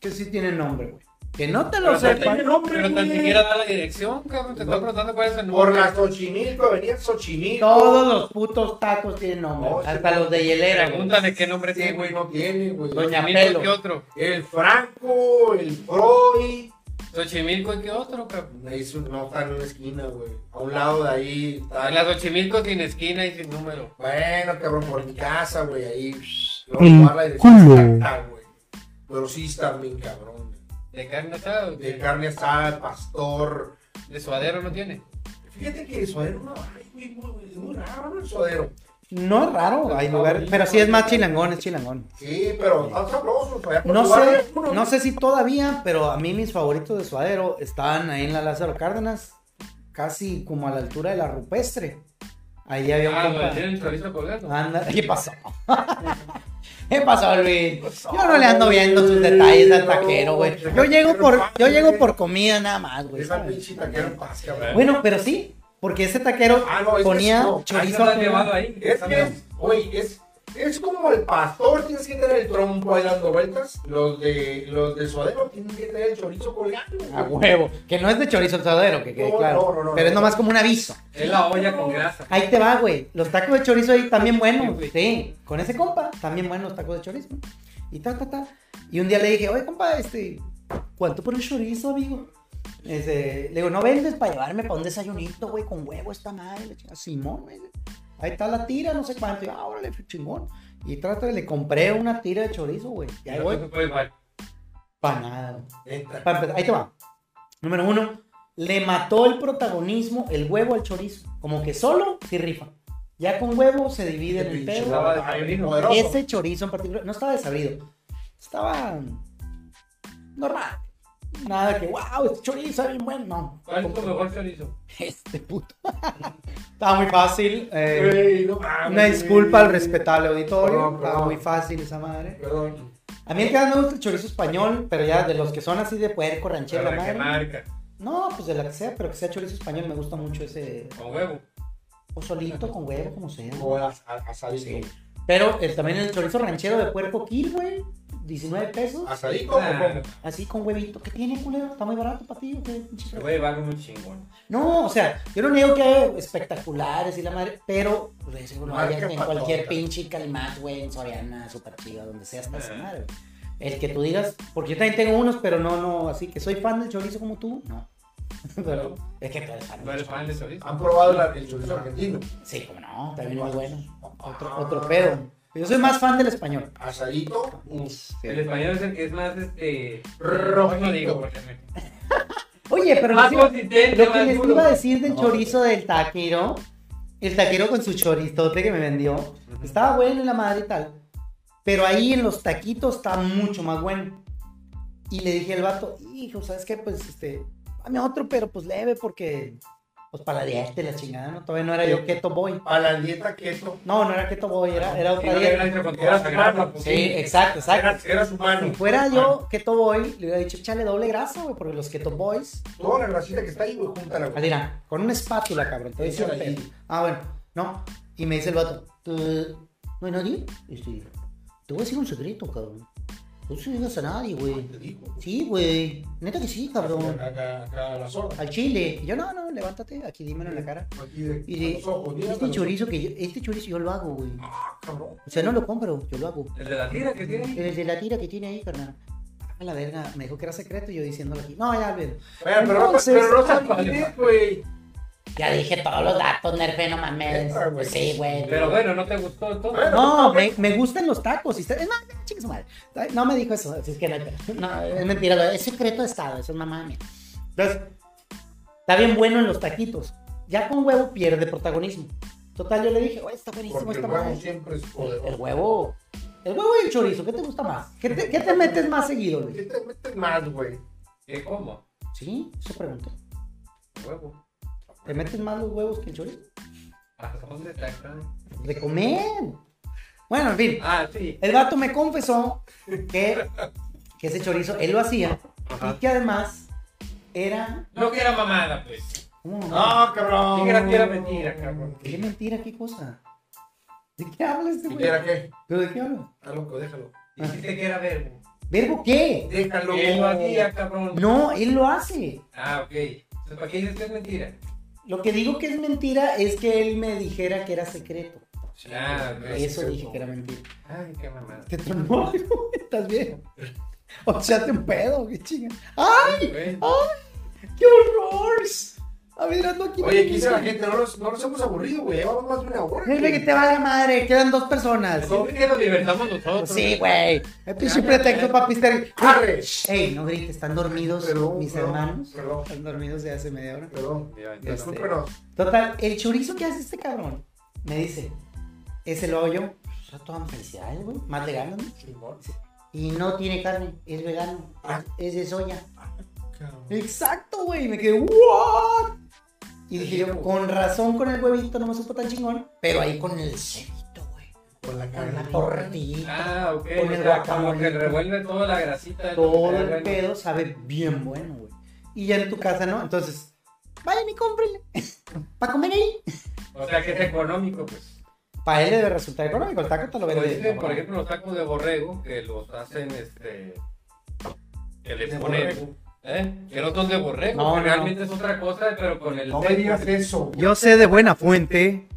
[SPEAKER 1] que sí tiene nombre, güey. Que no te lo
[SPEAKER 3] Pero tan-
[SPEAKER 1] sepan.
[SPEAKER 3] Pero tan siquiera da la dirección, cabrón. Te estoy preguntando cuál es el
[SPEAKER 2] Por
[SPEAKER 3] nombre.
[SPEAKER 2] la Xochimilco, avenida Xochimilco.
[SPEAKER 1] Todos los putos tacos tienen nombre.
[SPEAKER 2] No,
[SPEAKER 1] hasta
[SPEAKER 2] sí.
[SPEAKER 1] los de hielera, güey.
[SPEAKER 3] Pregúntale qué nombre
[SPEAKER 2] Sí,
[SPEAKER 3] tiene,
[SPEAKER 2] güey,
[SPEAKER 3] güey.
[SPEAKER 2] no tiene, güey.
[SPEAKER 1] Doña
[SPEAKER 3] Xochimilco,
[SPEAKER 1] Pelo.
[SPEAKER 3] ¿qué otro?
[SPEAKER 2] El Franco, el Freud.
[SPEAKER 3] Xochimilco, ¿qué otro, cabrón?
[SPEAKER 2] Eso no está en una esquina, güey. A un lado de ahí está.
[SPEAKER 3] En Ah, la Xochimilco sin esquina y sin número.
[SPEAKER 2] Bueno, cabrón, por mi casa, güey, ahí. shh, Luego tomar la dirección exacta, güey. Pero sí están bien, cabrón.
[SPEAKER 3] De carne asada. o
[SPEAKER 2] De
[SPEAKER 3] qué?
[SPEAKER 2] carne asada, pastor.
[SPEAKER 3] De suadero no tiene.
[SPEAKER 2] Fíjate que el suadero no hay, güey, muy- es muy raro el suadero.
[SPEAKER 1] No es raro, hay lugares. Pero sí es más chilangón, es chilangón.
[SPEAKER 2] Sí, pero está sabroso, el suadero.
[SPEAKER 1] No
[SPEAKER 2] Tu barrio
[SPEAKER 1] sé,
[SPEAKER 2] Pues es puro,
[SPEAKER 1] no sé si todavía, pero a mí mis favoritos de suadero estaban ahí en la Lázaro Cárdenas, casi como a la altura de la rupestre. Ahí había un
[SPEAKER 3] Ah,
[SPEAKER 1] compa- Ah,
[SPEAKER 3] güey, tiene el chorizo colgando.
[SPEAKER 1] Anda, ¿qué pasó? ¿Qué pasó, Luis? Yo no le ando viendo sus detalles al taquero, güey. Yo llego por, yo llego por comida nada más, güey.
[SPEAKER 2] Es la pinche taquera en paz, cabrón.
[SPEAKER 1] Bueno, pero sí, porque ese taquero
[SPEAKER 2] Ah, no, es que
[SPEAKER 1] ponía
[SPEAKER 2] no.
[SPEAKER 3] Ahí
[SPEAKER 1] chorizo.
[SPEAKER 3] lo
[SPEAKER 1] a
[SPEAKER 3] has llevado ahí.
[SPEAKER 2] Es que, es- güey, es, es como el pastor, tienes que tener el trompo ahí dando vueltas. Los de, los de suadero tienen que tener el chorizo colgando. güey.
[SPEAKER 1] a huevo. Que no es de chorizo suadero, que quede
[SPEAKER 2] No,
[SPEAKER 1] claro.
[SPEAKER 2] no, no, no,
[SPEAKER 1] pero es
[SPEAKER 2] no.
[SPEAKER 1] nomás como un aviso.
[SPEAKER 3] Es la olla con grasa.
[SPEAKER 1] Ahí te va, güey. Los tacos de chorizo ahí también buenos.
[SPEAKER 3] güey.
[SPEAKER 1] Sí, con ese compa, también buenos los tacos de chorizo. Y ta, ta, ta. Y un día le dije, oye, compa, este, ¿cuánto por el chorizo, amigo? Este, le digo, ¿no vendes para llevarme para un desayunito, güey, con huevo esta madre? La chingada. Simón, güey. Ahí está la tira, no sé cuánto. Y yo, ah, órale, chingón. Y trata, le compré una tira de chorizo, güey. Y ahí voy.
[SPEAKER 3] No se puede mal.
[SPEAKER 1] Para nada, güey.
[SPEAKER 2] Neta.
[SPEAKER 1] Para empezar, ahí te va. Número uno, le mató el protagonismo el huevo al chorizo. Como que solo se rifa. Ya con huevo se divide en el
[SPEAKER 2] Pinche
[SPEAKER 1] pedo.
[SPEAKER 3] huevo.
[SPEAKER 2] guapa, bien poderoso.
[SPEAKER 1] Ese chorizo en particular no estaba desabrido. Estaba normal. Nada que, wow, este chorizo es bien bueno. No.
[SPEAKER 3] ¿Cuál es tu mejor chorizo?
[SPEAKER 1] Este puto. estaba muy fácil. eh,
[SPEAKER 2] Güey, no mames,
[SPEAKER 1] una disculpa al
[SPEAKER 2] güey.
[SPEAKER 1] respetable auditorio.
[SPEAKER 2] Perdón,
[SPEAKER 1] estaba
[SPEAKER 2] perdón.
[SPEAKER 1] muy fácil esa madre.
[SPEAKER 2] Perdón.
[SPEAKER 1] A mí el que más me gusta el chorizo español, pero ya de los que son así de puerco, ranchero, la
[SPEAKER 3] La que
[SPEAKER 1] madre.
[SPEAKER 3] marca.
[SPEAKER 1] No, pues de la que sea, pero que sea chorizo español, me gusta mucho ese.
[SPEAKER 3] Con huevo.
[SPEAKER 1] O solito, con huevo, como sea.
[SPEAKER 2] O as- a- asadito.
[SPEAKER 1] Pero el- también el chorizo ranchero de puerco kill, güey. 19 pesos.
[SPEAKER 2] ¿Asadito o
[SPEAKER 3] Ah,
[SPEAKER 2] con-
[SPEAKER 1] Así con huevito. ¿Qué tiene, culero? Está muy barato para ti. ¿o qué, pinche
[SPEAKER 3] El
[SPEAKER 1] fregado?
[SPEAKER 3] huevo algo muy chingón.
[SPEAKER 1] No, o sea, yo no niego que hay espectaculares y la madre, pero de seguro
[SPEAKER 2] Marca
[SPEAKER 1] hay en
[SPEAKER 2] patota.
[SPEAKER 1] cualquier pinche calmat, güey, en Soriana, super chido, donde sea hasta
[SPEAKER 3] Ah.
[SPEAKER 1] esa madre. güey. El que tú digas, porque yo también tengo unos, pero no, no, así que soy fan del chorizo como tú, no. Pero es que tú eres fan.
[SPEAKER 3] ¿No
[SPEAKER 1] del
[SPEAKER 3] eres fan
[SPEAKER 1] chorizo.
[SPEAKER 3] de chorizo?
[SPEAKER 2] ¿Han probado la- el chorizo argentino?
[SPEAKER 1] Sí, como no, también muy bueno. Otro,
[SPEAKER 2] Ah.
[SPEAKER 1] otro pedo. Yo soy más fan del español.
[SPEAKER 2] Asadito. mm,
[SPEAKER 3] El español es el que es más este.
[SPEAKER 2] Rojito.
[SPEAKER 3] No digo porque me.
[SPEAKER 1] Oye, pero
[SPEAKER 3] Más
[SPEAKER 1] les iba-
[SPEAKER 3] consistente,
[SPEAKER 1] lo que
[SPEAKER 3] más
[SPEAKER 1] les
[SPEAKER 3] duro.
[SPEAKER 1] iba a decir del chorizo del taquero, el taquero con su chorizote que me vendió, estaba bueno en la madre y tal. Pero ahí en los taquitos está mucho más bueno. Y le dije al vato, hijo, ¿sabes qué? Pues este, dame otro, pero pues leve, porque pues para la dieta y la chingada, ¿no? Todavía no era yo keto boy.
[SPEAKER 2] Para la dieta keto.
[SPEAKER 1] No, no era keto boy, era, era
[SPEAKER 3] Y
[SPEAKER 1] otra
[SPEAKER 3] no le
[SPEAKER 1] dieta.
[SPEAKER 3] dan con toda
[SPEAKER 2] Era
[SPEAKER 3] la
[SPEAKER 2] su
[SPEAKER 3] grasa,
[SPEAKER 2] mano.
[SPEAKER 3] pues,
[SPEAKER 1] Sí, exacto, exacto.
[SPEAKER 2] Era, era su
[SPEAKER 1] Si
[SPEAKER 2] mano.
[SPEAKER 1] fuera yo keto boy, le hubiera dicho, chale doble grasa, güey, porque los keto boys
[SPEAKER 2] Toda la grasita que está ahí, güey, júntala, güey.
[SPEAKER 1] Adina, con una espátula, cabrón. Te voy a decir
[SPEAKER 2] Échala
[SPEAKER 1] el
[SPEAKER 2] ahí.
[SPEAKER 1] pedo. Ah, bueno, no. Y me dice el vato, "Eh, ¿no hay nadie? Este, te voy a decir un secreto, cabrón. No se lo digas a nadie, güey.
[SPEAKER 2] Te digo.
[SPEAKER 1] Sí, güey. Neta que sí, cabrón.
[SPEAKER 2] Acá, acá, acá a la zona.
[SPEAKER 1] Al chile. Y yo, no, no, levántate, aquí dímelo en la cara.
[SPEAKER 2] Aquí de,
[SPEAKER 1] Y
[SPEAKER 2] a
[SPEAKER 1] de,
[SPEAKER 2] los ojos, mira, a
[SPEAKER 1] este
[SPEAKER 2] los
[SPEAKER 1] chorizo que yo, este chorizo yo lo hago, güey.
[SPEAKER 2] ojos, cabrón.
[SPEAKER 1] O sea, no lo compro, yo lo hago.
[SPEAKER 3] El de la tira que tiene. ahí.
[SPEAKER 1] El de la tira que tiene ahí, carnal. A la verga, me dijo que era secreto y yo diciéndolo aquí. No, ya, Alberto.
[SPEAKER 2] Oye, pero no-
[SPEAKER 1] Entonces-
[SPEAKER 2] pero no salpiques, güey.
[SPEAKER 1] Ya dije todos los datos, nerfe, no mames.
[SPEAKER 2] Neta, güey.
[SPEAKER 1] Pues sí, güey.
[SPEAKER 3] Pero bueno, no te gustó entonces.
[SPEAKER 1] No, me, me gustan los tacos. y está- Es más, chingue su madre. Ay, No me dijo eso. así es que no, hay pedo. No, es mentira. güey, Es secreto de Estado. Eso es mamá mía. Entonces, está bien bueno en los taquitos. Ya con huevo pierde protagonismo. Total, yo le dije, oye, está buenísimo
[SPEAKER 2] Porque el
[SPEAKER 1] esta
[SPEAKER 2] huevo
[SPEAKER 1] madre.
[SPEAKER 2] siempre es
[SPEAKER 1] El
[SPEAKER 2] poderoso.
[SPEAKER 1] huevo. El huevo y el chorizo. ¿Qué te gusta más? ¿Qué te, qué te metes más seguido,
[SPEAKER 2] ¿Qué
[SPEAKER 1] Luis?
[SPEAKER 2] te metes más, güey?
[SPEAKER 3] ¿Qué como?
[SPEAKER 1] Sí, eso pregunté.
[SPEAKER 3] Huevo. Ah,
[SPEAKER 1] ¿Te metes más los huevos que el chorizo?
[SPEAKER 3] ¿A dónde te acá?
[SPEAKER 1] De comer. Bueno, en fin.
[SPEAKER 3] Ah, sí.
[SPEAKER 1] El vato me confesó que, que ese chorizo él lo hacía
[SPEAKER 3] Ajá.
[SPEAKER 1] y que además era.
[SPEAKER 3] No que era mamada, pues.
[SPEAKER 1] ¿Cómo no?
[SPEAKER 2] No, cabrón.
[SPEAKER 3] Dijera que era mentira, cabrón.
[SPEAKER 1] ¿Qué mentira? ¿Qué cosa? ¿De qué hablas este güey?
[SPEAKER 2] ¿Dijera qué?
[SPEAKER 1] ¿Pero de qué hablas?
[SPEAKER 2] Está loco, déjalo.
[SPEAKER 3] Dijiste que era verbo.
[SPEAKER 1] ¿Verbo qué?
[SPEAKER 2] Déjalo.
[SPEAKER 3] Él lo hacía, cabrón.
[SPEAKER 1] No, él lo hace.
[SPEAKER 3] Ah, ok. Entonces, ¿para qué dices que es mentira?
[SPEAKER 1] Lo que digo que es mentira es que él me dijera que era secreto.
[SPEAKER 2] Sí,
[SPEAKER 3] Ah,
[SPEAKER 2] güey,
[SPEAKER 3] güey.
[SPEAKER 1] Eso
[SPEAKER 2] sí,
[SPEAKER 1] dije
[SPEAKER 2] no.
[SPEAKER 1] que era mentira.
[SPEAKER 3] Ay, qué mamada.
[SPEAKER 1] Te tronó, güey, estás bien. O sea, te un pedo, qué chinga. ¡Ay!
[SPEAKER 3] Güey.
[SPEAKER 1] ¡Qué horror! A ver, ando aquí.
[SPEAKER 2] Oye, aquí dice la gente, no los, no los hemos aburrido, güey. Llevamos más de una hora.
[SPEAKER 1] Dime que te vale madre, quedan dos personas.
[SPEAKER 3] Siempre que nos libertamos nosotros.
[SPEAKER 1] Pues sí, güey. El pinche pretexto para pistear.
[SPEAKER 2] Arre.
[SPEAKER 1] Ey, no grites, están dormidos
[SPEAKER 2] Perdón,
[SPEAKER 1] Eh, mis
[SPEAKER 2] perdón,
[SPEAKER 1] hermanos. Este,
[SPEAKER 2] perdón.
[SPEAKER 1] Están dormidos de hace media hora.
[SPEAKER 2] Perdón.
[SPEAKER 3] Ya, ya.
[SPEAKER 2] Discúlpenos.
[SPEAKER 1] Total, el chorizo que hace este cabrón, me dice, es el hoyo. Está toda felicidad, güey. Más vegano, ¿no?
[SPEAKER 2] Simón.
[SPEAKER 1] Y no tiene carne, es vegano. Es de soya.
[SPEAKER 2] Cabrón.
[SPEAKER 1] Ah. Exacto, güey. Me quedé, ¿what? Y dije yo, con razón con el huevito, no me supo tan chingón. Pero ahí con el cerito, güey.
[SPEAKER 2] Con la
[SPEAKER 1] Con la
[SPEAKER 2] carne.
[SPEAKER 1] tortillita.
[SPEAKER 3] Ah, ok.
[SPEAKER 1] Con el
[SPEAKER 3] o sea, Como
[SPEAKER 1] guacamole.
[SPEAKER 3] que revuelve toda la grasita. de lo que
[SPEAKER 1] todo
[SPEAKER 3] te
[SPEAKER 1] el
[SPEAKER 3] hagan.
[SPEAKER 1] pedo sabe bien bueno, güey. Y ya en tu casa, ¿no? Entonces, vayan y cómprenle. Para comer ahí.
[SPEAKER 3] O sea, que es económico, pues.
[SPEAKER 1] Para él debe resultar económico. El taco te lo
[SPEAKER 3] Pero
[SPEAKER 1] vende.
[SPEAKER 3] dicen, por ejemplo, los tacos de borrego que los hacen, este... Que les
[SPEAKER 2] De
[SPEAKER 3] ponen... ¿Eh? Que no son de borrego,
[SPEAKER 1] No,
[SPEAKER 3] que
[SPEAKER 1] no.
[SPEAKER 3] realmente es otra cosa, pero con el,
[SPEAKER 2] No me digas eso. güey.
[SPEAKER 1] Yo sé de buena fuente.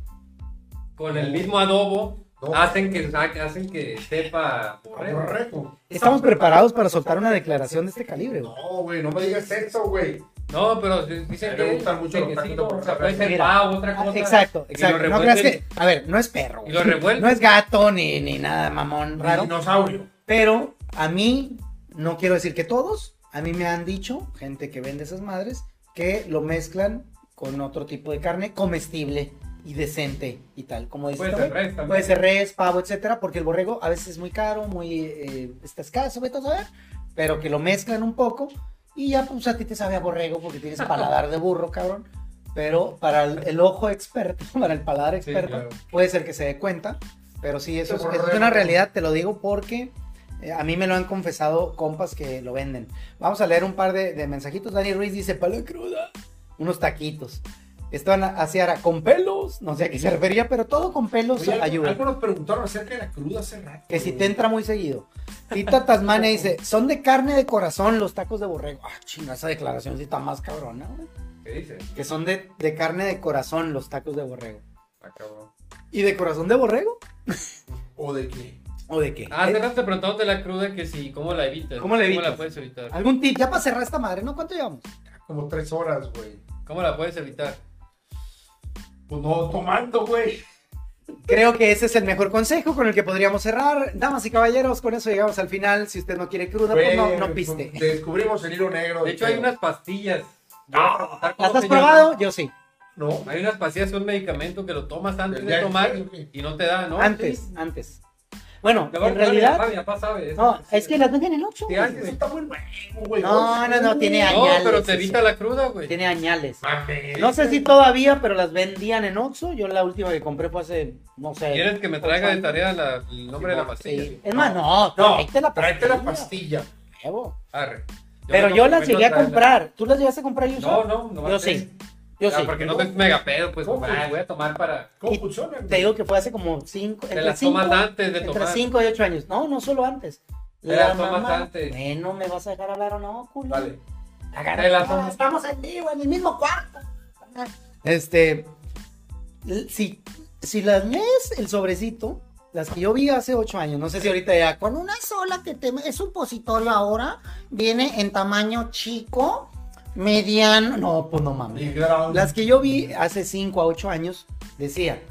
[SPEAKER 3] con el mismo adobo,
[SPEAKER 2] No.
[SPEAKER 3] hacen, que, sa- hacen que sepa borrego.
[SPEAKER 2] Correcto.
[SPEAKER 1] Estamos preparados para soltar una declaración de este calibre, güey.
[SPEAKER 2] No, güey, no me digas eso, güey.
[SPEAKER 3] No, pero si- dicen
[SPEAKER 2] A mí
[SPEAKER 3] que,
[SPEAKER 2] me gustan mucho
[SPEAKER 3] que
[SPEAKER 2] los
[SPEAKER 3] sí,
[SPEAKER 2] taquitos
[SPEAKER 3] ¿no?
[SPEAKER 2] por
[SPEAKER 3] o sea,
[SPEAKER 2] acá.
[SPEAKER 3] puede ser
[SPEAKER 1] Mira.
[SPEAKER 3] pavo, otra
[SPEAKER 1] Ah,
[SPEAKER 3] cosa.
[SPEAKER 1] exacto,
[SPEAKER 3] y lo
[SPEAKER 1] exacto. No creas
[SPEAKER 3] revuelven-
[SPEAKER 1] que. A ver, no es perro.
[SPEAKER 3] Y
[SPEAKER 1] güey.
[SPEAKER 3] lo revuelven.
[SPEAKER 1] No es gato ni, ni nada mamón raro.
[SPEAKER 2] Dinosaurio.
[SPEAKER 1] Pero a mí, no quiero decir que todos, a mí me han dicho, gente que vende esas madres, que lo mezclan con otro tipo de carne comestible y decente y tal, como dice
[SPEAKER 3] Puede
[SPEAKER 1] este
[SPEAKER 3] ser
[SPEAKER 1] güey.
[SPEAKER 3] res también.
[SPEAKER 1] Puede ser res, pavo, etcétera, porque el borrego a veces es muy caro, muy eh, está escaso, vete a saber, ¿eh? pero que lo mezclan un poco y ya pues a ti te sabe a borrego porque tienes paladar de burro, cabrón. Pero para el, el ojo experto, para el paladar
[SPEAKER 3] Sí,
[SPEAKER 1] experto,
[SPEAKER 3] claro.
[SPEAKER 1] puede ser que se dé cuenta, pero sí, eso es,
[SPEAKER 2] Por
[SPEAKER 1] eso es
[SPEAKER 2] reto.
[SPEAKER 1] una realidad, te lo digo porque eh, a mí me lo han confesado compas que lo venden. Vamos a leer un par de, de mensajitos. Dani Ruiz dice, palo cruda, unos taquitos. Esteban Aciara, con pelos, no sé a qué se refería, pero todo con pelos
[SPEAKER 2] Oye,
[SPEAKER 1] ayuda.
[SPEAKER 2] Algo nos preguntaron acerca de la cruda hace rato.
[SPEAKER 1] Que si
[SPEAKER 2] güey.
[SPEAKER 1] te entra muy seguido. Tita Tasmania dice, son de carne de corazón los tacos de borrego. Ah, chinga, esa declaración sí está más cabrona, güey.
[SPEAKER 3] ¿Qué dices?
[SPEAKER 1] Que son de, de carne de corazón los tacos de borrego.
[SPEAKER 3] Ah, cabrón.
[SPEAKER 1] ¿Y de corazón de borrego?
[SPEAKER 2] ¿O de qué?
[SPEAKER 1] ¿O de qué?
[SPEAKER 3] Ah, hace rato te preguntaban de la cruda que si, ¿cómo la evitas?
[SPEAKER 1] Eh, ¿Cómo la evitas?
[SPEAKER 3] puedes evitar?
[SPEAKER 1] ¿Algún tip? Ya para cerrar esta madre, ¿no? ¿Cuánto llevamos?
[SPEAKER 2] Como tres horas, güey.
[SPEAKER 3] ¿Cómo la puedes evitar?
[SPEAKER 2] Pues no, tomando, güey.
[SPEAKER 1] Creo que ese es el mejor consejo con el que podríamos cerrar. Damas y caballeros, con eso llegamos al final. Si usted no quiere cruda, pues no,
[SPEAKER 2] Güey,
[SPEAKER 1] no piste.
[SPEAKER 2] pues, Descubrimos el hilo negro.
[SPEAKER 3] De hecho, hay
[SPEAKER 2] pero-
[SPEAKER 3] unas pastillas. Taco
[SPEAKER 1] ¿Las has
[SPEAKER 3] piñón.
[SPEAKER 1] probado? Yo sí.
[SPEAKER 2] No.
[SPEAKER 3] Hay unas pastillas, un medicamento que lo tomas antes
[SPEAKER 2] ¿El
[SPEAKER 3] de
[SPEAKER 2] Jack
[SPEAKER 3] tomar
[SPEAKER 2] Daniels o qué?
[SPEAKER 3] y no te da, ¿no?
[SPEAKER 1] antes,
[SPEAKER 3] Sí.
[SPEAKER 1] antes. Bueno,
[SPEAKER 3] Te va a
[SPEAKER 1] en
[SPEAKER 3] dar Mi
[SPEAKER 1] realidad...
[SPEAKER 3] papá, mi papá sabe. eso.
[SPEAKER 1] No, es que las venden en Oxxo.
[SPEAKER 3] Sí,
[SPEAKER 1] güey.
[SPEAKER 2] Eso está muy bueno, güey.
[SPEAKER 1] No, no, no, tiene
[SPEAKER 3] No,
[SPEAKER 1] añales.
[SPEAKER 3] pero
[SPEAKER 1] eso.
[SPEAKER 3] te evita la Ah, cruda, güey.
[SPEAKER 1] Tiene añales.
[SPEAKER 2] Mames.
[SPEAKER 1] No sé si todavía, pero las vendían en Oxxo. Yo la última que compré fue hace, no sé.
[SPEAKER 3] ¿Quieres que me traiga de tarea la- el nombre de la
[SPEAKER 1] Sí.
[SPEAKER 3] pastilla?
[SPEAKER 1] Es más, no,
[SPEAKER 2] No,
[SPEAKER 1] tráete la
[SPEAKER 2] Tráete la pastilla.
[SPEAKER 1] huevo.
[SPEAKER 3] Arre.
[SPEAKER 1] Pero
[SPEAKER 3] me
[SPEAKER 1] yo
[SPEAKER 3] comprometo
[SPEAKER 1] las llegué a
[SPEAKER 3] traerla.
[SPEAKER 1] comprar. ¿Tú las llegaste a comprar, yo
[SPEAKER 3] No, no, no.
[SPEAKER 1] Yo sí, Yo sí.
[SPEAKER 3] Ah, Porque no te mega pedo, pues
[SPEAKER 2] ¿Cómo?
[SPEAKER 3] ay, voy a tomar para.
[SPEAKER 2] ¿Cómo
[SPEAKER 1] Y
[SPEAKER 2] funciona?
[SPEAKER 1] Te digo que fue hace como 5,
[SPEAKER 3] Te
[SPEAKER 1] entre
[SPEAKER 3] las tomas
[SPEAKER 1] 5
[SPEAKER 3] antes de
[SPEAKER 1] entre
[SPEAKER 3] tomar.
[SPEAKER 1] cinco y 8 años. No, no solo antes.
[SPEAKER 3] Te las tomas antes.
[SPEAKER 1] Bueno, ¿me vas a dejar hablar o no, culo?
[SPEAKER 2] Vale.
[SPEAKER 1] Agarra-
[SPEAKER 3] Te las
[SPEAKER 1] Ah,
[SPEAKER 3] tomas.
[SPEAKER 1] estamos en vivo, en el mismo cuarto. Este, l- si, si las lees el sobrecito, las que yo vi hace 8 años, no sé si ahorita ya, con una sola que te, es supositorio ahora, viene en tamaño chico, mediano, no, pues no mames.
[SPEAKER 2] Y grande.
[SPEAKER 1] Las que yo vi hace 5 a 8 años, decía,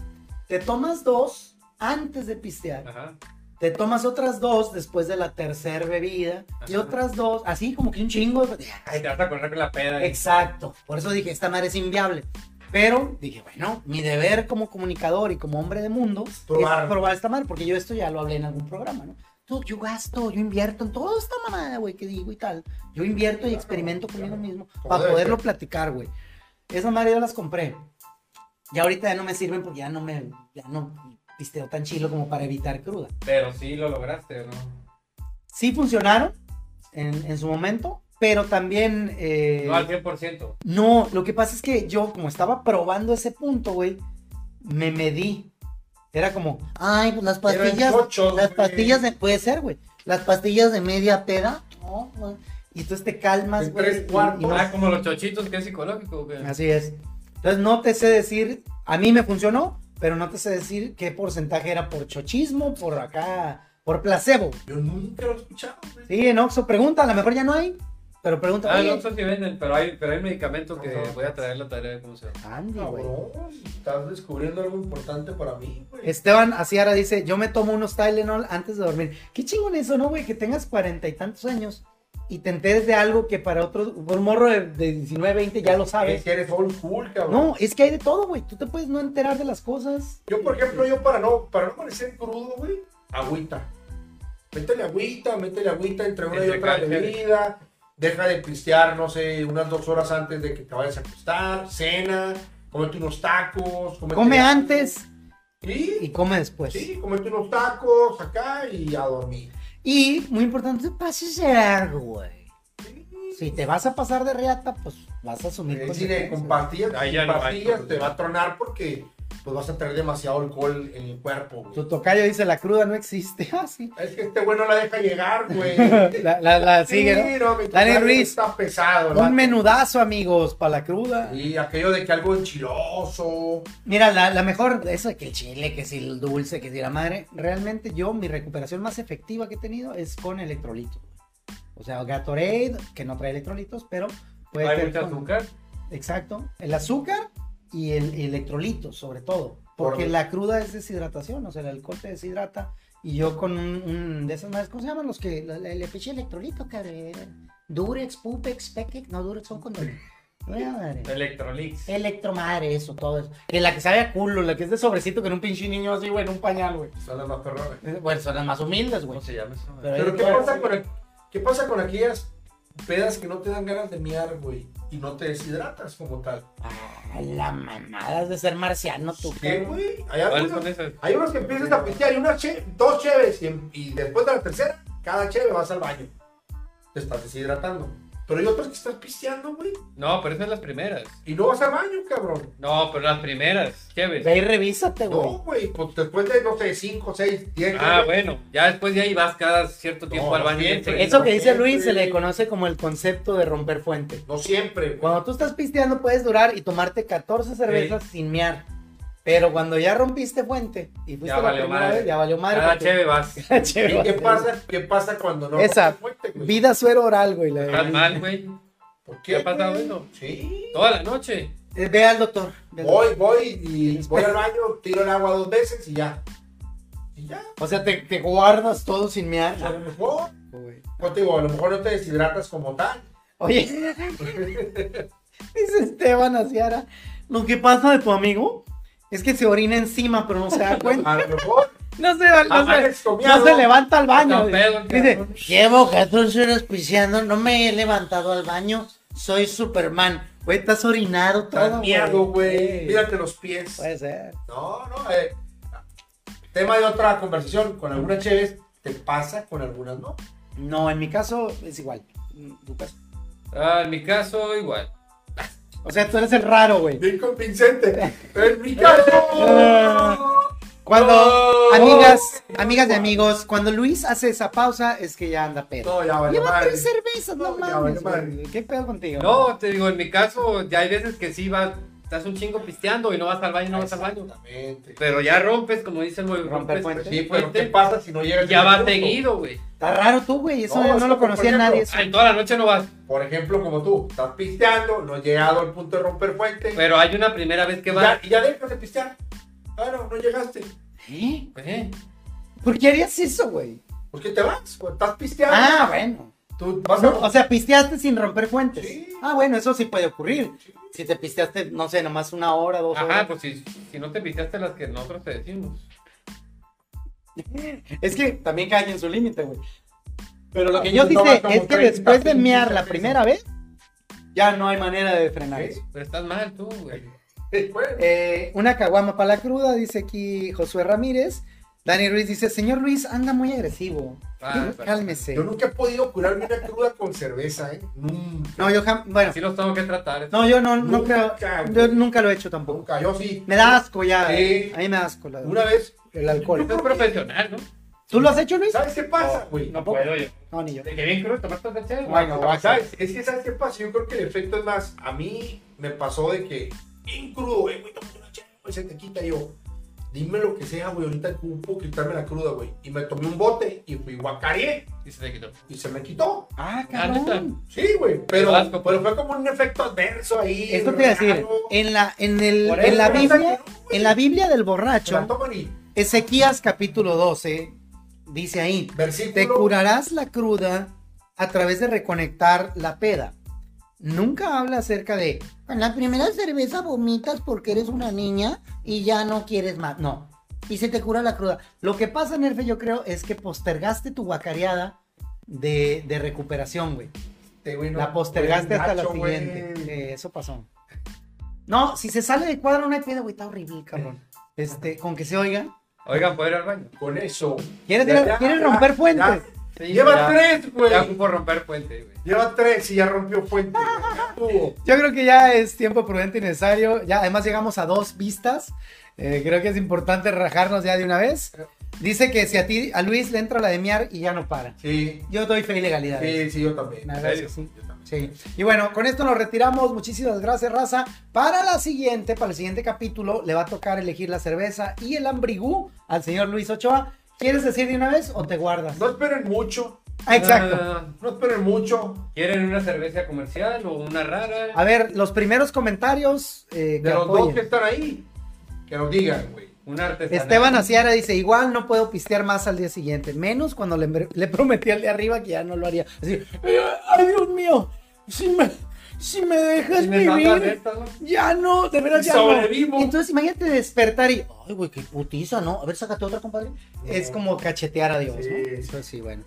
[SPEAKER 1] te tomas dos antes de pistear,
[SPEAKER 3] Ajá.
[SPEAKER 1] te tomas otras dos después de la tercera bebida, y
[SPEAKER 3] Ajá.
[SPEAKER 1] otras dos, así como que un chingo. de-
[SPEAKER 3] Ay, te vas a correr con la peda. y-
[SPEAKER 1] Exacto, por eso dije, esta madre es inviable. Pero dije, bueno, mi deber como comunicador y como hombre de mundo
[SPEAKER 2] Probar.
[SPEAKER 1] es probar esta madre, porque yo esto ya lo hablé en algún programa, ¿no? Tú, yo gasto, yo invierto en toda esta mamada, güey, que digo y tal. Yo invierto y experimento conmigo mismo
[SPEAKER 2] Como
[SPEAKER 1] para
[SPEAKER 2] debe
[SPEAKER 1] poderlo
[SPEAKER 2] ser.
[SPEAKER 1] platicar, güey. Esas madres yo las compré. Y ahorita ya no me sirven porque ya no me. Ya no pisteo tan chilo como para evitar cruda.
[SPEAKER 3] Pero sí lo lograste, ¿o ¿no?
[SPEAKER 1] Sí funcionaron en, en su momento, pero también. eh,
[SPEAKER 3] No al 100%.
[SPEAKER 1] No, lo que pasa es que yo, como estaba probando ese punto, güey, me medí. Era como, ay, pues las
[SPEAKER 2] Pero en
[SPEAKER 1] pastillas.
[SPEAKER 2] chochos,
[SPEAKER 1] las
[SPEAKER 2] güey.
[SPEAKER 1] pastillas de. Puede ser, güey. Las pastillas de media peda. No, güey. Y entonces te calmas,
[SPEAKER 2] En
[SPEAKER 1] güey.
[SPEAKER 2] tres
[SPEAKER 1] y- y
[SPEAKER 2] cuartos.
[SPEAKER 1] no-
[SPEAKER 3] Ah, como los chochitos que es psicológico, güey.
[SPEAKER 1] Así es. Entonces no te sé decir. A mí me funcionó, pero no te sé decir qué porcentaje era por chochismo, por acá, por placebo.
[SPEAKER 2] Yo nunca lo he escuchado, güey.
[SPEAKER 1] Sí, en Oxxo, pregunta, a lo mejor ya no hay, pero pregunta.
[SPEAKER 3] Ah,
[SPEAKER 1] oye,
[SPEAKER 3] no sé si venden, pero hay, pero hay medicamentos que voy a traer la tarea de cómo se llama.
[SPEAKER 1] Andy, güey.
[SPEAKER 2] Cabrón, estás descubriendo algo importante para mí, güey.
[SPEAKER 1] Esteban Aciara dice, yo me tomo unos Tylenol antes de dormir. Qué chingón eso, ¿no, güey? Que tengas cuarenta y tantos años y te enteres de algo que para otros, por morro de, de 19, 20 ya lo
[SPEAKER 2] Es
[SPEAKER 1] sabes.
[SPEAKER 2] que eres old school, cabrón.
[SPEAKER 1] No, es que hay de todo, güey. Tú te puedes no enterar de las cosas.
[SPEAKER 2] Yo, por ejemplo, yo para no, para no parecer crudo, güey, agüita. Métele agüita, métele agüita entre una
[SPEAKER 3] Entre
[SPEAKER 2] y otra
[SPEAKER 3] cada-
[SPEAKER 2] bebida. Deja de pistear, no sé, unas dos horas antes de que te vayas a acostar. Cena, comete unos tacos. cómete-
[SPEAKER 1] Come antes y pues.
[SPEAKER 2] Sí,
[SPEAKER 1] come después.
[SPEAKER 2] Pues sí, comete unos tacos acá y a dormir.
[SPEAKER 1] Y, muy importante, pases de largo, güey. Si te vas a pasar de reata, pues vas a asumir
[SPEAKER 2] El cine con
[SPEAKER 1] consecuencias.
[SPEAKER 2] pastillas,
[SPEAKER 3] Ahí
[SPEAKER 2] sin
[SPEAKER 3] ya no hay
[SPEAKER 2] pastillas te
[SPEAKER 3] problema.
[SPEAKER 2] va a tronar porque pues vas a tener demasiado alcohol en el cuerpo, güey.
[SPEAKER 1] Tu tocayo dice, la cruda no existe. Ah, sí.
[SPEAKER 2] Es que este güey no la deja llegar, güey.
[SPEAKER 1] La, la- la sigue, ¿no?
[SPEAKER 2] Sí, no,
[SPEAKER 1] Dani
[SPEAKER 2] mi tocayo
[SPEAKER 1] Ruiz.
[SPEAKER 2] Está pesado, ¿no?
[SPEAKER 1] Un menudazo, amigos, para la cruda.
[SPEAKER 2] Y aquello de que algo enchiloso.
[SPEAKER 1] Mira, la, la mejor, eso de que el chile, que si el dulce, que si la madre. Realmente yo, mi recuperación más efectiva que he tenido es con electrolitos. O sea, Gatorade, que no trae electrolitos, pero puede
[SPEAKER 3] Hay
[SPEAKER 1] ser
[SPEAKER 3] mucho
[SPEAKER 1] con-
[SPEAKER 3] azúcar.
[SPEAKER 1] Exacto. El azúcar y el y electrolitos, sobre todo. Porque
[SPEAKER 2] Por-
[SPEAKER 1] la cruda es deshidratación, o sea, el alcohol te deshidrata. Y yo con un, un de esas madres, ¿cómo se llaman los que le, le, le pinche electrolito, cabrón? Durex, Pupex, Pequex, no Durex, son condones. Bueno, madre.
[SPEAKER 3] Electrolix.
[SPEAKER 1] Eh. Electromadre, eso, todo eso. Que la que sabe a culo, la que es de sobrecito con un pinche niño así, güey, en un pañal, güey.
[SPEAKER 2] Está la más perrona.
[SPEAKER 1] Eh, Bueno, son las más humildes, güey.
[SPEAKER 3] ¿Cómo se llama eso?
[SPEAKER 1] Pero,
[SPEAKER 2] Pero
[SPEAKER 1] ahí-
[SPEAKER 2] ¿qué pasa, con, ¿qué pasa con aquellas pedas que no te dan ganas de miar, güey? Y no te deshidratas como tal.
[SPEAKER 1] Ah, la mamada es de ser marciano, tú,
[SPEAKER 2] ¿Qué,
[SPEAKER 1] cabrón.
[SPEAKER 2] güey? Hay,
[SPEAKER 3] ¿Cuáles son
[SPEAKER 2] algunos,
[SPEAKER 3] esas?
[SPEAKER 2] hay unos que empiezan a pistear y una che- dos cheves. Y, en- y después de la tercera, cada cheve vas al baño. Te estás deshidratando. Pero hay otros que estás pisteando, güey.
[SPEAKER 3] No, pero esas son las primeras.
[SPEAKER 2] Y no vas al baño, cabrón.
[SPEAKER 3] No, pero las primeras.
[SPEAKER 1] Ve
[SPEAKER 3] Chévere.
[SPEAKER 1] ahí revísate, güey.
[SPEAKER 2] No, güey. Pues después de, no sé, 5, 6, 10.
[SPEAKER 3] Ah, bueno. Ya después de ahí vas cada cierto tiempo
[SPEAKER 2] No,
[SPEAKER 3] al baño.
[SPEAKER 2] siempre.
[SPEAKER 1] Eso que dice
[SPEAKER 2] Siempre.
[SPEAKER 1] Luis se le conoce como el concepto de romper fuente.
[SPEAKER 2] No siempre, güey.
[SPEAKER 1] Cuando tú estás pisteando puedes durar y tomarte 14 cervezas sin mear. Pero cuando ya rompiste fuente y fuiste
[SPEAKER 3] Ya
[SPEAKER 1] la
[SPEAKER 3] valió
[SPEAKER 1] primera
[SPEAKER 3] madre.
[SPEAKER 1] vez, ya valió madre.
[SPEAKER 3] Cada
[SPEAKER 1] porque-
[SPEAKER 3] chévere vas.
[SPEAKER 1] La cheve
[SPEAKER 2] ¿Y
[SPEAKER 1] va a
[SPEAKER 2] qué
[SPEAKER 1] ser-
[SPEAKER 2] pasa, qué pasa cuando no
[SPEAKER 1] Esa,
[SPEAKER 2] rompes fuente, güey?
[SPEAKER 1] Vida suero oral, güey. la
[SPEAKER 3] Estás
[SPEAKER 1] verdad.
[SPEAKER 3] mal, güey.
[SPEAKER 2] ¿Por
[SPEAKER 3] ¿Te ha pasado
[SPEAKER 2] güey?
[SPEAKER 3] eso?
[SPEAKER 2] Sí.
[SPEAKER 3] Toda la noche.
[SPEAKER 1] Eh, Ve al doctor. ve al
[SPEAKER 2] Voy, voy y voy al baño, tiro el agua dos veces y ya. Y ya.
[SPEAKER 1] doctor. O sea, te, te guardas todo sin mear.
[SPEAKER 2] A lo mejor,
[SPEAKER 1] güey.
[SPEAKER 2] no te digo, a lo mejor no te deshidratas como tal.
[SPEAKER 1] Oye, dice Esteban Aciara, lo que pasa de tu amigo es que se orina encima, pero no se da cuenta.
[SPEAKER 2] A lo mejor.
[SPEAKER 1] No se, no se-
[SPEAKER 2] amaneces
[SPEAKER 1] no
[SPEAKER 2] comiado.
[SPEAKER 1] se levanta al baño.
[SPEAKER 3] No, pedo,
[SPEAKER 1] dice,
[SPEAKER 3] cabrón.
[SPEAKER 1] llevo 14 horas piseando, no me he levantado al baño, soy Superman. Güey, estás orinado todo,
[SPEAKER 2] Estás miado,
[SPEAKER 1] güey.
[SPEAKER 2] güey.
[SPEAKER 1] Sí.
[SPEAKER 2] Mírate los pies.
[SPEAKER 1] Puede ser.
[SPEAKER 2] No, no. eh, Tema de otra conversación. Con algunas cheves te pasa, con algunas no.
[SPEAKER 1] No, en mi caso es igual. Mm, Tu caso.
[SPEAKER 3] Ah, en mi caso, igual.
[SPEAKER 1] O sea, tú eres el raro, güey.
[SPEAKER 2] Bien convincente. En mi caso.
[SPEAKER 1] Cuando,
[SPEAKER 2] Oh.
[SPEAKER 1] amigas, amigas de amigos, cuando Luis hace esa pausa es que ya anda pedo.
[SPEAKER 2] No, ya vale,
[SPEAKER 1] Lleva
[SPEAKER 2] madre.
[SPEAKER 1] tres cervezas, no,
[SPEAKER 2] No, ya
[SPEAKER 1] mames.
[SPEAKER 2] valió
[SPEAKER 1] güey.
[SPEAKER 2] madre.
[SPEAKER 1] ¿Qué pedo contigo?
[SPEAKER 3] No, te digo, en mi caso, ya hay veces que sí vas, estás un chingo pisteando y no vas al baño, no vas al baño.
[SPEAKER 2] Exactamente.
[SPEAKER 3] Pero ya rompes, como dice el güey,
[SPEAKER 1] Romper
[SPEAKER 3] rompes.
[SPEAKER 1] fuente.
[SPEAKER 2] Sí, pues, pero ¿qué
[SPEAKER 3] fuente,
[SPEAKER 2] pasa si no llegas?
[SPEAKER 3] Ya
[SPEAKER 2] al
[SPEAKER 3] va
[SPEAKER 2] punto?
[SPEAKER 3] seguido, güey.
[SPEAKER 1] Está raro tú, güey. Eso
[SPEAKER 2] No,
[SPEAKER 1] no, lo
[SPEAKER 2] es que, por
[SPEAKER 1] conocía
[SPEAKER 2] ejemplo,
[SPEAKER 1] nadie. eso.
[SPEAKER 3] Ay, toda la noche no vas.
[SPEAKER 2] Por ejemplo, como tú, estás pisteando, no has llegado al punto de romper fuente.
[SPEAKER 3] Pero hay una primera vez que
[SPEAKER 2] y, ya,
[SPEAKER 3] vas.
[SPEAKER 2] y ya dejas de pistear. Ah, no, no llegaste.
[SPEAKER 1] ¿Eh?
[SPEAKER 3] Eh,
[SPEAKER 1] ¿Por qué harías eso, güey?
[SPEAKER 2] ¿Por qué te vas? Pues estás pisteando.
[SPEAKER 1] Ah, bueno.
[SPEAKER 2] Tú vas a...
[SPEAKER 1] No, o sea, pisteaste sin romper fuentes.
[SPEAKER 2] Sí.
[SPEAKER 1] Ah, bueno, eso sí puede ocurrir. Si te pisteaste, no sé, nomás una hora, dos
[SPEAKER 3] Ajá,
[SPEAKER 1] horas.
[SPEAKER 3] pues si, si no te pisteaste las que nosotros te decimos.
[SPEAKER 1] Es que también cae en su límite, güey. Pero lo
[SPEAKER 2] Ah,
[SPEAKER 1] que
[SPEAKER 2] pues
[SPEAKER 1] yo
[SPEAKER 2] tú tomas
[SPEAKER 1] hice
[SPEAKER 2] como
[SPEAKER 1] es que
[SPEAKER 2] 30
[SPEAKER 1] después de
[SPEAKER 2] pinches
[SPEAKER 1] mear la
[SPEAKER 2] cervezas.
[SPEAKER 1] primera vez, Ya no hay manera de frenar eso.
[SPEAKER 3] Pero pues estás mal tú, güey.
[SPEAKER 1] Eh, una caguama para la cruda, dice aquí Josué Ramírez. Dani Ruiz dice, señor Ruiz, anda muy agresivo.
[SPEAKER 3] Ah, pero-
[SPEAKER 1] Cálmese.
[SPEAKER 2] Yo nunca he podido curarme una cruda con cerveza, ¿eh? Nunca.
[SPEAKER 1] No, yo jam- bueno,
[SPEAKER 3] Así los tengo que tratar.
[SPEAKER 1] no, yo no, no creo,
[SPEAKER 2] Nunca,
[SPEAKER 1] yo nunca lo he hecho tampoco.
[SPEAKER 2] Nunca, yo sí.
[SPEAKER 1] Me da asco ya, eh.
[SPEAKER 2] Sí.
[SPEAKER 1] a mí me da asco la-
[SPEAKER 2] Una vez,
[SPEAKER 1] el alcohol.
[SPEAKER 3] Tú eres profesional, ¿no?
[SPEAKER 1] ¿Tú lo has hecho, Luis?
[SPEAKER 2] ¿sabes qué pasa, güey?
[SPEAKER 3] No puedo yo.
[SPEAKER 1] No, ni yo.
[SPEAKER 3] De que bien crudo tomarte el chela.
[SPEAKER 1] Bueno,
[SPEAKER 2] Ah, ¿sabes? Es que, ¿sabes qué pasa? Yo creo que el efecto es más. A mí me pasó de que, bien crudo, güey, güey, tómate una chela, güey, se te quita. Y yo, dime lo que sea, güey, ahorita ocupo quitarme la cruda, güey. Y me tomé un bote y fui guacaré
[SPEAKER 3] Y se te quitó.
[SPEAKER 2] y se me quitó.
[SPEAKER 1] Ah,
[SPEAKER 3] Ah, neta.
[SPEAKER 1] cabrón.
[SPEAKER 2] Sí, güey, pero,
[SPEAKER 3] Qué asco, pues.
[SPEAKER 2] pero fue como un efecto adverso ahí.
[SPEAKER 1] Esto te iba a decir,
[SPEAKER 2] raro.
[SPEAKER 1] en la, en el,
[SPEAKER 2] Por
[SPEAKER 1] en
[SPEAKER 2] eso,
[SPEAKER 1] la
[SPEAKER 2] pero
[SPEAKER 1] Biblia,
[SPEAKER 2] está que no,
[SPEAKER 1] en la
[SPEAKER 2] güey.
[SPEAKER 1] Biblia del
[SPEAKER 2] Se la
[SPEAKER 1] borracho,
[SPEAKER 2] toman y
[SPEAKER 1] Ezequías capítulo 12, dice ahí,
[SPEAKER 2] versículo.
[SPEAKER 1] Te curarás la cruda a través de reconectar la peda. Nunca habla acerca de
[SPEAKER 14] Con la primera cerveza vomitas porque eres una niña y ya no quieres más.
[SPEAKER 1] no. Y se te cura la cruda. Lo que pasa, Nerfe, yo creo, es que postergaste tu guacareada de, de recuperación, güey.
[SPEAKER 2] Este, güey, no,
[SPEAKER 1] La postergaste
[SPEAKER 2] güey,
[SPEAKER 1] hasta la
[SPEAKER 2] gacho, güey.
[SPEAKER 1] siguiente. Eh, eso pasó. No, si se sale de cuadro, no hay pedo, güey. Está horrible, cabrón.
[SPEAKER 2] Eh.
[SPEAKER 1] Este, con que se oiga.
[SPEAKER 3] Oigan, ¿puedo ir al baño?
[SPEAKER 2] Con eso.
[SPEAKER 1] ¿Quieres,
[SPEAKER 2] Ya,
[SPEAKER 1] tirar-
[SPEAKER 2] ya,
[SPEAKER 1] ¿quieres
[SPEAKER 2] ya,
[SPEAKER 1] romper
[SPEAKER 2] ya.
[SPEAKER 1] puentes?
[SPEAKER 3] Sí,
[SPEAKER 2] Lleva
[SPEAKER 3] ya-
[SPEAKER 2] tres, güey.
[SPEAKER 3] Ya ocupo romper puente, güey.
[SPEAKER 2] Lleva tres y ya rompió puente. güey. Ya estuvo.
[SPEAKER 1] Yo creo que ya es tiempo prudente y necesario. Ya además llegamos a dos vistas. Eh, creo que es importante rajarnos ya de una vez. Dice que si a ti, a Luis le entra la de miar y ya no para.
[SPEAKER 2] Sí.
[SPEAKER 1] Yo doy fe y legalidad.
[SPEAKER 2] Sí, sí, yo también.
[SPEAKER 1] La
[SPEAKER 2] Yo
[SPEAKER 1] verdad es que sí.
[SPEAKER 2] también.
[SPEAKER 1] Sí. Y bueno, con esto nos retiramos. Muchísimas gracias, raza. Para la siguiente, para el siguiente capítulo, le va a tocar elegir la cerveza y el ambrigú al señor Luis Ochoa. ¿Quieres decir de una vez o te guardas?
[SPEAKER 2] No esperen mucho,
[SPEAKER 1] Ah, exacto.
[SPEAKER 3] Ah,
[SPEAKER 2] no esperen mucho.
[SPEAKER 3] ¿Quieren una cerveza comercial o una rara?
[SPEAKER 1] A ver, los primeros comentarios eh, Ah, que
[SPEAKER 2] De los dos
[SPEAKER 1] apoyen.
[SPEAKER 2] que están ahí, que nos digan, güey.
[SPEAKER 3] Una artesanal.
[SPEAKER 1] Esteban Aciara dice, igual no puedo pistear más al día siguiente, menos cuando le, le prometí al de arriba que ya no lo haría. Así, "Eh,
[SPEAKER 15] Ay, Dios mío. Si me, si me dejas
[SPEAKER 3] ¿Tienes tantas de
[SPEAKER 15] vivir,
[SPEAKER 3] estas, no?
[SPEAKER 15] ya no, de veras
[SPEAKER 2] Y
[SPEAKER 15] ya no.
[SPEAKER 2] sobrevivo.
[SPEAKER 1] entonces imagínate despertar y
[SPEAKER 14] Ay, güey, qué putiza, ¿no? A ver, sácate otra, compadre.
[SPEAKER 1] es como cachetear a Dios, ¿no?
[SPEAKER 2] Eh, Sí.
[SPEAKER 1] Eso sí, bueno.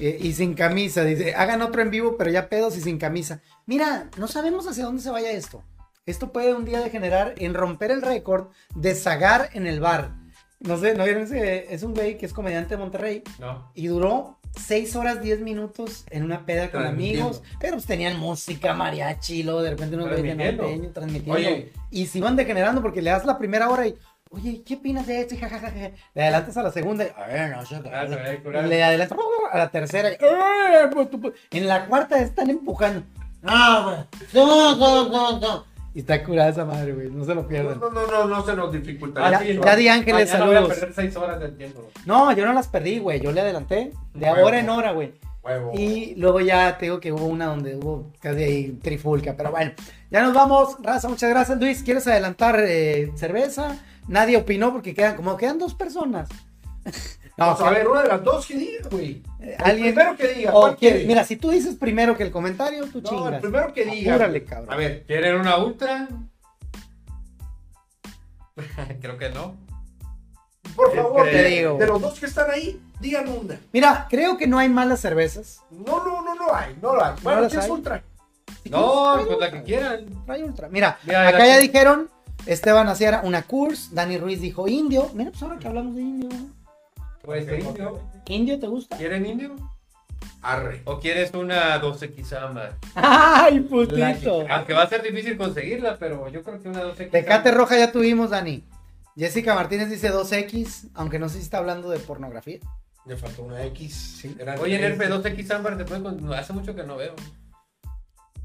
[SPEAKER 1] Eh, Y, sin camisa, dice, hagan otro en vivo, pero ya pedos y sin camisa.
[SPEAKER 14] Mira,
[SPEAKER 1] No sabemos hacia dónde se vaya esto. Esto puede un día degenerar en romper el récord de zagar en el bar. No sé, ¿no vieron ese? Es un güey que es comediante de Monterrey
[SPEAKER 3] No.
[SPEAKER 1] y duró 6 horas 10 minutos en una peda con
[SPEAKER 2] Transmitiendo.
[SPEAKER 1] amigos, pero pues tenían música, mariachi, luego de repente unos güeyes de
[SPEAKER 3] Transmitiendo.
[SPEAKER 1] norteño transmitiendo.
[SPEAKER 2] Oye,
[SPEAKER 1] Y si van degenerando porque le das la primera hora y, oye, ¿qué opinas de esto? Y ja, ja, ja, ja. Le adelantas a la segunda y, a ver, no sé qué".
[SPEAKER 3] Ah, se va a curar.
[SPEAKER 1] Le adelantas a la tercera y, "Eh, pues, tú, pues". en la cuarta están empujando.
[SPEAKER 14] Ah, güey. No, no, no, no.
[SPEAKER 1] Y está curada esa madre, güey, no se lo
[SPEAKER 2] no,
[SPEAKER 1] pierdan.
[SPEAKER 2] no, no, no, no se nos dificulta.
[SPEAKER 1] Ah,
[SPEAKER 3] sí,
[SPEAKER 1] ya,
[SPEAKER 3] no.
[SPEAKER 1] ya di Ángeles,
[SPEAKER 3] Mañana voy a
[SPEAKER 1] saludos.
[SPEAKER 3] perder seis horas del tiempo.
[SPEAKER 1] No, yo no las perdí, güey, yo le adelanté de
[SPEAKER 2] Huevo.
[SPEAKER 1] ahora en hora, güey.
[SPEAKER 2] Huevo.
[SPEAKER 1] Y luego ya te digo que hubo una donde hubo casi ahí trifulca, pero bueno, ya nos vamos, Raza, muchas gracias. Luis, ¿quieres adelantar eh, cerveza? Nadie opinó porque quedan como quedan dos personas. no,
[SPEAKER 2] Vamos a ver, una de las dos que diga, güey.
[SPEAKER 1] eh,
[SPEAKER 2] El
[SPEAKER 1] alguien.
[SPEAKER 2] primero que diga.
[SPEAKER 1] o
[SPEAKER 2] ¿cuál
[SPEAKER 1] quieres-
[SPEAKER 2] quiere?
[SPEAKER 1] mira, si tú dices primero que el comentario, tú
[SPEAKER 2] no, el
[SPEAKER 1] chingas.
[SPEAKER 2] primero que diga.
[SPEAKER 1] Apúrale,
[SPEAKER 2] güey.
[SPEAKER 1] cabrón.
[SPEAKER 2] A ver,
[SPEAKER 3] ¿Quieren una ultra? Creo que no.
[SPEAKER 2] por
[SPEAKER 3] Este,
[SPEAKER 2] favor,
[SPEAKER 3] te
[SPEAKER 2] de,
[SPEAKER 1] digo.
[SPEAKER 2] de los dos que están ahí, digan una.
[SPEAKER 1] Mira, creo que no hay malas cervezas.
[SPEAKER 2] No, no, no, no hay, no lo hay. Bueno,
[SPEAKER 1] las
[SPEAKER 2] ¿qué es
[SPEAKER 1] hay?
[SPEAKER 2] ultra?
[SPEAKER 3] No, pues la que quieran.
[SPEAKER 1] No hay ultra. Mira,
[SPEAKER 3] Mira,
[SPEAKER 1] acá
[SPEAKER 3] la
[SPEAKER 1] ya
[SPEAKER 3] que-
[SPEAKER 1] dijeron, Esteban Aciara, una Curse, Dani Ruiz dijo indio. Mira, pues ahora que hablamos de indio.
[SPEAKER 3] Pues
[SPEAKER 2] Ok,
[SPEAKER 3] indio.
[SPEAKER 1] ¿Indio te gusta?
[SPEAKER 3] ¿Quieren indio?
[SPEAKER 2] Arre.
[SPEAKER 3] ¿O quieres una 12 quizá más?
[SPEAKER 1] ¡Ay,
[SPEAKER 3] La-
[SPEAKER 1] putito!
[SPEAKER 3] Aunque va a ser difícil conseguirla, pero yo creo que una 12 quizá.
[SPEAKER 1] Tecate roja ya tuvimos, Dani. Jessica Martínez dice 2X, aunque no sé si está hablando de pornografía.
[SPEAKER 2] Le faltó una X.
[SPEAKER 1] Sí.
[SPEAKER 2] Eran
[SPEAKER 3] Oye,
[SPEAKER 2] tres.
[SPEAKER 3] Nerfe, 12 quizá más, después con- hace mucho que no veo.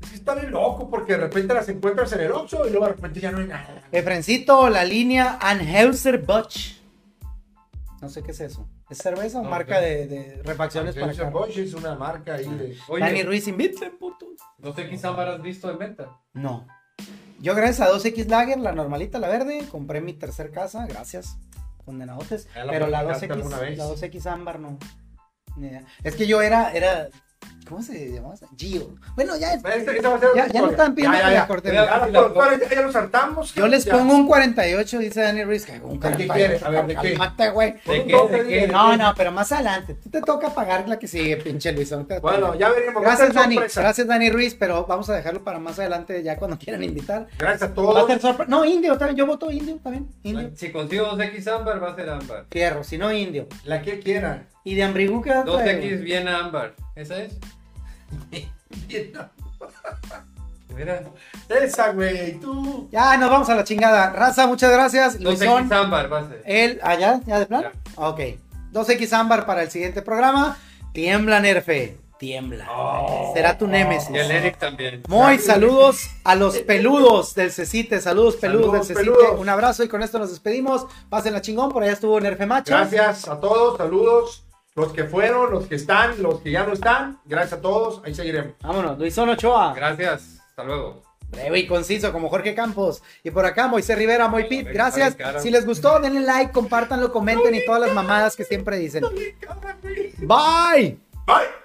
[SPEAKER 2] Sí, está bien loco porque de repente las encuentras en el Oxxo y luego de repente ya no hay nada.
[SPEAKER 1] Efrencito, la línea Anheuser Butch. No sé qué es eso. ¿Es cerveza o
[SPEAKER 3] No,
[SPEAKER 1] marca
[SPEAKER 3] ok.
[SPEAKER 1] de, de refacciones para
[SPEAKER 2] Anheuser
[SPEAKER 1] carros?
[SPEAKER 2] Busch es una marca ahí de.
[SPEAKER 1] Dani
[SPEAKER 3] Oye,
[SPEAKER 1] Ruiz, invítame, puto.
[SPEAKER 3] 12 quizá más has visto en venta.
[SPEAKER 1] No. Yo gracias a 2X Lager, la normalita, la verde, compré mi tercer casa, gracias, condenadotes.
[SPEAKER 2] Ya la
[SPEAKER 1] pero la
[SPEAKER 2] platicaste alguna
[SPEAKER 1] 2X,
[SPEAKER 2] vez.
[SPEAKER 1] la 2X ámbar no. Ni idea. Es que yo era, era ¿Cómo se llamaba? esa? Gio. Bueno, ya,
[SPEAKER 2] Esta- esta Este, va a ser
[SPEAKER 1] ya, ya no están pidiendo
[SPEAKER 2] Ya,
[SPEAKER 1] que
[SPEAKER 2] ya,
[SPEAKER 1] la cortemos.
[SPEAKER 2] ya. Ya, la- ya- ya los hartamos.
[SPEAKER 1] Yo les
[SPEAKER 2] ya.
[SPEAKER 1] pongo un 48, dice Dani Ruiz. Que un
[SPEAKER 2] ¿De qué
[SPEAKER 1] 48,
[SPEAKER 2] quieres? A ver, ¿de qué?
[SPEAKER 1] cálmate, güey.
[SPEAKER 2] Con un
[SPEAKER 3] ¿De qué?
[SPEAKER 2] doce,
[SPEAKER 3] ¿De qué?
[SPEAKER 2] dije,
[SPEAKER 1] No, no, pero más adelante. Tú te toca pagar la que sigue, pinche Luis. ahorita te-
[SPEAKER 2] Bueno, ya veremos. va a
[SPEAKER 1] Gracias,
[SPEAKER 2] ser
[SPEAKER 1] Dani.
[SPEAKER 2] sorpresa.
[SPEAKER 1] Gracias, Dani Ruiz, pero vamos a dejarlo para más adelante, ya cuando quieran invitar.
[SPEAKER 2] Gracias a
[SPEAKER 1] Va a
[SPEAKER 2] todos.
[SPEAKER 1] ser sorpresa. No, indio también. Yo voto indio también. Indio.
[SPEAKER 3] Si consigo 2X ámbar, va a ser ámbar.
[SPEAKER 1] Fierro, si no indio.
[SPEAKER 2] La que quieran.
[SPEAKER 1] Y de pues, Ambrigú, ¿qué vas a traer, güey?
[SPEAKER 3] 2X bien ámbar. ¿Esa es? Mira.
[SPEAKER 2] Esa, güey. Tú.
[SPEAKER 1] Ya, nos vamos a la chingada. Raza, muchas gracias. Luisón,
[SPEAKER 3] 2X ámbar va a ser.
[SPEAKER 1] él, allá, ya de plano. Ok. 2X ámbar para el siguiente programa. Tiembla, Nerfe. Tiembla.
[SPEAKER 2] Oh.
[SPEAKER 1] Será tu némesis.
[SPEAKER 3] Y el Eric también.
[SPEAKER 1] Muy saludos a los peludos del Cecite. Saludos peludos
[SPEAKER 2] Saludos,
[SPEAKER 1] del Cecite.
[SPEAKER 2] peludos.
[SPEAKER 1] Un abrazo y con esto nos despedimos. Pásenla chingón. Por allá estuvo Nerfe Macho.
[SPEAKER 2] Gracias a todos. Saludos. Los que fueron, los que están, los que ya no están. Gracias a todos. Ahí seguiremos.
[SPEAKER 1] Vámonos. Luisón Ochoa.
[SPEAKER 3] Gracias. Hasta luego.
[SPEAKER 1] Breve y conciso, como Jorge Campos. Y por acá, Moisés Rivera, Moy Pit. Gracias.
[SPEAKER 3] Cara.
[SPEAKER 1] Si les gustó, denle like, compártanlo, comenten y todas las mamadas que siempre dicen. Bye.
[SPEAKER 2] Bye.